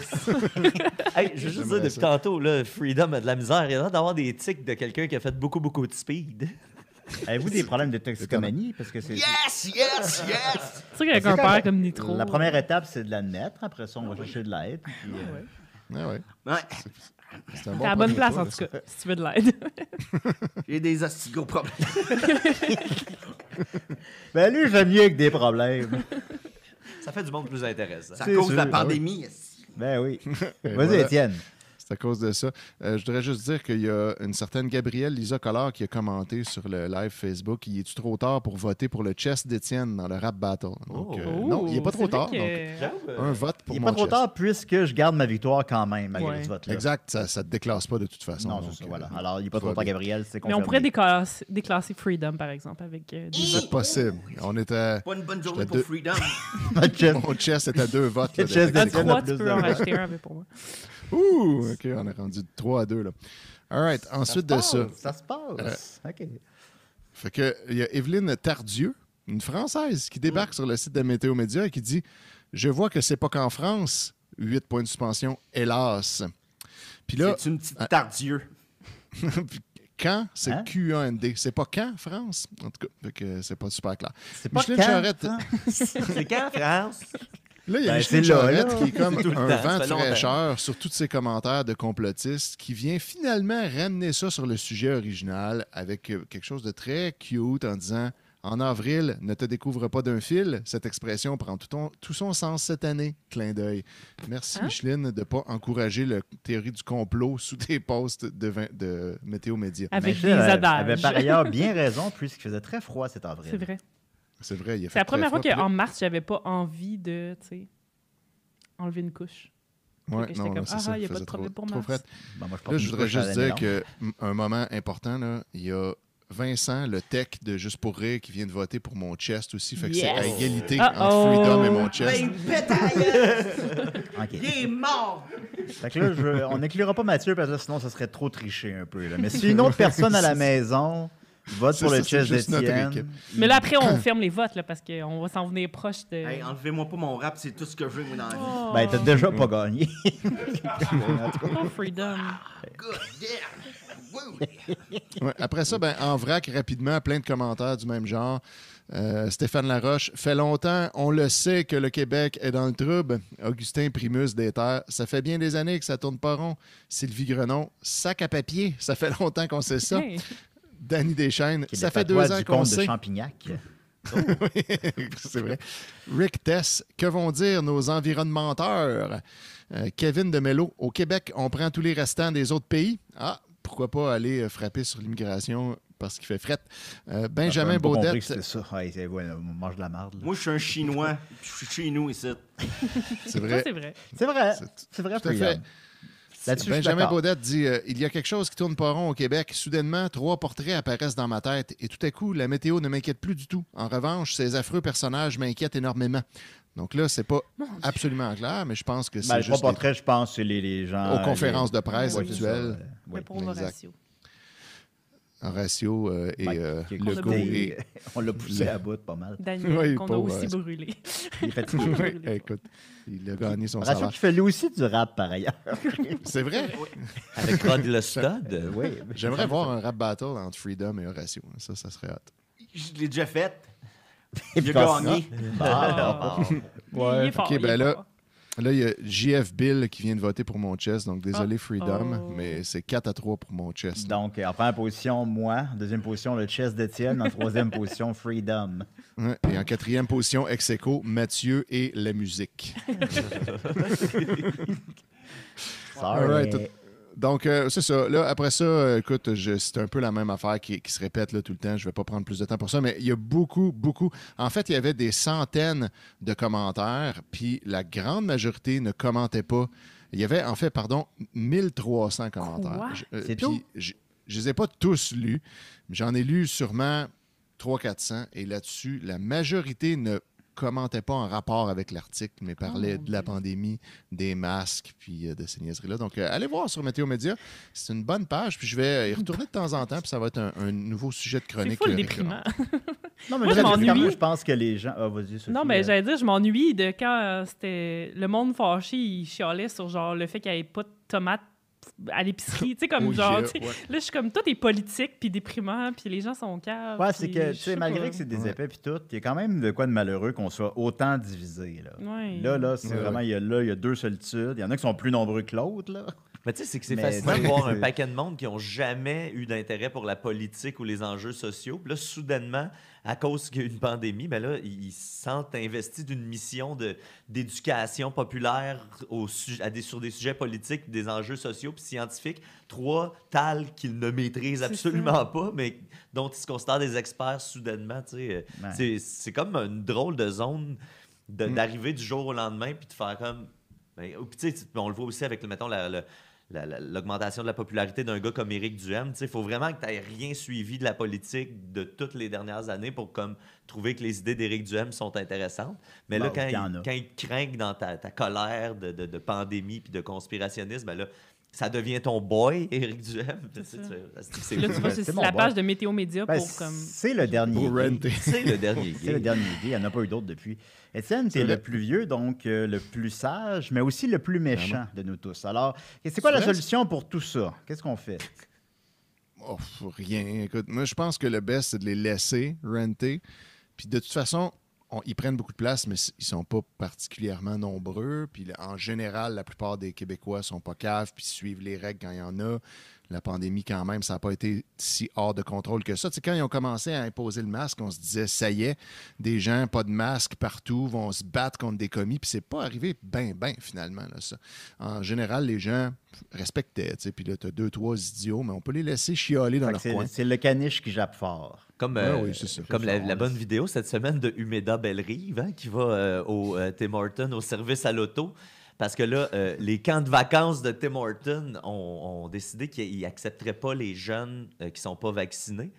[SPEAKER 3] Hey, je veux juste
[SPEAKER 5] J'aimerais
[SPEAKER 3] dire, depuis
[SPEAKER 5] ça.
[SPEAKER 3] tantôt, là, Freedom a de la misère. Il y en a d'avoir des tics de quelqu'un qui a fait beaucoup, beaucoup de speed.
[SPEAKER 2] Avez-vous des problèmes de toxicomanie? Parce que c'est.
[SPEAKER 6] Yes, yes, yes.
[SPEAKER 4] C'est sûr qu'avec un père comme Nitro.
[SPEAKER 2] La première étape, c'est de l'admettre. Après ça, on va chercher de l'aide. puis, euh,
[SPEAKER 5] Ah ouais,
[SPEAKER 6] Ouais,
[SPEAKER 5] c'est un bon
[SPEAKER 4] C'est la bonne
[SPEAKER 5] premier
[SPEAKER 4] place,
[SPEAKER 5] pas,
[SPEAKER 4] en
[SPEAKER 5] là,
[SPEAKER 4] tout cas, si tu veux de l'aide.
[SPEAKER 6] j'ai des astigots problèmes.
[SPEAKER 2] Ben lui, j'aime mieux avec des problèmes.
[SPEAKER 3] Ça fait du monde plus intéressant.
[SPEAKER 6] C'est à
[SPEAKER 2] C'est
[SPEAKER 6] cause de la
[SPEAKER 2] sûr, ah
[SPEAKER 6] pandémie. yes.
[SPEAKER 2] ben oui.
[SPEAKER 5] Et
[SPEAKER 2] Vas-y,
[SPEAKER 5] voilà.
[SPEAKER 2] Étienne.
[SPEAKER 5] ça. C'est à cause de ça. Euh, je voudrais juste dire qu'il y a une certaine Gabrielle Lisa Collard qui a commenté sur le live Facebook Il est-tu trop tard pour voter pour le chess d'Étienne dans le rap battle Donc, euh,
[SPEAKER 4] Oh,
[SPEAKER 5] Non, il n'est pas trop
[SPEAKER 4] c'est vrai
[SPEAKER 5] tard.
[SPEAKER 4] que-
[SPEAKER 5] donc,
[SPEAKER 3] J'avoue, euh,
[SPEAKER 5] un vote pour
[SPEAKER 2] Il n'est
[SPEAKER 5] mon
[SPEAKER 2] pas trop
[SPEAKER 5] chess.
[SPEAKER 2] tard puisque je garde ma victoire quand même, malgré
[SPEAKER 4] Ouais.
[SPEAKER 2] ce vote-là.
[SPEAKER 5] Exact, ça ne te déclasse pas de toute façon.
[SPEAKER 2] Non,
[SPEAKER 5] donc,
[SPEAKER 2] c'est ça, voilà.
[SPEAKER 5] euh,
[SPEAKER 2] Alors, il n'est pas
[SPEAKER 5] tout va
[SPEAKER 2] trop tard,
[SPEAKER 5] bien.
[SPEAKER 2] Gabriel, c'est
[SPEAKER 4] Mais on
[SPEAKER 2] confirmé.
[SPEAKER 4] pourrait déclasser, déclasser Freedom, par exemple, avec euh, des
[SPEAKER 5] C'est possible. On était.
[SPEAKER 6] Pas une bonne journée
[SPEAKER 5] J'étais
[SPEAKER 6] pour
[SPEAKER 5] deux.
[SPEAKER 6] Freedom.
[SPEAKER 2] Notre chest.
[SPEAKER 5] Mon chess était à deux votes.
[SPEAKER 2] Le
[SPEAKER 5] là, de
[SPEAKER 2] chess
[SPEAKER 5] déclarer.
[SPEAKER 2] de-
[SPEAKER 4] trois,
[SPEAKER 2] plus
[SPEAKER 4] tu peux
[SPEAKER 2] de-
[SPEAKER 4] en racheter un avec pour moi.
[SPEAKER 5] Ouh, OK, on est rendu de 3 à 2. Là. All right, ensuite de ça.
[SPEAKER 2] Ça se passe. OK.
[SPEAKER 5] Fait que, il y a Evelyne Tardieu, une Française, qui débarque sur le site de Météo Média et qui dit Je vois que c'est pas qu'en France, 8 points de suspension, hélas. Puis là,
[SPEAKER 6] C'est une
[SPEAKER 2] Ah.
[SPEAKER 6] petite tardieu.
[SPEAKER 5] quand, c'est
[SPEAKER 2] Hein?
[SPEAKER 5] Q-A-N-D. C'est pas quand, France En tout cas, fait que c'est pas super clair.
[SPEAKER 2] C'est pas
[SPEAKER 5] Micheline
[SPEAKER 2] quand,
[SPEAKER 5] Charette.
[SPEAKER 2] hein?
[SPEAKER 3] C'est quand, France?
[SPEAKER 5] Là, il y a
[SPEAKER 2] Ben,
[SPEAKER 5] Micheline
[SPEAKER 2] c'est là,
[SPEAKER 5] Charette
[SPEAKER 2] là.
[SPEAKER 5] qui est comme
[SPEAKER 3] C'est tout le
[SPEAKER 5] un
[SPEAKER 3] temps, ça
[SPEAKER 5] vent
[SPEAKER 3] fait
[SPEAKER 5] de
[SPEAKER 3] longtemps.
[SPEAKER 5] fraîcheur sur tous ces commentaires de complotistes qui vient finalement ramener ça sur le sujet original avec euh, quelque chose de très cute en disant En avril, ne te découvre pas d'un fil. Cette expression prend tout, ton- tout son sens cette année. Clin d'œil. Merci,
[SPEAKER 4] Hein?
[SPEAKER 5] Micheline, de ne pas encourager la théorie du complot sous tes posts de, vin- de Météo Média.
[SPEAKER 4] Avec
[SPEAKER 2] Michel
[SPEAKER 4] des
[SPEAKER 2] avait-
[SPEAKER 4] adages.
[SPEAKER 2] avait par ailleurs bien raison puisqu'il faisait très froid cet avril.
[SPEAKER 4] C'est vrai.
[SPEAKER 5] C'est vrai, il a fait
[SPEAKER 4] C'est la
[SPEAKER 5] très
[SPEAKER 4] première fois Ah.
[SPEAKER 5] froid.
[SPEAKER 4] qu'en mars, j'avais pas envie de, tu sais, enlever une couche.
[SPEAKER 5] Ouais,
[SPEAKER 4] que j'étais
[SPEAKER 5] non,
[SPEAKER 4] comme,
[SPEAKER 5] non, c'est
[SPEAKER 4] Ah,
[SPEAKER 5] ça,
[SPEAKER 4] ah, il y a
[SPEAKER 5] faisait
[SPEAKER 4] pas de
[SPEAKER 5] trop-
[SPEAKER 4] problème pour
[SPEAKER 5] trop
[SPEAKER 4] mars.
[SPEAKER 5] frais.
[SPEAKER 2] Bon, moi, je porte
[SPEAKER 5] Là,
[SPEAKER 2] une
[SPEAKER 5] je voudrais
[SPEAKER 2] couche à
[SPEAKER 5] juste
[SPEAKER 2] l'année
[SPEAKER 5] dire
[SPEAKER 2] longue.
[SPEAKER 5] que m- un moment important, là, il y a Vincent, le tech de Juste pour rire, qui vient de voter pour mon chest aussi. Fait que c'est
[SPEAKER 4] Yes.
[SPEAKER 5] à égalité
[SPEAKER 4] Uh-oh.
[SPEAKER 5] entre Freedom et mon chest.
[SPEAKER 6] Ben, pétaille! hein. Il
[SPEAKER 2] OK.
[SPEAKER 6] est mort!
[SPEAKER 2] Fait que là, je- on n'éclairera pas Mathieu parce que sinon, ça serait trop triché un peu. là. Mais si une autre personne à la maison vote
[SPEAKER 5] C'est
[SPEAKER 2] pour le
[SPEAKER 5] ça, c'est
[SPEAKER 2] chest
[SPEAKER 5] juste notre
[SPEAKER 2] d'Étienne,
[SPEAKER 5] équipe.
[SPEAKER 4] Mais là, après, on ferme les votes, là, parce qu'on va s'en venir proche de.
[SPEAKER 6] Hey, enlevez-moi pas mon rap, c'est tout ce que je veux, moi, dans la vie.
[SPEAKER 4] Oh,
[SPEAKER 2] ben, t'as déjà pas gagné.
[SPEAKER 4] oh, Freedom.
[SPEAKER 6] God damn! Woo!
[SPEAKER 5] Ouais, Après ça, ben, en vrac, rapidement, plein de commentaires du même genre. Euh, Stéphane Laroche, fait longtemps, on le sait que le Québec est dans le trouble. Augustin Primus des Terres, ça fait bien des années que ça tourne pas rond. Sylvie Grenon, sac à papier, ça fait longtemps qu'on sait ça.
[SPEAKER 4] Hey.
[SPEAKER 5] Danny Deschaines,
[SPEAKER 2] Qui est
[SPEAKER 5] ça
[SPEAKER 2] le
[SPEAKER 5] fait
[SPEAKER 2] patois
[SPEAKER 5] deux ans
[SPEAKER 2] du
[SPEAKER 5] qu'on
[SPEAKER 2] comte
[SPEAKER 5] sait.
[SPEAKER 2] de Champignac.
[SPEAKER 5] Oui, c'est vrai. Rick Tess, que vont dire nos environnementeurs? Euh, Kevin de Mello, au Québec, on prend tous les restants des autres pays. Ah, pourquoi pas aller euh, frapper sur l'immigration parce qu'il fait fret. Euh, Benjamin
[SPEAKER 2] J'avais pas compris que
[SPEAKER 5] Baudette,
[SPEAKER 2] C'était ça. Ouais, c'est- ouais, on mange de la marde. là.
[SPEAKER 6] Moi, je suis un Chinois. Je suis chez nous, ici.
[SPEAKER 5] c'est
[SPEAKER 4] Ça,
[SPEAKER 5] vrai.
[SPEAKER 4] c'est vrai.
[SPEAKER 2] C'est vrai.
[SPEAKER 5] C'est-
[SPEAKER 2] C'est vrai,
[SPEAKER 5] tout à fait.
[SPEAKER 2] Freedom. Là-dessus, je suis
[SPEAKER 5] Benjamin
[SPEAKER 2] d'accord.
[SPEAKER 5] Baudette dit euh, Il y a quelque chose qui tourne pas rond au Québec. Soudainement, trois portraits apparaissent dans ma tête et tout à coup, la météo ne m'inquiète plus du tout. En revanche, ces affreux personnages m'inquiètent énormément. Donc là, c'est pas absolument clair, mais je pense que
[SPEAKER 2] Ben,
[SPEAKER 5] c'est
[SPEAKER 2] les trois
[SPEAKER 5] juste des-
[SPEAKER 2] portraits, je pense, c'est les, les gens.
[SPEAKER 5] aux conférences de presse
[SPEAKER 2] Oui,
[SPEAKER 5] actuelles.
[SPEAKER 2] c'est ça, euh,
[SPEAKER 4] Le
[SPEAKER 2] oui.
[SPEAKER 4] pauvre
[SPEAKER 5] exact.
[SPEAKER 4] Horatio.
[SPEAKER 5] Horatio euh, et
[SPEAKER 2] Ouais,
[SPEAKER 5] euh,
[SPEAKER 2] qui a
[SPEAKER 5] Legault
[SPEAKER 2] coûté-
[SPEAKER 5] et...
[SPEAKER 2] On l'a poussé à bout pas mal.
[SPEAKER 4] Daniel,
[SPEAKER 5] Oui, euh,
[SPEAKER 4] qu'on a
[SPEAKER 5] pauvre
[SPEAKER 4] aussi
[SPEAKER 5] Horatio.
[SPEAKER 4] brûlé.
[SPEAKER 2] Il est fatigué.
[SPEAKER 5] Oui, écoute, il a gagné son
[SPEAKER 2] Ratio
[SPEAKER 5] salaire.
[SPEAKER 2] qui fait lui aussi du rap par ailleurs.
[SPEAKER 5] C'est vrai.
[SPEAKER 3] Avec Rod Le Stud.
[SPEAKER 2] oui.
[SPEAKER 5] J'aimerais voir un rap battle entre Freedom et Horatio. hein. Ça, ça serait hot.
[SPEAKER 6] Je l'ai déjà fait.
[SPEAKER 2] Et
[SPEAKER 6] J'ai
[SPEAKER 2] puis
[SPEAKER 6] gagné.
[SPEAKER 4] Ah. il est fort.
[SPEAKER 5] ok,
[SPEAKER 4] il
[SPEAKER 5] ben
[SPEAKER 4] est
[SPEAKER 5] là,
[SPEAKER 4] fort.
[SPEAKER 5] Là, il y a JF Bill qui vient de voter pour mon chest, donc désolé
[SPEAKER 4] Ah.
[SPEAKER 5] Freedom,
[SPEAKER 4] Oh.
[SPEAKER 5] mais c'est 4 à 3 pour mon chest.
[SPEAKER 2] Donc, en première position, moi. En deuxième position, le chess d'Étienne. En troisième position, Freedom.
[SPEAKER 5] Ouais, Hein. Et en quatrième position, ex aequo, Mathieu et la musique.
[SPEAKER 2] Sorry.
[SPEAKER 5] All right, tout- Donc, euh, c'est ça. Là, après ça, euh, écoute, je- c'est un peu la même affaire qui, qui se répète là, tout le temps. Je ne vais pas prendre plus de temps pour ça, mais il y a beaucoup, beaucoup. En fait, il y avait des centaines de commentaires, puis la grande majorité ne commentait pas. Il y avait, en fait, pardon, 1300 commentaires.
[SPEAKER 4] Quoi?
[SPEAKER 5] Je, euh,
[SPEAKER 2] C'est
[SPEAKER 5] puis
[SPEAKER 2] tout?
[SPEAKER 5] Je ne les ai pas tous lus, mais j'en ai lu sûrement 300-400, et là-dessus, la majorité ne commentait pas en rapport avec l'article, mais parlait
[SPEAKER 4] Ah, mon
[SPEAKER 5] de la pandémie, des masques, puis euh, de ces niaiseries-là. Donc, euh, allez voir sur Météo Média. C'est une bonne page, puis je vais euh, y retourner de temps en temps, puis ça va être un, un nouveau sujet de
[SPEAKER 4] C'est
[SPEAKER 5] chronique.
[SPEAKER 4] fou le
[SPEAKER 5] euh,
[SPEAKER 4] déprimant.
[SPEAKER 2] Non, mais
[SPEAKER 4] Moi, je
[SPEAKER 2] bref,
[SPEAKER 4] m'ennuie.
[SPEAKER 2] moi, je pense que les gens. Ah, vas-y, Sophie,
[SPEAKER 4] Non, mais
[SPEAKER 2] euh,
[SPEAKER 4] j'allais dire, je m'ennuie de quand euh, c'était le monde fâché, il chialait sur genre le fait qu'il n'y avait pas de tomates à l'épicerie, tu sais, comme
[SPEAKER 5] au
[SPEAKER 4] genre,
[SPEAKER 5] IGA,
[SPEAKER 4] tu sais,
[SPEAKER 5] Oh, ouais.
[SPEAKER 4] là, je suis comme, tout est politique, puis déprimant, puis les gens sont caves.
[SPEAKER 2] Ouais, c'est
[SPEAKER 4] puis
[SPEAKER 2] que, tu
[SPEAKER 4] je
[SPEAKER 2] sais,
[SPEAKER 4] sais
[SPEAKER 2] malgré
[SPEAKER 4] pas.
[SPEAKER 2] que c'est des
[SPEAKER 5] Ouais.
[SPEAKER 2] épais puis tout, il y a quand même de quoi de malheureux qu'on soit autant divisé. Là,
[SPEAKER 4] Ouais.
[SPEAKER 2] là, là c'est
[SPEAKER 5] Ouais,
[SPEAKER 2] vraiment, il y, a, là, il y a deux solitudes. Il y en a qui sont plus nombreux que l'autre. là.
[SPEAKER 3] Mais tu sais, c'est que c'est
[SPEAKER 2] Mais
[SPEAKER 3] fascinant de
[SPEAKER 2] c'est-
[SPEAKER 3] voir un
[SPEAKER 2] c'est-
[SPEAKER 3] paquet de monde qui n'ont jamais eu d'intérêt pour la politique ou les enjeux sociaux. Puis là, soudainement, à cause qu'il y a une pandémie, ben là, ils ils se sentent investis d'une mission de- d'éducation populaire au su- à des, sur des sujets politiques, des enjeux sociaux puis scientifiques. Trois tales qu'ils ne maîtrisent
[SPEAKER 4] C'est
[SPEAKER 3] absolument pas, mais dont ils se considèrent des experts soudainement. tu sais. euh,
[SPEAKER 2] Ouais. Mm.
[SPEAKER 3] C'est- C'est comme une drôle de zone de- d'arriver du jour au lendemain puis de faire comme... Ben, ou- puis tu sais, on le voit aussi avec, mettons, la- le- la- la- l'augmentation de la popularité d'un gars comme Éric Duhem. Il faut vraiment que tu n'aies rien suivi de la politique de toutes les dernières années pour comme, trouver que les idées d'Éric Duhem sont intéressantes. Mais là,
[SPEAKER 2] Bon,
[SPEAKER 3] quand
[SPEAKER 2] il y en a.
[SPEAKER 3] ils, quand ils te craignent dans ta, ta colère de, de- de pandémie puis de conspirationnisme, ben là, ça devient ton boy, Éric Duhem. Tu sais,
[SPEAKER 4] ça.
[SPEAKER 3] tu- C'est
[SPEAKER 4] Puis Là, tu vas
[SPEAKER 2] C'est
[SPEAKER 4] sur
[SPEAKER 2] mon
[SPEAKER 4] la
[SPEAKER 2] bon.
[SPEAKER 4] page de Météo Média
[SPEAKER 2] Ben,
[SPEAKER 4] pour comme.
[SPEAKER 2] C'est le dernier.
[SPEAKER 5] Pour
[SPEAKER 2] gay.
[SPEAKER 5] renter.
[SPEAKER 3] c'est le dernier.
[SPEAKER 2] C'est le
[SPEAKER 3] gay.
[SPEAKER 2] dernier gay. Il n'y en a pas eu d'autres depuis. Étienne, tu es
[SPEAKER 5] vrai.
[SPEAKER 2] le plus vieux, donc euh, le plus sage, mais aussi le plus méchant de nous tous. Alors, c'est quoi la
[SPEAKER 5] vrai, ça?
[SPEAKER 2] solution pour tout ça? Qu'est-ce qu'on fait?
[SPEAKER 5] Oh, pff, rien. Écoute, moi, je pense que le best, c'est de les laisser renter. Puis de toute façon, on- ils prennent beaucoup de place, mais c- ils sont pas particulièrement nombreux. Puis le- en général, la plupart des Québécois sont pas caves, puis suivent les règles quand il y en a. La pandémie, quand même, ça n'a pas été si hors de contrôle que ça. Tu sais, quand ils ont commencé à imposer le masque, on se disait, ça y est, des gens, pas de masque partout, vont se battre contre des commis. Puis c'est pas arrivé ben, ben, finalement, là, ça. En général, les gens respectaient. tu sais. Puis là, tu as deux, trois idiots, mais on peut les laisser chialer
[SPEAKER 2] Fait
[SPEAKER 5] dans
[SPEAKER 2] que
[SPEAKER 5] leur
[SPEAKER 2] c'est-
[SPEAKER 5] coin.
[SPEAKER 2] C'est le caniche qui jappe fort.
[SPEAKER 3] Comme,
[SPEAKER 5] Ouais,
[SPEAKER 3] euh,
[SPEAKER 5] oui, c'est ça.
[SPEAKER 3] comme
[SPEAKER 5] C'est
[SPEAKER 3] la,
[SPEAKER 5] ça,
[SPEAKER 3] la
[SPEAKER 5] on
[SPEAKER 3] bonne vidéo cette semaine de Humeda Bellerive hein, qui va euh, au euh, Tim Horton, au service à l'auto. Parce que là, euh, les camps de vacances de Tim Horton ont, ont décidé qu'ils n'accepteraient pas les jeunes euh, qui sont pas vaccinés.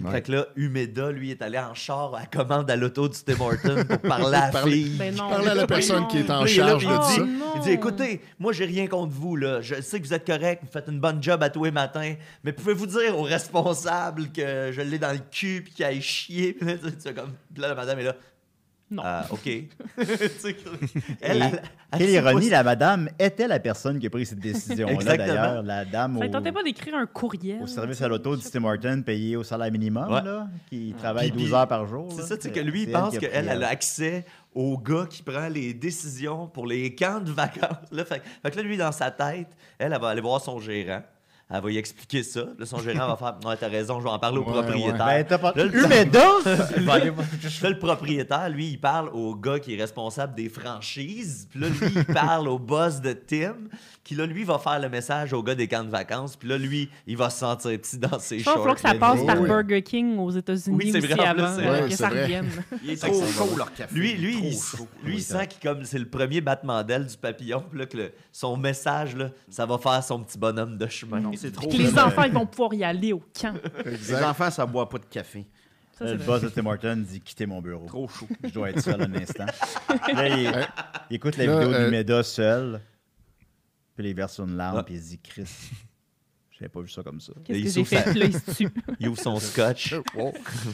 [SPEAKER 5] Ouais.
[SPEAKER 3] Fait que là, Humeda, lui, est allé en char à commande à l'auto du Tim Horton pour parler à la
[SPEAKER 5] Parler-
[SPEAKER 3] fille.
[SPEAKER 4] Ben non.
[SPEAKER 5] Parler à la
[SPEAKER 4] Ben
[SPEAKER 5] personne
[SPEAKER 4] non.
[SPEAKER 5] qui est en
[SPEAKER 3] Là, il est là,
[SPEAKER 5] charge
[SPEAKER 3] puis
[SPEAKER 5] de
[SPEAKER 3] il
[SPEAKER 5] ça.
[SPEAKER 3] dit-
[SPEAKER 4] non.
[SPEAKER 2] Oh,
[SPEAKER 3] Il dit écoutez, moi j'ai rien contre vous là, je sais que vous êtes correct, vous faites une bonne job à tous les matins, mais pouvez-vous dire aux responsables que je l'ai dans le cul puis qu'il aille chier Puis là, tu sais, tu fais comme puis là la madame est là.
[SPEAKER 4] Non.
[SPEAKER 3] Ah, OK. Tu sais,
[SPEAKER 2] Et
[SPEAKER 3] elle
[SPEAKER 2] Quelle
[SPEAKER 3] sait pas
[SPEAKER 2] ironie,
[SPEAKER 3] si-
[SPEAKER 2] la madame était la personne qui a pris cette décision-là,
[SPEAKER 3] Exactement.
[SPEAKER 2] d'ailleurs. La dame
[SPEAKER 4] Ça tentait
[SPEAKER 2] au,
[SPEAKER 4] pas d'écrire un courriel.
[SPEAKER 2] au service à l'auto du Tim Horton, payée au salaire minimum,
[SPEAKER 3] Ouais.
[SPEAKER 2] là, qui travaille
[SPEAKER 3] Puis-
[SPEAKER 2] 12 heures par jour.
[SPEAKER 3] C'est
[SPEAKER 2] là.
[SPEAKER 3] ça, tu sais, que lui, il
[SPEAKER 2] C'est
[SPEAKER 3] pense
[SPEAKER 2] qui a
[SPEAKER 3] qu'elle,
[SPEAKER 2] pris,
[SPEAKER 3] elle,
[SPEAKER 2] euh,
[SPEAKER 3] a accès au gars qui prend les décisions pour les camps de vacances. Là, fait, fait que là, lui, dans sa tête, elle, elle va aller voir son gérant. Elle va y expliquer ça. Là, son gérant va faire Ouais, t'as raison, je vais en parler au
[SPEAKER 5] Ouais,
[SPEAKER 3] propriétaire.
[SPEAKER 2] Ben, t'as pas...
[SPEAKER 3] Là, le-
[SPEAKER 2] Humeda!
[SPEAKER 3] Il va aller voir- Là, le propriétaire, lui, il parle au gars qui est responsable des franchises. Puis là, lui, il parle au boss de Tim, qui là, lui, va faire le message au gars des camps de vacances. Puis là, lui, il va se sentir petit dans ses
[SPEAKER 4] Je pense qu'il
[SPEAKER 3] shorts.
[SPEAKER 4] faut que ça
[SPEAKER 3] là.
[SPEAKER 4] passe
[SPEAKER 5] oui.
[SPEAKER 4] par Burger King aux États-Unis
[SPEAKER 3] Oui, c'est
[SPEAKER 4] aussi
[SPEAKER 3] vrai, en plus,
[SPEAKER 4] avant
[SPEAKER 3] c'est
[SPEAKER 4] euh,
[SPEAKER 5] vrai,
[SPEAKER 4] que
[SPEAKER 5] c'est
[SPEAKER 4] ça
[SPEAKER 5] vrai.
[SPEAKER 4] revienne.
[SPEAKER 6] Il est trop chaud, leur café.
[SPEAKER 3] Lui, lui,
[SPEAKER 6] Trop
[SPEAKER 3] il,
[SPEAKER 6] chaud.
[SPEAKER 3] lui, il sent qu'il comme c'est le premier battement d'aile du papillon, puis là, que le- son message là, ça va faire son petit bonhomme de chemin.
[SPEAKER 6] Non, c'est trop.
[SPEAKER 4] Que les enfants, ils vont pouvoir y aller au camp.
[SPEAKER 6] Les enfants, ça boit pas de café.
[SPEAKER 4] Ça, c'est
[SPEAKER 2] Le
[SPEAKER 4] vrai.
[SPEAKER 2] boss de Tim Horton dit quittez mon bureau.
[SPEAKER 6] Trop chaud.
[SPEAKER 2] Je dois être seul un instant. Là, il, il écoute la
[SPEAKER 5] Là,
[SPEAKER 2] vidéo
[SPEAKER 5] euh,
[SPEAKER 2] du Méda seul. Puis il verse une larme,
[SPEAKER 3] Ouais.
[SPEAKER 2] puis il se dit Chris, j'avais pas vu ça comme ça.
[SPEAKER 4] Qu'est-ce
[SPEAKER 3] il
[SPEAKER 4] que j'ai
[SPEAKER 3] souffre.
[SPEAKER 4] fait? Puis là, il se tue.
[SPEAKER 3] Il ouvre son scotch.
[SPEAKER 5] Oh.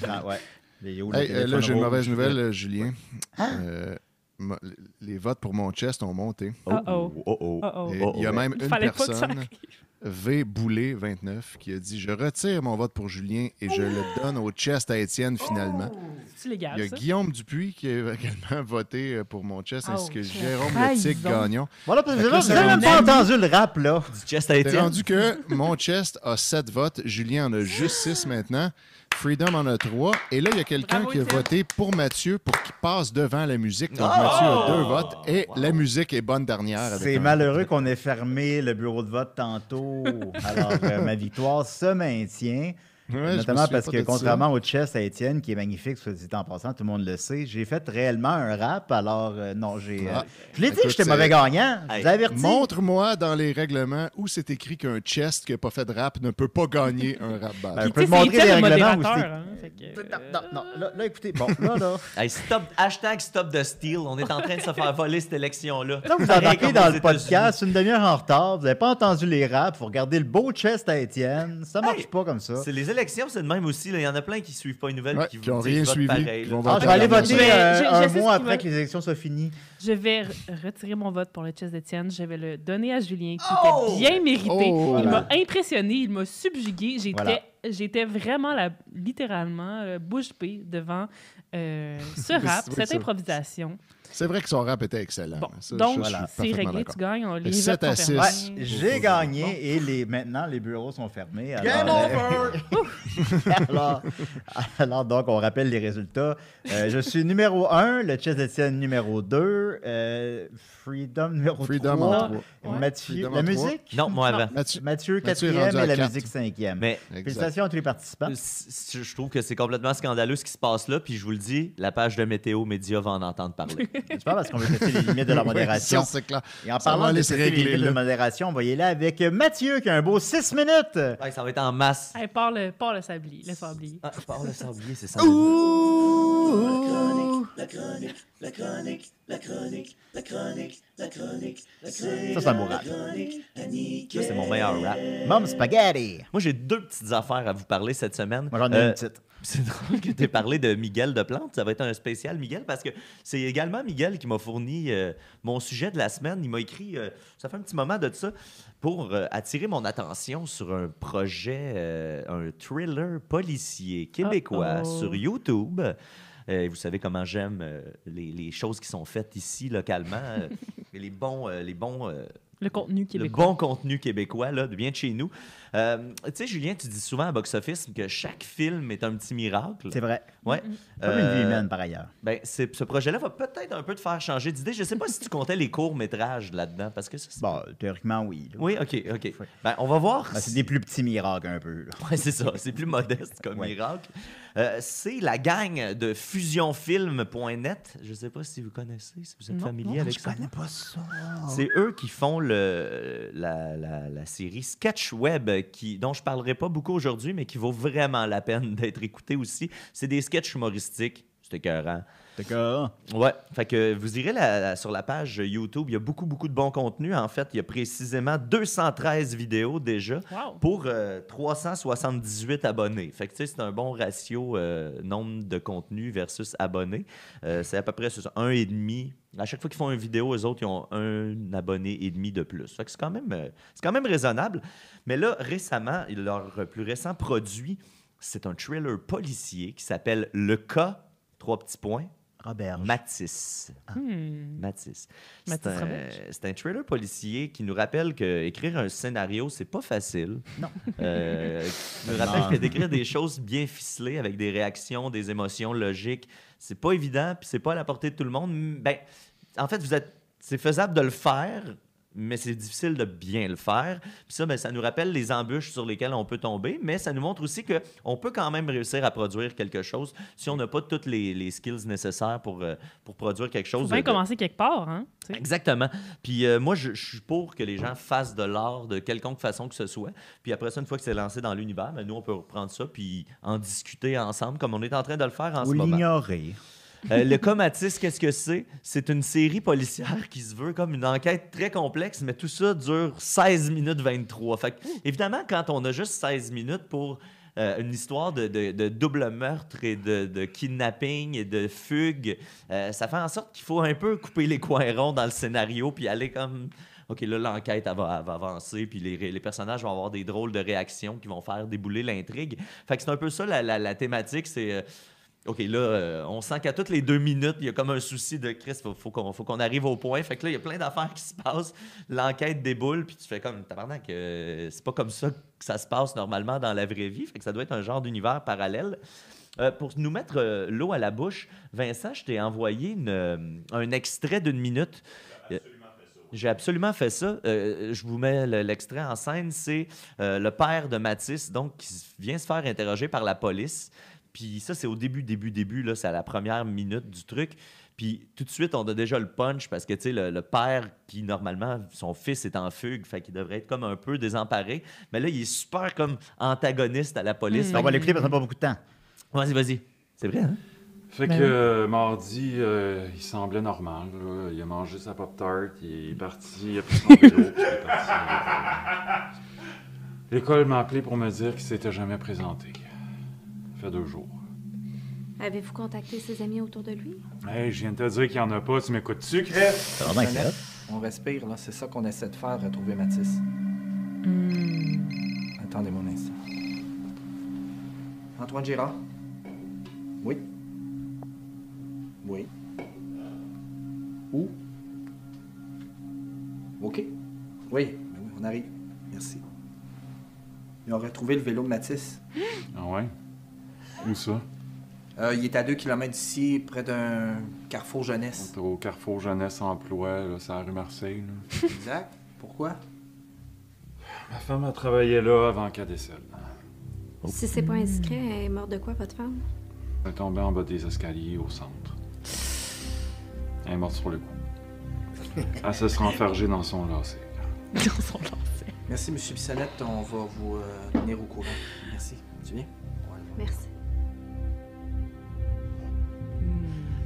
[SPEAKER 2] Ah, ouais. Les yo, le
[SPEAKER 5] Hey, euh,
[SPEAKER 2] téléphone
[SPEAKER 5] là, j'ai une
[SPEAKER 2] rouge.
[SPEAKER 5] mauvaise nouvelle, euh, Julien.
[SPEAKER 4] Hein?
[SPEAKER 5] Euh, mo- les votes pour mon chest ont monté.
[SPEAKER 4] Uh-oh.
[SPEAKER 3] oh, oh.
[SPEAKER 4] Uh-oh.
[SPEAKER 5] Et Il y a même
[SPEAKER 4] Il
[SPEAKER 5] une
[SPEAKER 4] fallait pas que ça
[SPEAKER 5] personne, V. Boulet, 29, qui a dit Je retire mon vote pour Julien et je
[SPEAKER 4] Ah!
[SPEAKER 5] le donne au chest à Étienne finalement.
[SPEAKER 4] C'est
[SPEAKER 5] Il y a
[SPEAKER 4] légal, ça?
[SPEAKER 5] Guillaume Dupuis qui a également voté euh, pour mon chest, ainsi
[SPEAKER 4] Oh,
[SPEAKER 5] que
[SPEAKER 4] quelle
[SPEAKER 5] Jérôme Le
[SPEAKER 4] trahison.
[SPEAKER 5] Tic Gagnon.
[SPEAKER 2] Voilà, parce que vous
[SPEAKER 5] Fait que là,
[SPEAKER 2] avez même
[SPEAKER 5] c'est
[SPEAKER 2] pas entendu le rap, là.
[SPEAKER 5] Ah,
[SPEAKER 3] Du chest à
[SPEAKER 5] C'est
[SPEAKER 3] Étienne.
[SPEAKER 5] rendu que mon chest a 7 votes, Julien en a juste 6 maintenant, Freedom en a 3. Et là, il y a quelqu'un
[SPEAKER 4] Bravo,
[SPEAKER 5] qui a
[SPEAKER 4] Étienne.
[SPEAKER 5] voté pour Mathieu pour qu'il passe devant la musique. Donc Mathieu a 2 votes et la musique est bonne dernière. avec
[SPEAKER 2] Oh! C'est
[SPEAKER 5] un-
[SPEAKER 2] malheureux qu'on ait fermé le bureau de vote tantôt. Alors, euh, ma victoire se maintient.
[SPEAKER 5] Ouais, je me
[SPEAKER 2] Notamment
[SPEAKER 5] souviens
[SPEAKER 2] parce
[SPEAKER 5] pas
[SPEAKER 2] que,
[SPEAKER 5] de ça.
[SPEAKER 2] contrairement au chess à Étienne, qui est magnifique, soit dit en passant, tout le monde le sait, j'ai fait réellement un rap. Alors, euh, non, j'ai. euh,
[SPEAKER 5] Ah.
[SPEAKER 2] je l'ai dit,
[SPEAKER 5] Écoute,
[SPEAKER 2] j'étais
[SPEAKER 5] c'est-
[SPEAKER 2] mauvais gagnant. Je
[SPEAKER 3] Hey,
[SPEAKER 2] vous avertis.
[SPEAKER 5] Montre-moi dans les règlements où c'est écrit qu'un chest qui n'a pas fait de rap ne peut pas gagner un rap
[SPEAKER 2] Ben,
[SPEAKER 5] battle.
[SPEAKER 2] peut
[SPEAKER 4] Puis,
[SPEAKER 2] te
[SPEAKER 4] tu sais,
[SPEAKER 2] montrer
[SPEAKER 4] c'est
[SPEAKER 2] les
[SPEAKER 4] Étienne le
[SPEAKER 2] règlements
[SPEAKER 4] modérateur,
[SPEAKER 2] aussi.
[SPEAKER 4] hein, fait que, euh,
[SPEAKER 2] Non, non, là, là, écoutez, bon, là, là.
[SPEAKER 3] Hey, stop, hashtag stop the steal. On est en train de se faire voler cette élection-là.
[SPEAKER 2] Là, vous
[SPEAKER 3] Pareil
[SPEAKER 2] embarquez
[SPEAKER 3] comme
[SPEAKER 2] dans
[SPEAKER 3] aux
[SPEAKER 2] le
[SPEAKER 3] États-Unis.
[SPEAKER 2] podcast une demi-heure en retard, vous n'avez pas entendu les raps, vous regardez le beau chest à Étienne, ça marche
[SPEAKER 3] Hey,
[SPEAKER 2] pas comme ça.
[SPEAKER 3] C'est les élections, c'est le même aussi. là. Il y en a plein qui suivent pas une nouvelle
[SPEAKER 5] Ouais,
[SPEAKER 3] qui
[SPEAKER 5] qui ont
[SPEAKER 3] vous disent
[SPEAKER 5] rien
[SPEAKER 3] vote
[SPEAKER 5] suivi,
[SPEAKER 3] pareil,
[SPEAKER 5] qui
[SPEAKER 3] là.
[SPEAKER 5] vont
[SPEAKER 2] Ah,
[SPEAKER 5] voter
[SPEAKER 2] je vais aller
[SPEAKER 5] comme
[SPEAKER 2] voter
[SPEAKER 5] ça.
[SPEAKER 4] vais-
[SPEAKER 2] euh,
[SPEAKER 4] je- je
[SPEAKER 2] un
[SPEAKER 4] sais ce
[SPEAKER 2] mois
[SPEAKER 4] qui
[SPEAKER 2] après
[SPEAKER 4] va-
[SPEAKER 2] que les élections soient finies.
[SPEAKER 4] Je vais re- retirer mon vote pour le chess d'Étienne. Je vais le donner à Julien, qui
[SPEAKER 3] Oh!
[SPEAKER 4] était bien mérité.
[SPEAKER 5] Oh!
[SPEAKER 4] il
[SPEAKER 2] Voilà.
[SPEAKER 4] m'a impressionné, il m'a subjugué. J'étais
[SPEAKER 2] Voilà.
[SPEAKER 4] j'étais vraiment, la, littéralement, euh, bouche bée devant euh, ce rap,
[SPEAKER 5] Oui,
[SPEAKER 4] cette
[SPEAKER 5] ça.
[SPEAKER 4] improvisation.
[SPEAKER 5] C'est vrai que son rap était excellent.
[SPEAKER 4] Bon,
[SPEAKER 5] Ça,
[SPEAKER 4] donc,
[SPEAKER 5] je- je suis
[SPEAKER 4] c'est
[SPEAKER 5] parfaitement
[SPEAKER 4] réglé,
[SPEAKER 5] d'accord.
[SPEAKER 4] tu gagnes. On, les
[SPEAKER 5] sept
[SPEAKER 4] votes
[SPEAKER 5] à
[SPEAKER 4] sont
[SPEAKER 5] six.
[SPEAKER 4] fermés.
[SPEAKER 2] Ouais, j'ai gagné et les, maintenant, les bureaux sont fermés. alors- euh,
[SPEAKER 6] Game over!
[SPEAKER 2] alors, alors, donc, on rappelle les résultats. Euh, je suis numéro 1, le Chess Etienne numéro 2, euh, Freedom numéro 3.
[SPEAKER 5] Freedom en trois.
[SPEAKER 4] Ouais.
[SPEAKER 2] Mathieu,
[SPEAKER 5] Freedom
[SPEAKER 2] la
[SPEAKER 5] en trois.
[SPEAKER 2] musique?
[SPEAKER 3] Non, moi avant.
[SPEAKER 5] Mathieu,
[SPEAKER 2] Mathieu,
[SPEAKER 5] Mathieu est
[SPEAKER 2] quatrième
[SPEAKER 5] rendu à
[SPEAKER 2] et la
[SPEAKER 5] quatre.
[SPEAKER 2] musique cinquième.
[SPEAKER 3] Mais
[SPEAKER 5] exact.
[SPEAKER 2] Félicitations à tous les participants.
[SPEAKER 3] c- c- je trouve que c'est complètement scandaleux ce qui se passe là. Puis je vous le dis, la page de Météo Média va en entendre parler.
[SPEAKER 2] Je parle parce qu'on veut tester les limites de la
[SPEAKER 5] Ouais,
[SPEAKER 2] modération.
[SPEAKER 5] ça, c'est clair.
[SPEAKER 2] Et en
[SPEAKER 5] Ça va
[SPEAKER 2] parlant de
[SPEAKER 5] aller se
[SPEAKER 2] tester les
[SPEAKER 5] régler,
[SPEAKER 2] limites
[SPEAKER 5] là.
[SPEAKER 2] de modération, on va y aller avec Mathieu qui a un beau 6 minutes.
[SPEAKER 3] Ouais, ça va être en masse.
[SPEAKER 4] Hey, pars le, pars le sablier, le sablier.
[SPEAKER 3] Ah, je parle de sablier, c'est ça.
[SPEAKER 2] Ça, c'est un beau rap.
[SPEAKER 3] Ça, c'est mon meilleur rap.
[SPEAKER 2] Mom Spaghetti.
[SPEAKER 3] Moi, j'ai deux petites affaires à vous parler cette semaine. Euh,
[SPEAKER 2] Moi, j'en ai une petite.
[SPEAKER 3] C'est drôle que tu aies parlé de Miguel de Plante. Ça va être un spécial, Miguel, parce que c'est également Miguel qui m'a fourni euh, mon sujet de la semaine. Il m'a écrit, euh, ça fait un petit moment de ça, pour euh, attirer mon attention sur un projet, euh, un thriller policier québécois
[SPEAKER 4] Uh-oh.
[SPEAKER 3] sur YouTube. Euh, vous savez comment j'aime euh, les, les choses qui sont faites ici localement, euh, et les bons, euh, les bons euh,
[SPEAKER 4] Le contenu
[SPEAKER 3] le
[SPEAKER 4] québécois.
[SPEAKER 3] bon contenu québécois, là, de bien de chez nous. Euh, tu sais, Julien, tu dis souvent à Box Office que chaque film est un petit miracle.
[SPEAKER 2] C'est vrai.
[SPEAKER 3] Ouais.
[SPEAKER 2] Comme une vie
[SPEAKER 3] Euh,
[SPEAKER 2] humaine, par ailleurs.
[SPEAKER 3] ben, c'est- ce projet-là va peut-être un peu te faire changer d'idée. Je ne sais pas si tu comptais les courts-métrages là-dedans, parce que ça, c'est-
[SPEAKER 2] Bon, théoriquement, oui. là.
[SPEAKER 3] Oui, OK, OK. Ben, on va voir.
[SPEAKER 2] Ben,
[SPEAKER 3] si-
[SPEAKER 2] c'est des plus petits miracles, un peu. là.
[SPEAKER 3] Ouais, c'est ça, c'est plus modeste comme
[SPEAKER 2] Ouais.
[SPEAKER 3] miracle. Euh, c'est la gang de fusionfilm.net. Je ne sais pas si vous connaissez, si vous êtes
[SPEAKER 4] Non,
[SPEAKER 3] familier
[SPEAKER 4] non,
[SPEAKER 3] avec ça.
[SPEAKER 2] pas ça.
[SPEAKER 3] C'est eux qui font le, la, la- la série Sketch Web, qui, dont je parlerai pas beaucoup aujourd'hui, mais qui vaut vraiment la peine d'être écouté aussi. C'est des sketchs humoristiques. C'est écœurant.
[SPEAKER 2] T'es que-
[SPEAKER 3] Ouais, fait que vous irez la- la- sur la page YouTube, il y a beaucoup, beaucoup de bon contenu. En fait, il y a précisément 213 vidéos déjà
[SPEAKER 4] Wow.
[SPEAKER 3] pour euh, 378 abonnés. Fait que, tu sais, c'est un bon ratio euh, nombre de contenus versus abonnés. Euh, c'est à peu près c'est ça, un et demi. À chaque fois qu'ils font une vidéo, eux autres, ils ont un abonné et demi de plus. Fait que c'est quand même, euh, c'est quand même raisonnable. Mais là, récemment, leur euh, plus récent produit, c'est un thriller policier qui s'appelle Le cas, trois petits points,
[SPEAKER 2] Robert.
[SPEAKER 3] Matisse.
[SPEAKER 4] Hmm.
[SPEAKER 3] Matisse.
[SPEAKER 4] Matisse
[SPEAKER 3] C'est un,
[SPEAKER 4] Roberge.
[SPEAKER 3] c'est un thriller policier qui nous rappelle que écrire un scénario, c'est pas facile.
[SPEAKER 2] Non.
[SPEAKER 3] Euh, qui nous rappelle que d'écrire des choses bien ficelées avec des réactions, des émotions logiques, c'est pas évident, puis c'est pas à la portée de tout le monde. Ben, en fait, vous êtes, c'est faisable de le faire, mais c'est difficile de bien le faire. Puis ça, ben, ça nous rappelle les embûches sur lesquelles on peut tomber, mais ça nous montre aussi que on peut quand même réussir à produire quelque chose si on n'a pas toutes les, les skills nécessaires pour, euh, pour produire quelque
[SPEAKER 4] Faut
[SPEAKER 3] chose.
[SPEAKER 4] bien
[SPEAKER 3] de- de-
[SPEAKER 4] commencer quelque part, hein? tu sais.
[SPEAKER 3] Exactement. Puis euh, moi, je, je suis pour que les gens fassent de l'art de quelconque façon que ce soit. Puis après ça, une fois que c'est lancé dans l'univers, ben, nous, on peut reprendre ça puis en discuter ensemble, comme on est en train de le faire en
[SPEAKER 2] Ou
[SPEAKER 3] ce moment.
[SPEAKER 2] l'ignorer.
[SPEAKER 3] Euh, le comatis, qu'est-ce que c'est? C'est une série policière qui se veut comme une enquête très complexe, mais tout ça dure 16 minutes 23. Fait que, évidemment, quand on a juste 16 minutes pour euh, une histoire de, de- de double meurtre et de, de kidnapping et de fugue, euh, ça fait en sorte qu'il faut un peu couper les coins ronds dans le scénario puis aller comme... OK, là, l'enquête, elle va, elle va avancer, puis les, ré- les personnages vont avoir des drôles de réactions qui vont faire débouler l'intrigue. Fait que c'est un peu ça, la, la- la thématique, c'est... euh, OK, là, euh, on sent qu'à toutes les deux minutes, il y a comme un souci de Chris, faut, faut qu'on faut qu'on arrive au point. Fait que là, il y a plein d'affaires qui se passent. L'enquête déboule, puis tu fais comme, tabarnak, que c'est pas comme ça que ça se passe normalement dans la vraie vie. Fait que ça doit être un genre d'univers parallèle. Euh, pour nous mettre euh, l'eau à la bouche, Vincent, je t'ai envoyé une, euh, un extrait d'une minute. J'ai absolument fait ça. Euh, je vous mets le- l'extrait en scène. C'est euh, le père de Matisse, donc, qui s- vient se faire interroger par la police. Puis ça, c'est au début, début, début. Là, c'est à la première minute du truc. Puis tout de suite, on a déjà le punch parce que, tu sais, le, le père qui, normalement, son fils est en fugue, fait qu'il devrait être comme un peu désemparé. Mais là, il est super comme antagoniste à la police.
[SPEAKER 4] Mm.
[SPEAKER 3] Fait
[SPEAKER 2] Hmm. On va l'écouter parce qu'on n'a pas beaucoup de temps.
[SPEAKER 3] que- Vas-y, vas-y. C'est vrai, hein?
[SPEAKER 9] Fait
[SPEAKER 4] Ben
[SPEAKER 9] que
[SPEAKER 4] oui.
[SPEAKER 9] euh, mardi, euh, il semblait normal. là. Il a mangé sa Pop-Tart, il est parti, il a pris son vélo, puis il est parti. L'école m'a appelé pour me dire qu'il s'était jamais présenté. Ça fait deux jours.
[SPEAKER 10] Avez-vous contacté ses amis autour de lui?
[SPEAKER 9] Hey, je viens de te dire qu'il y en a pas, tu m'écoutes-tu, Chris?
[SPEAKER 2] C'est vraiment excellent.
[SPEAKER 11] On respire, là. C'est ça qu'on essaie de faire, retrouver Matisse. Attendez-moi un instant. Antoine Girard? Oui. Oui. Où? OK. Oui, ben oui, on arrive. Merci. Ils ont retrouvé le vélo de Matisse.
[SPEAKER 9] Ah ouais? Où ça?
[SPEAKER 11] Euh, il est à 2 km d'ici, près d'un carrefour jeunesse.
[SPEAKER 9] T'es Au Carrefour Jeunesse Emploi, là, c'est à la rue Marseille. là.
[SPEAKER 11] exact. Pourquoi?
[SPEAKER 9] Ma femme a travaillé là avant qu'elle décède.
[SPEAKER 10] Si c'est pas indiscret, elle est morte de quoi, votre femme?
[SPEAKER 9] Elle est tombée en bas des escaliers au centre. Elle est morte sur le coup. Elle se sera enfargée dans son lacet.
[SPEAKER 11] Merci, Monsieur Bissonnette. On va vous euh, tenir au courant. Merci. Tu viens?
[SPEAKER 10] Merci.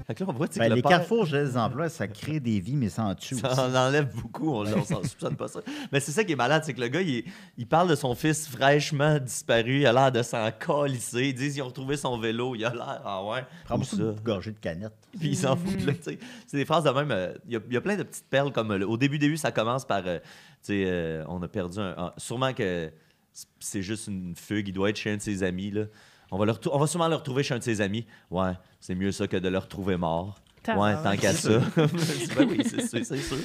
[SPEAKER 3] Fait que là, on voit tu sais,
[SPEAKER 2] Ben,
[SPEAKER 3] que le
[SPEAKER 2] les
[SPEAKER 3] père-
[SPEAKER 2] carrefours, je les emplois, ça crée des vies, mais sans tue.
[SPEAKER 3] Ça en enlève beaucoup, on ne soupçonne pas ça. Mais c'est ça qui est malade, c'est que le gars, il, est- il parle de son fils fraîchement disparu, il a l'air de s'en colisser. Ils disent ils ont retrouvé son vélo, il a l'air, ah ouais.
[SPEAKER 2] Prends
[SPEAKER 3] Où
[SPEAKER 2] beaucoup
[SPEAKER 3] ça?
[SPEAKER 2] de gorgées de canettes.
[SPEAKER 3] Puis il s'en fout de là, tu sais. C'est des phrases de même. euh, Il y a- il y, a plein de petites perles comme euh, le- au début, début, ça commence par, euh, tu sais, euh, on a perdu un. un- sûrement que c- c'est juste une fugue, il doit être chez un de ses amis, là. On va, le retrou- on va sûrement le retrouver chez un de ses amis. Ouais, c'est mieux ça que de le retrouver mort. Ouais,
[SPEAKER 4] Tabarnak.
[SPEAKER 3] tant qu'à ça. Ben oui, c'est sûr, c'est sûr.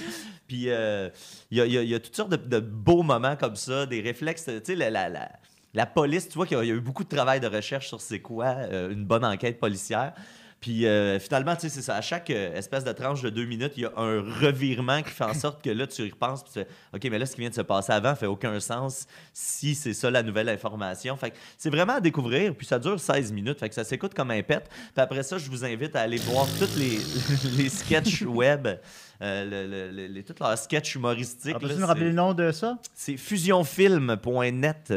[SPEAKER 3] Puis euh, il y, a- il y a- il y a toutes sortes de, de beaux moments comme ça, des réflexes. Tu sais, la, la, la- la police, tu vois qu'il y, a- il y a eu beaucoup de travail de recherche sur c'est quoi euh, une bonne enquête policière. Puis euh, finalement, tu sais, c'est ça. À chaque euh, espèce de tranche de deux minutes, il y a un revirement qui fait en sorte que là, tu y repenses. Puis tu fais, OK, mais là, ce qui vient de se passer avant fait aucun sens si c'est ça la nouvelle information. Fait que c'est vraiment à découvrir. Puis ça dure 16 minutes. Fait que ça s'écoute comme un pet. Puis après ça, je vous invite à aller voir toutes les, les sketchs web, euh, le- le- le- les- toutes leurs sketchs humoristiques.
[SPEAKER 2] Ah, Peux-tu
[SPEAKER 3] là,
[SPEAKER 2] me rappeler
[SPEAKER 3] c'est-
[SPEAKER 2] le nom de ça?
[SPEAKER 3] c'est fusionfilm.net.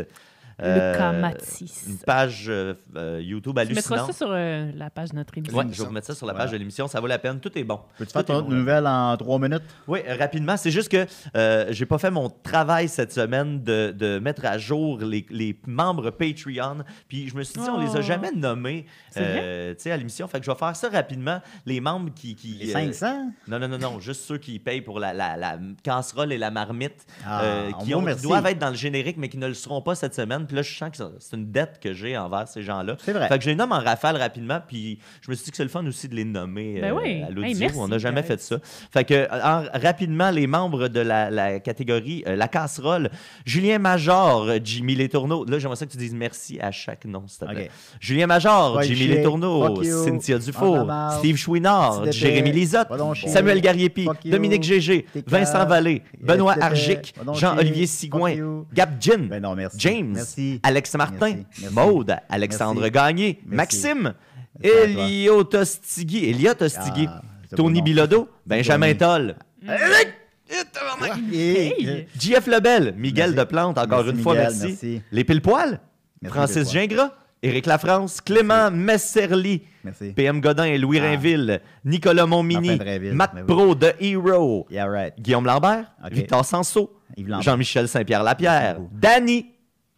[SPEAKER 4] Lucas Matisse.
[SPEAKER 3] Euh, Une page euh, euh, YouTube
[SPEAKER 4] Tu mettras
[SPEAKER 3] hallucinante.
[SPEAKER 4] ça sur euh, la page de notre émission.
[SPEAKER 3] Ouais, je vais remettre ça sur la page de l'émission. Ça vaut la peine. Tout est bon.
[SPEAKER 2] Peux-tu faire
[SPEAKER 3] Tout est
[SPEAKER 2] ton autre
[SPEAKER 3] bon.
[SPEAKER 2] nouvelle en trois minutes?
[SPEAKER 3] Oui, euh, rapidement. C'est juste que euh, j'ai pas fait mon travail cette semaine de, de mettre à jour les, les membres Patreon. Puis je me suis dit, on les a
[SPEAKER 4] Oh.
[SPEAKER 3] jamais nommés
[SPEAKER 4] C'est vrai?
[SPEAKER 3] euh, tu sais, à l'émission. Fait que je vais faire ça rapidement. Les membres qui. qui
[SPEAKER 2] Les
[SPEAKER 3] euh,
[SPEAKER 2] 500?
[SPEAKER 3] non, non, non, non, juste ceux qui payent pour la, la, la casserole et la marmite,
[SPEAKER 2] Ah,
[SPEAKER 3] euh,
[SPEAKER 2] on
[SPEAKER 3] qui,
[SPEAKER 2] vous
[SPEAKER 3] ont-
[SPEAKER 2] remercie.
[SPEAKER 3] doivent être dans le générique, mais qui ne le seront pas cette semaine. Puis là, je sens que ça- c'est une dette que j'ai envers ces gens-là.
[SPEAKER 2] C'est vrai.
[SPEAKER 3] Fait que je les nomme en rafale rapidement, puis je me suis dit que c'est le fun aussi de les nommer
[SPEAKER 4] Ben
[SPEAKER 3] euh,
[SPEAKER 4] oui.
[SPEAKER 3] à l'audio.
[SPEAKER 4] Hey, merci,
[SPEAKER 3] on n'a jamais
[SPEAKER 4] guys.
[SPEAKER 3] fait ça. Fait que, en- rapidement, les membres de la, la catégorie euh, La casserole, Julien Major, euh, Jimmy Les Tourneaux. Là, j'aimerais ça que tu dises merci à chaque nom, s'il te plaît.
[SPEAKER 2] Ok.
[SPEAKER 3] Julien Major,
[SPEAKER 2] Ouais,
[SPEAKER 3] Jimmy
[SPEAKER 2] chier.
[SPEAKER 3] Les Tourneaux,
[SPEAKER 2] Fuck you.
[SPEAKER 3] Cynthia Dufour,
[SPEAKER 2] On en a marre.
[SPEAKER 3] Steve Chouinard,
[SPEAKER 2] Petit
[SPEAKER 3] Jérémy
[SPEAKER 2] épais.
[SPEAKER 3] Lisotte,
[SPEAKER 2] Va donc chier.
[SPEAKER 3] Samuel Gariepi,
[SPEAKER 2] Fuck you.
[SPEAKER 3] Dominique Gégé,
[SPEAKER 2] T'es
[SPEAKER 3] Vincent
[SPEAKER 2] calme.
[SPEAKER 3] Vallée,
[SPEAKER 2] Yes,
[SPEAKER 3] Benoît
[SPEAKER 2] t'es fait.
[SPEAKER 3] Argic,
[SPEAKER 2] Va donc
[SPEAKER 3] Jean-Olivier
[SPEAKER 2] chier.
[SPEAKER 3] Sigouin,
[SPEAKER 2] Fuck you.
[SPEAKER 3] Gab Gin,
[SPEAKER 2] Ben non, merci.
[SPEAKER 3] James,
[SPEAKER 2] Merci.
[SPEAKER 3] Alex Martin,
[SPEAKER 2] Merci. Merci.
[SPEAKER 3] Maude, Alexandre
[SPEAKER 2] Merci.
[SPEAKER 3] Gagné,
[SPEAKER 2] Merci.
[SPEAKER 3] Maxime,
[SPEAKER 2] Merci à toi.
[SPEAKER 3] Elio Tostigui, Elliot Tostigui,
[SPEAKER 2] Ah, c'est
[SPEAKER 3] Tony
[SPEAKER 2] bon nom.
[SPEAKER 3] Bilodeau, Benjamin
[SPEAKER 2] Tony.
[SPEAKER 3] Toll,
[SPEAKER 2] Et-
[SPEAKER 4] Hey!
[SPEAKER 3] JF Lebel, Miguel
[SPEAKER 2] Euh, Merci.
[SPEAKER 3] Deplante, encore
[SPEAKER 2] Merci,
[SPEAKER 3] une fois,
[SPEAKER 2] Miguel,
[SPEAKER 3] merci.
[SPEAKER 2] merci.
[SPEAKER 3] Les Pile-Poils,
[SPEAKER 2] Merci,
[SPEAKER 3] Francis
[SPEAKER 2] Pile-Poil.
[SPEAKER 3] Gingras, Éric Lafrance, Clément Messerly,
[SPEAKER 2] Merci.
[SPEAKER 3] PM Godin et Louis
[SPEAKER 2] Ah.
[SPEAKER 3] Rainville, Nicolas Montmini,
[SPEAKER 2] Martin Drainville,
[SPEAKER 3] Matt
[SPEAKER 2] mais oui.
[SPEAKER 3] Pro de Hero,
[SPEAKER 2] Yeah, right.
[SPEAKER 3] Guillaume Lambert,
[SPEAKER 2] Ok.
[SPEAKER 3] Victor Sanso,
[SPEAKER 2] Yves Lambert.
[SPEAKER 3] Jean-Michel Saint-Pierre-Lapierre,
[SPEAKER 2] Merci beaucoup.
[SPEAKER 3] Danny,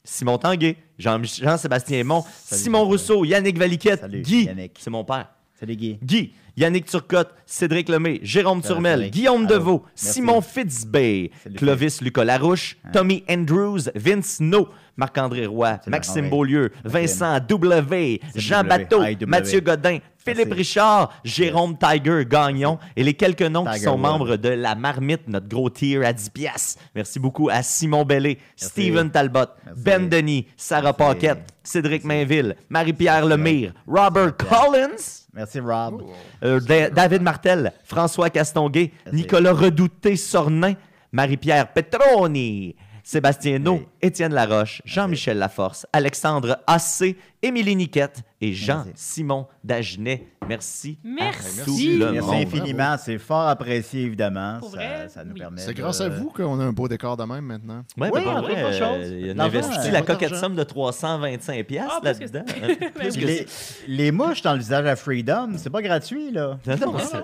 [SPEAKER 3] Simon Tanguay, Jean- Jean-Sébastien Jean Mont,
[SPEAKER 2] Salut,
[SPEAKER 3] Simon
[SPEAKER 2] Jean-Paul.
[SPEAKER 3] Rousseau, Yannick Valiquette,
[SPEAKER 2] Salut,
[SPEAKER 3] Guy,
[SPEAKER 2] Yannick.
[SPEAKER 3] c'est mon père.
[SPEAKER 2] Salut, Guy.
[SPEAKER 3] Guy, Yannick Turcotte, Cédric Lemay, Jérôme
[SPEAKER 2] Salut,
[SPEAKER 3] Turmel,
[SPEAKER 2] Cédric.
[SPEAKER 3] Guillaume
[SPEAKER 2] Allô.
[SPEAKER 3] Deveau,
[SPEAKER 2] Merci.
[SPEAKER 3] Simon Fitzbay,
[SPEAKER 2] Salut, Hein?
[SPEAKER 3] Clovis Lucas Larouche, Tommy Andrews, Vince No, Marc-André Roy, Maxime
[SPEAKER 2] Marc-André.
[SPEAKER 3] Beaulieu, Vincent W, Jean
[SPEAKER 2] W,
[SPEAKER 3] Bateau,
[SPEAKER 2] IW.
[SPEAKER 3] Mathieu Godin, Philippe Richard, Jérôme Tiger Gagnon et les quelques noms qui
[SPEAKER 2] Tiger
[SPEAKER 3] sont
[SPEAKER 2] Wood.
[SPEAKER 3] membres de la marmite, notre gros tier à 10 piastres. Merci beaucoup à Simon Bellé,
[SPEAKER 2] Merci.
[SPEAKER 3] Steven Talbot,
[SPEAKER 2] Merci.
[SPEAKER 3] Ben Denis, Sarah
[SPEAKER 2] Merci.
[SPEAKER 3] Paquette, Cédric Mainville, Marie-Pierre Lemire, Robert Collins,
[SPEAKER 2] Merci, Rob.
[SPEAKER 3] euh, Da- David Martel, François Castonguay,
[SPEAKER 2] Merci.
[SPEAKER 3] Nicolas Redouté Sornin, Marie-Pierre Petroni, Sébastien No,
[SPEAKER 2] Oui.
[SPEAKER 3] Étienne Laroche, Jean-Michel Laforce, Alexandre Assé, Émilie Niquette et Jean-Simon Dagenet. Merci. à
[SPEAKER 4] Merci.
[SPEAKER 3] tout
[SPEAKER 4] Merci
[SPEAKER 3] le
[SPEAKER 2] Merci
[SPEAKER 3] monde.
[SPEAKER 2] infiniment. C'est fort apprécié, évidemment.
[SPEAKER 4] Pour
[SPEAKER 2] Ça,
[SPEAKER 4] vrai,
[SPEAKER 2] ça nous
[SPEAKER 4] oui.
[SPEAKER 2] permet.
[SPEAKER 5] C'est
[SPEAKER 2] de-
[SPEAKER 5] grâce à vous qu'on a un beau décor de même maintenant.
[SPEAKER 3] Ouais,
[SPEAKER 2] Oui,
[SPEAKER 3] mais pour
[SPEAKER 2] on
[SPEAKER 3] vrai,
[SPEAKER 2] trouve autre
[SPEAKER 3] euh,
[SPEAKER 2] chose.
[SPEAKER 3] il y a
[SPEAKER 2] L'enfant,
[SPEAKER 3] investi
[SPEAKER 2] euh,
[SPEAKER 3] la
[SPEAKER 5] pas
[SPEAKER 3] coquette
[SPEAKER 5] d'argent.
[SPEAKER 3] somme de 325 piastres
[SPEAKER 4] Ah, plus que
[SPEAKER 3] là-dedans.
[SPEAKER 4] ça. Ben
[SPEAKER 3] Plus que
[SPEAKER 2] Les, les mouches dans le visage à Freedom, c'est pas gratuit, là.
[SPEAKER 3] ça. Non, non, c'est-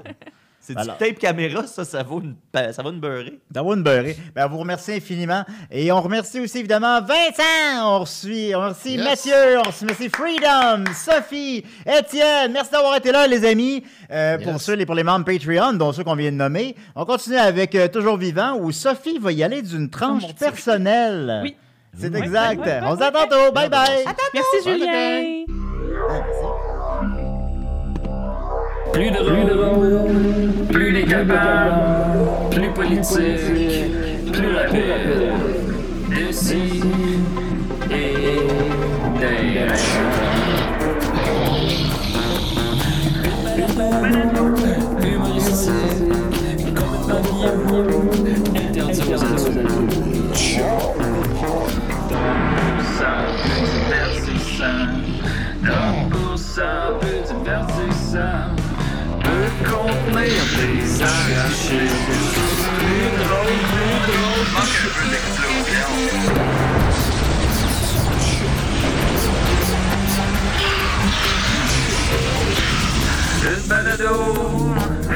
[SPEAKER 3] c'est du
[SPEAKER 2] Alors.
[SPEAKER 3] tape caméra, ça, ça vaut une, pa- ça vaut une beurrée.
[SPEAKER 2] D'avoir une beurrée. Ben, on vous remercie infiniment. Et on remercie aussi, évidemment, Vincent. On remercie, on remercie
[SPEAKER 5] Yes.
[SPEAKER 2] Mathieu. On remercie Freedom, Sophie, Étienne. Merci d'avoir été là, les amis. Euh, Pour
[SPEAKER 5] Yes.
[SPEAKER 2] ceux, les- pour les membres Patreon, dont ceux qu'on vient de nommer. On continue avec euh, Toujours Vivant, où Sophie va y aller d'une tranche
[SPEAKER 4] mon Oh, Dieu.
[SPEAKER 2] personnelle.
[SPEAKER 4] Oui.
[SPEAKER 2] C'est exact. On se dit à tantôt. Bye bye.
[SPEAKER 4] Merci, Julien.
[SPEAKER 1] Plus de rôle, plus les capables, plus politique, plus rapide. D'ici et d'ailleurs. Humoristique, comme une famille, interdit aux adultes. Une balado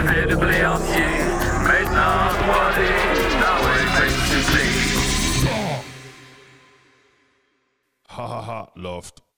[SPEAKER 1] fait de blé entier, maintenant 3D, now it's
[SPEAKER 12] Ha ha ha, Loft.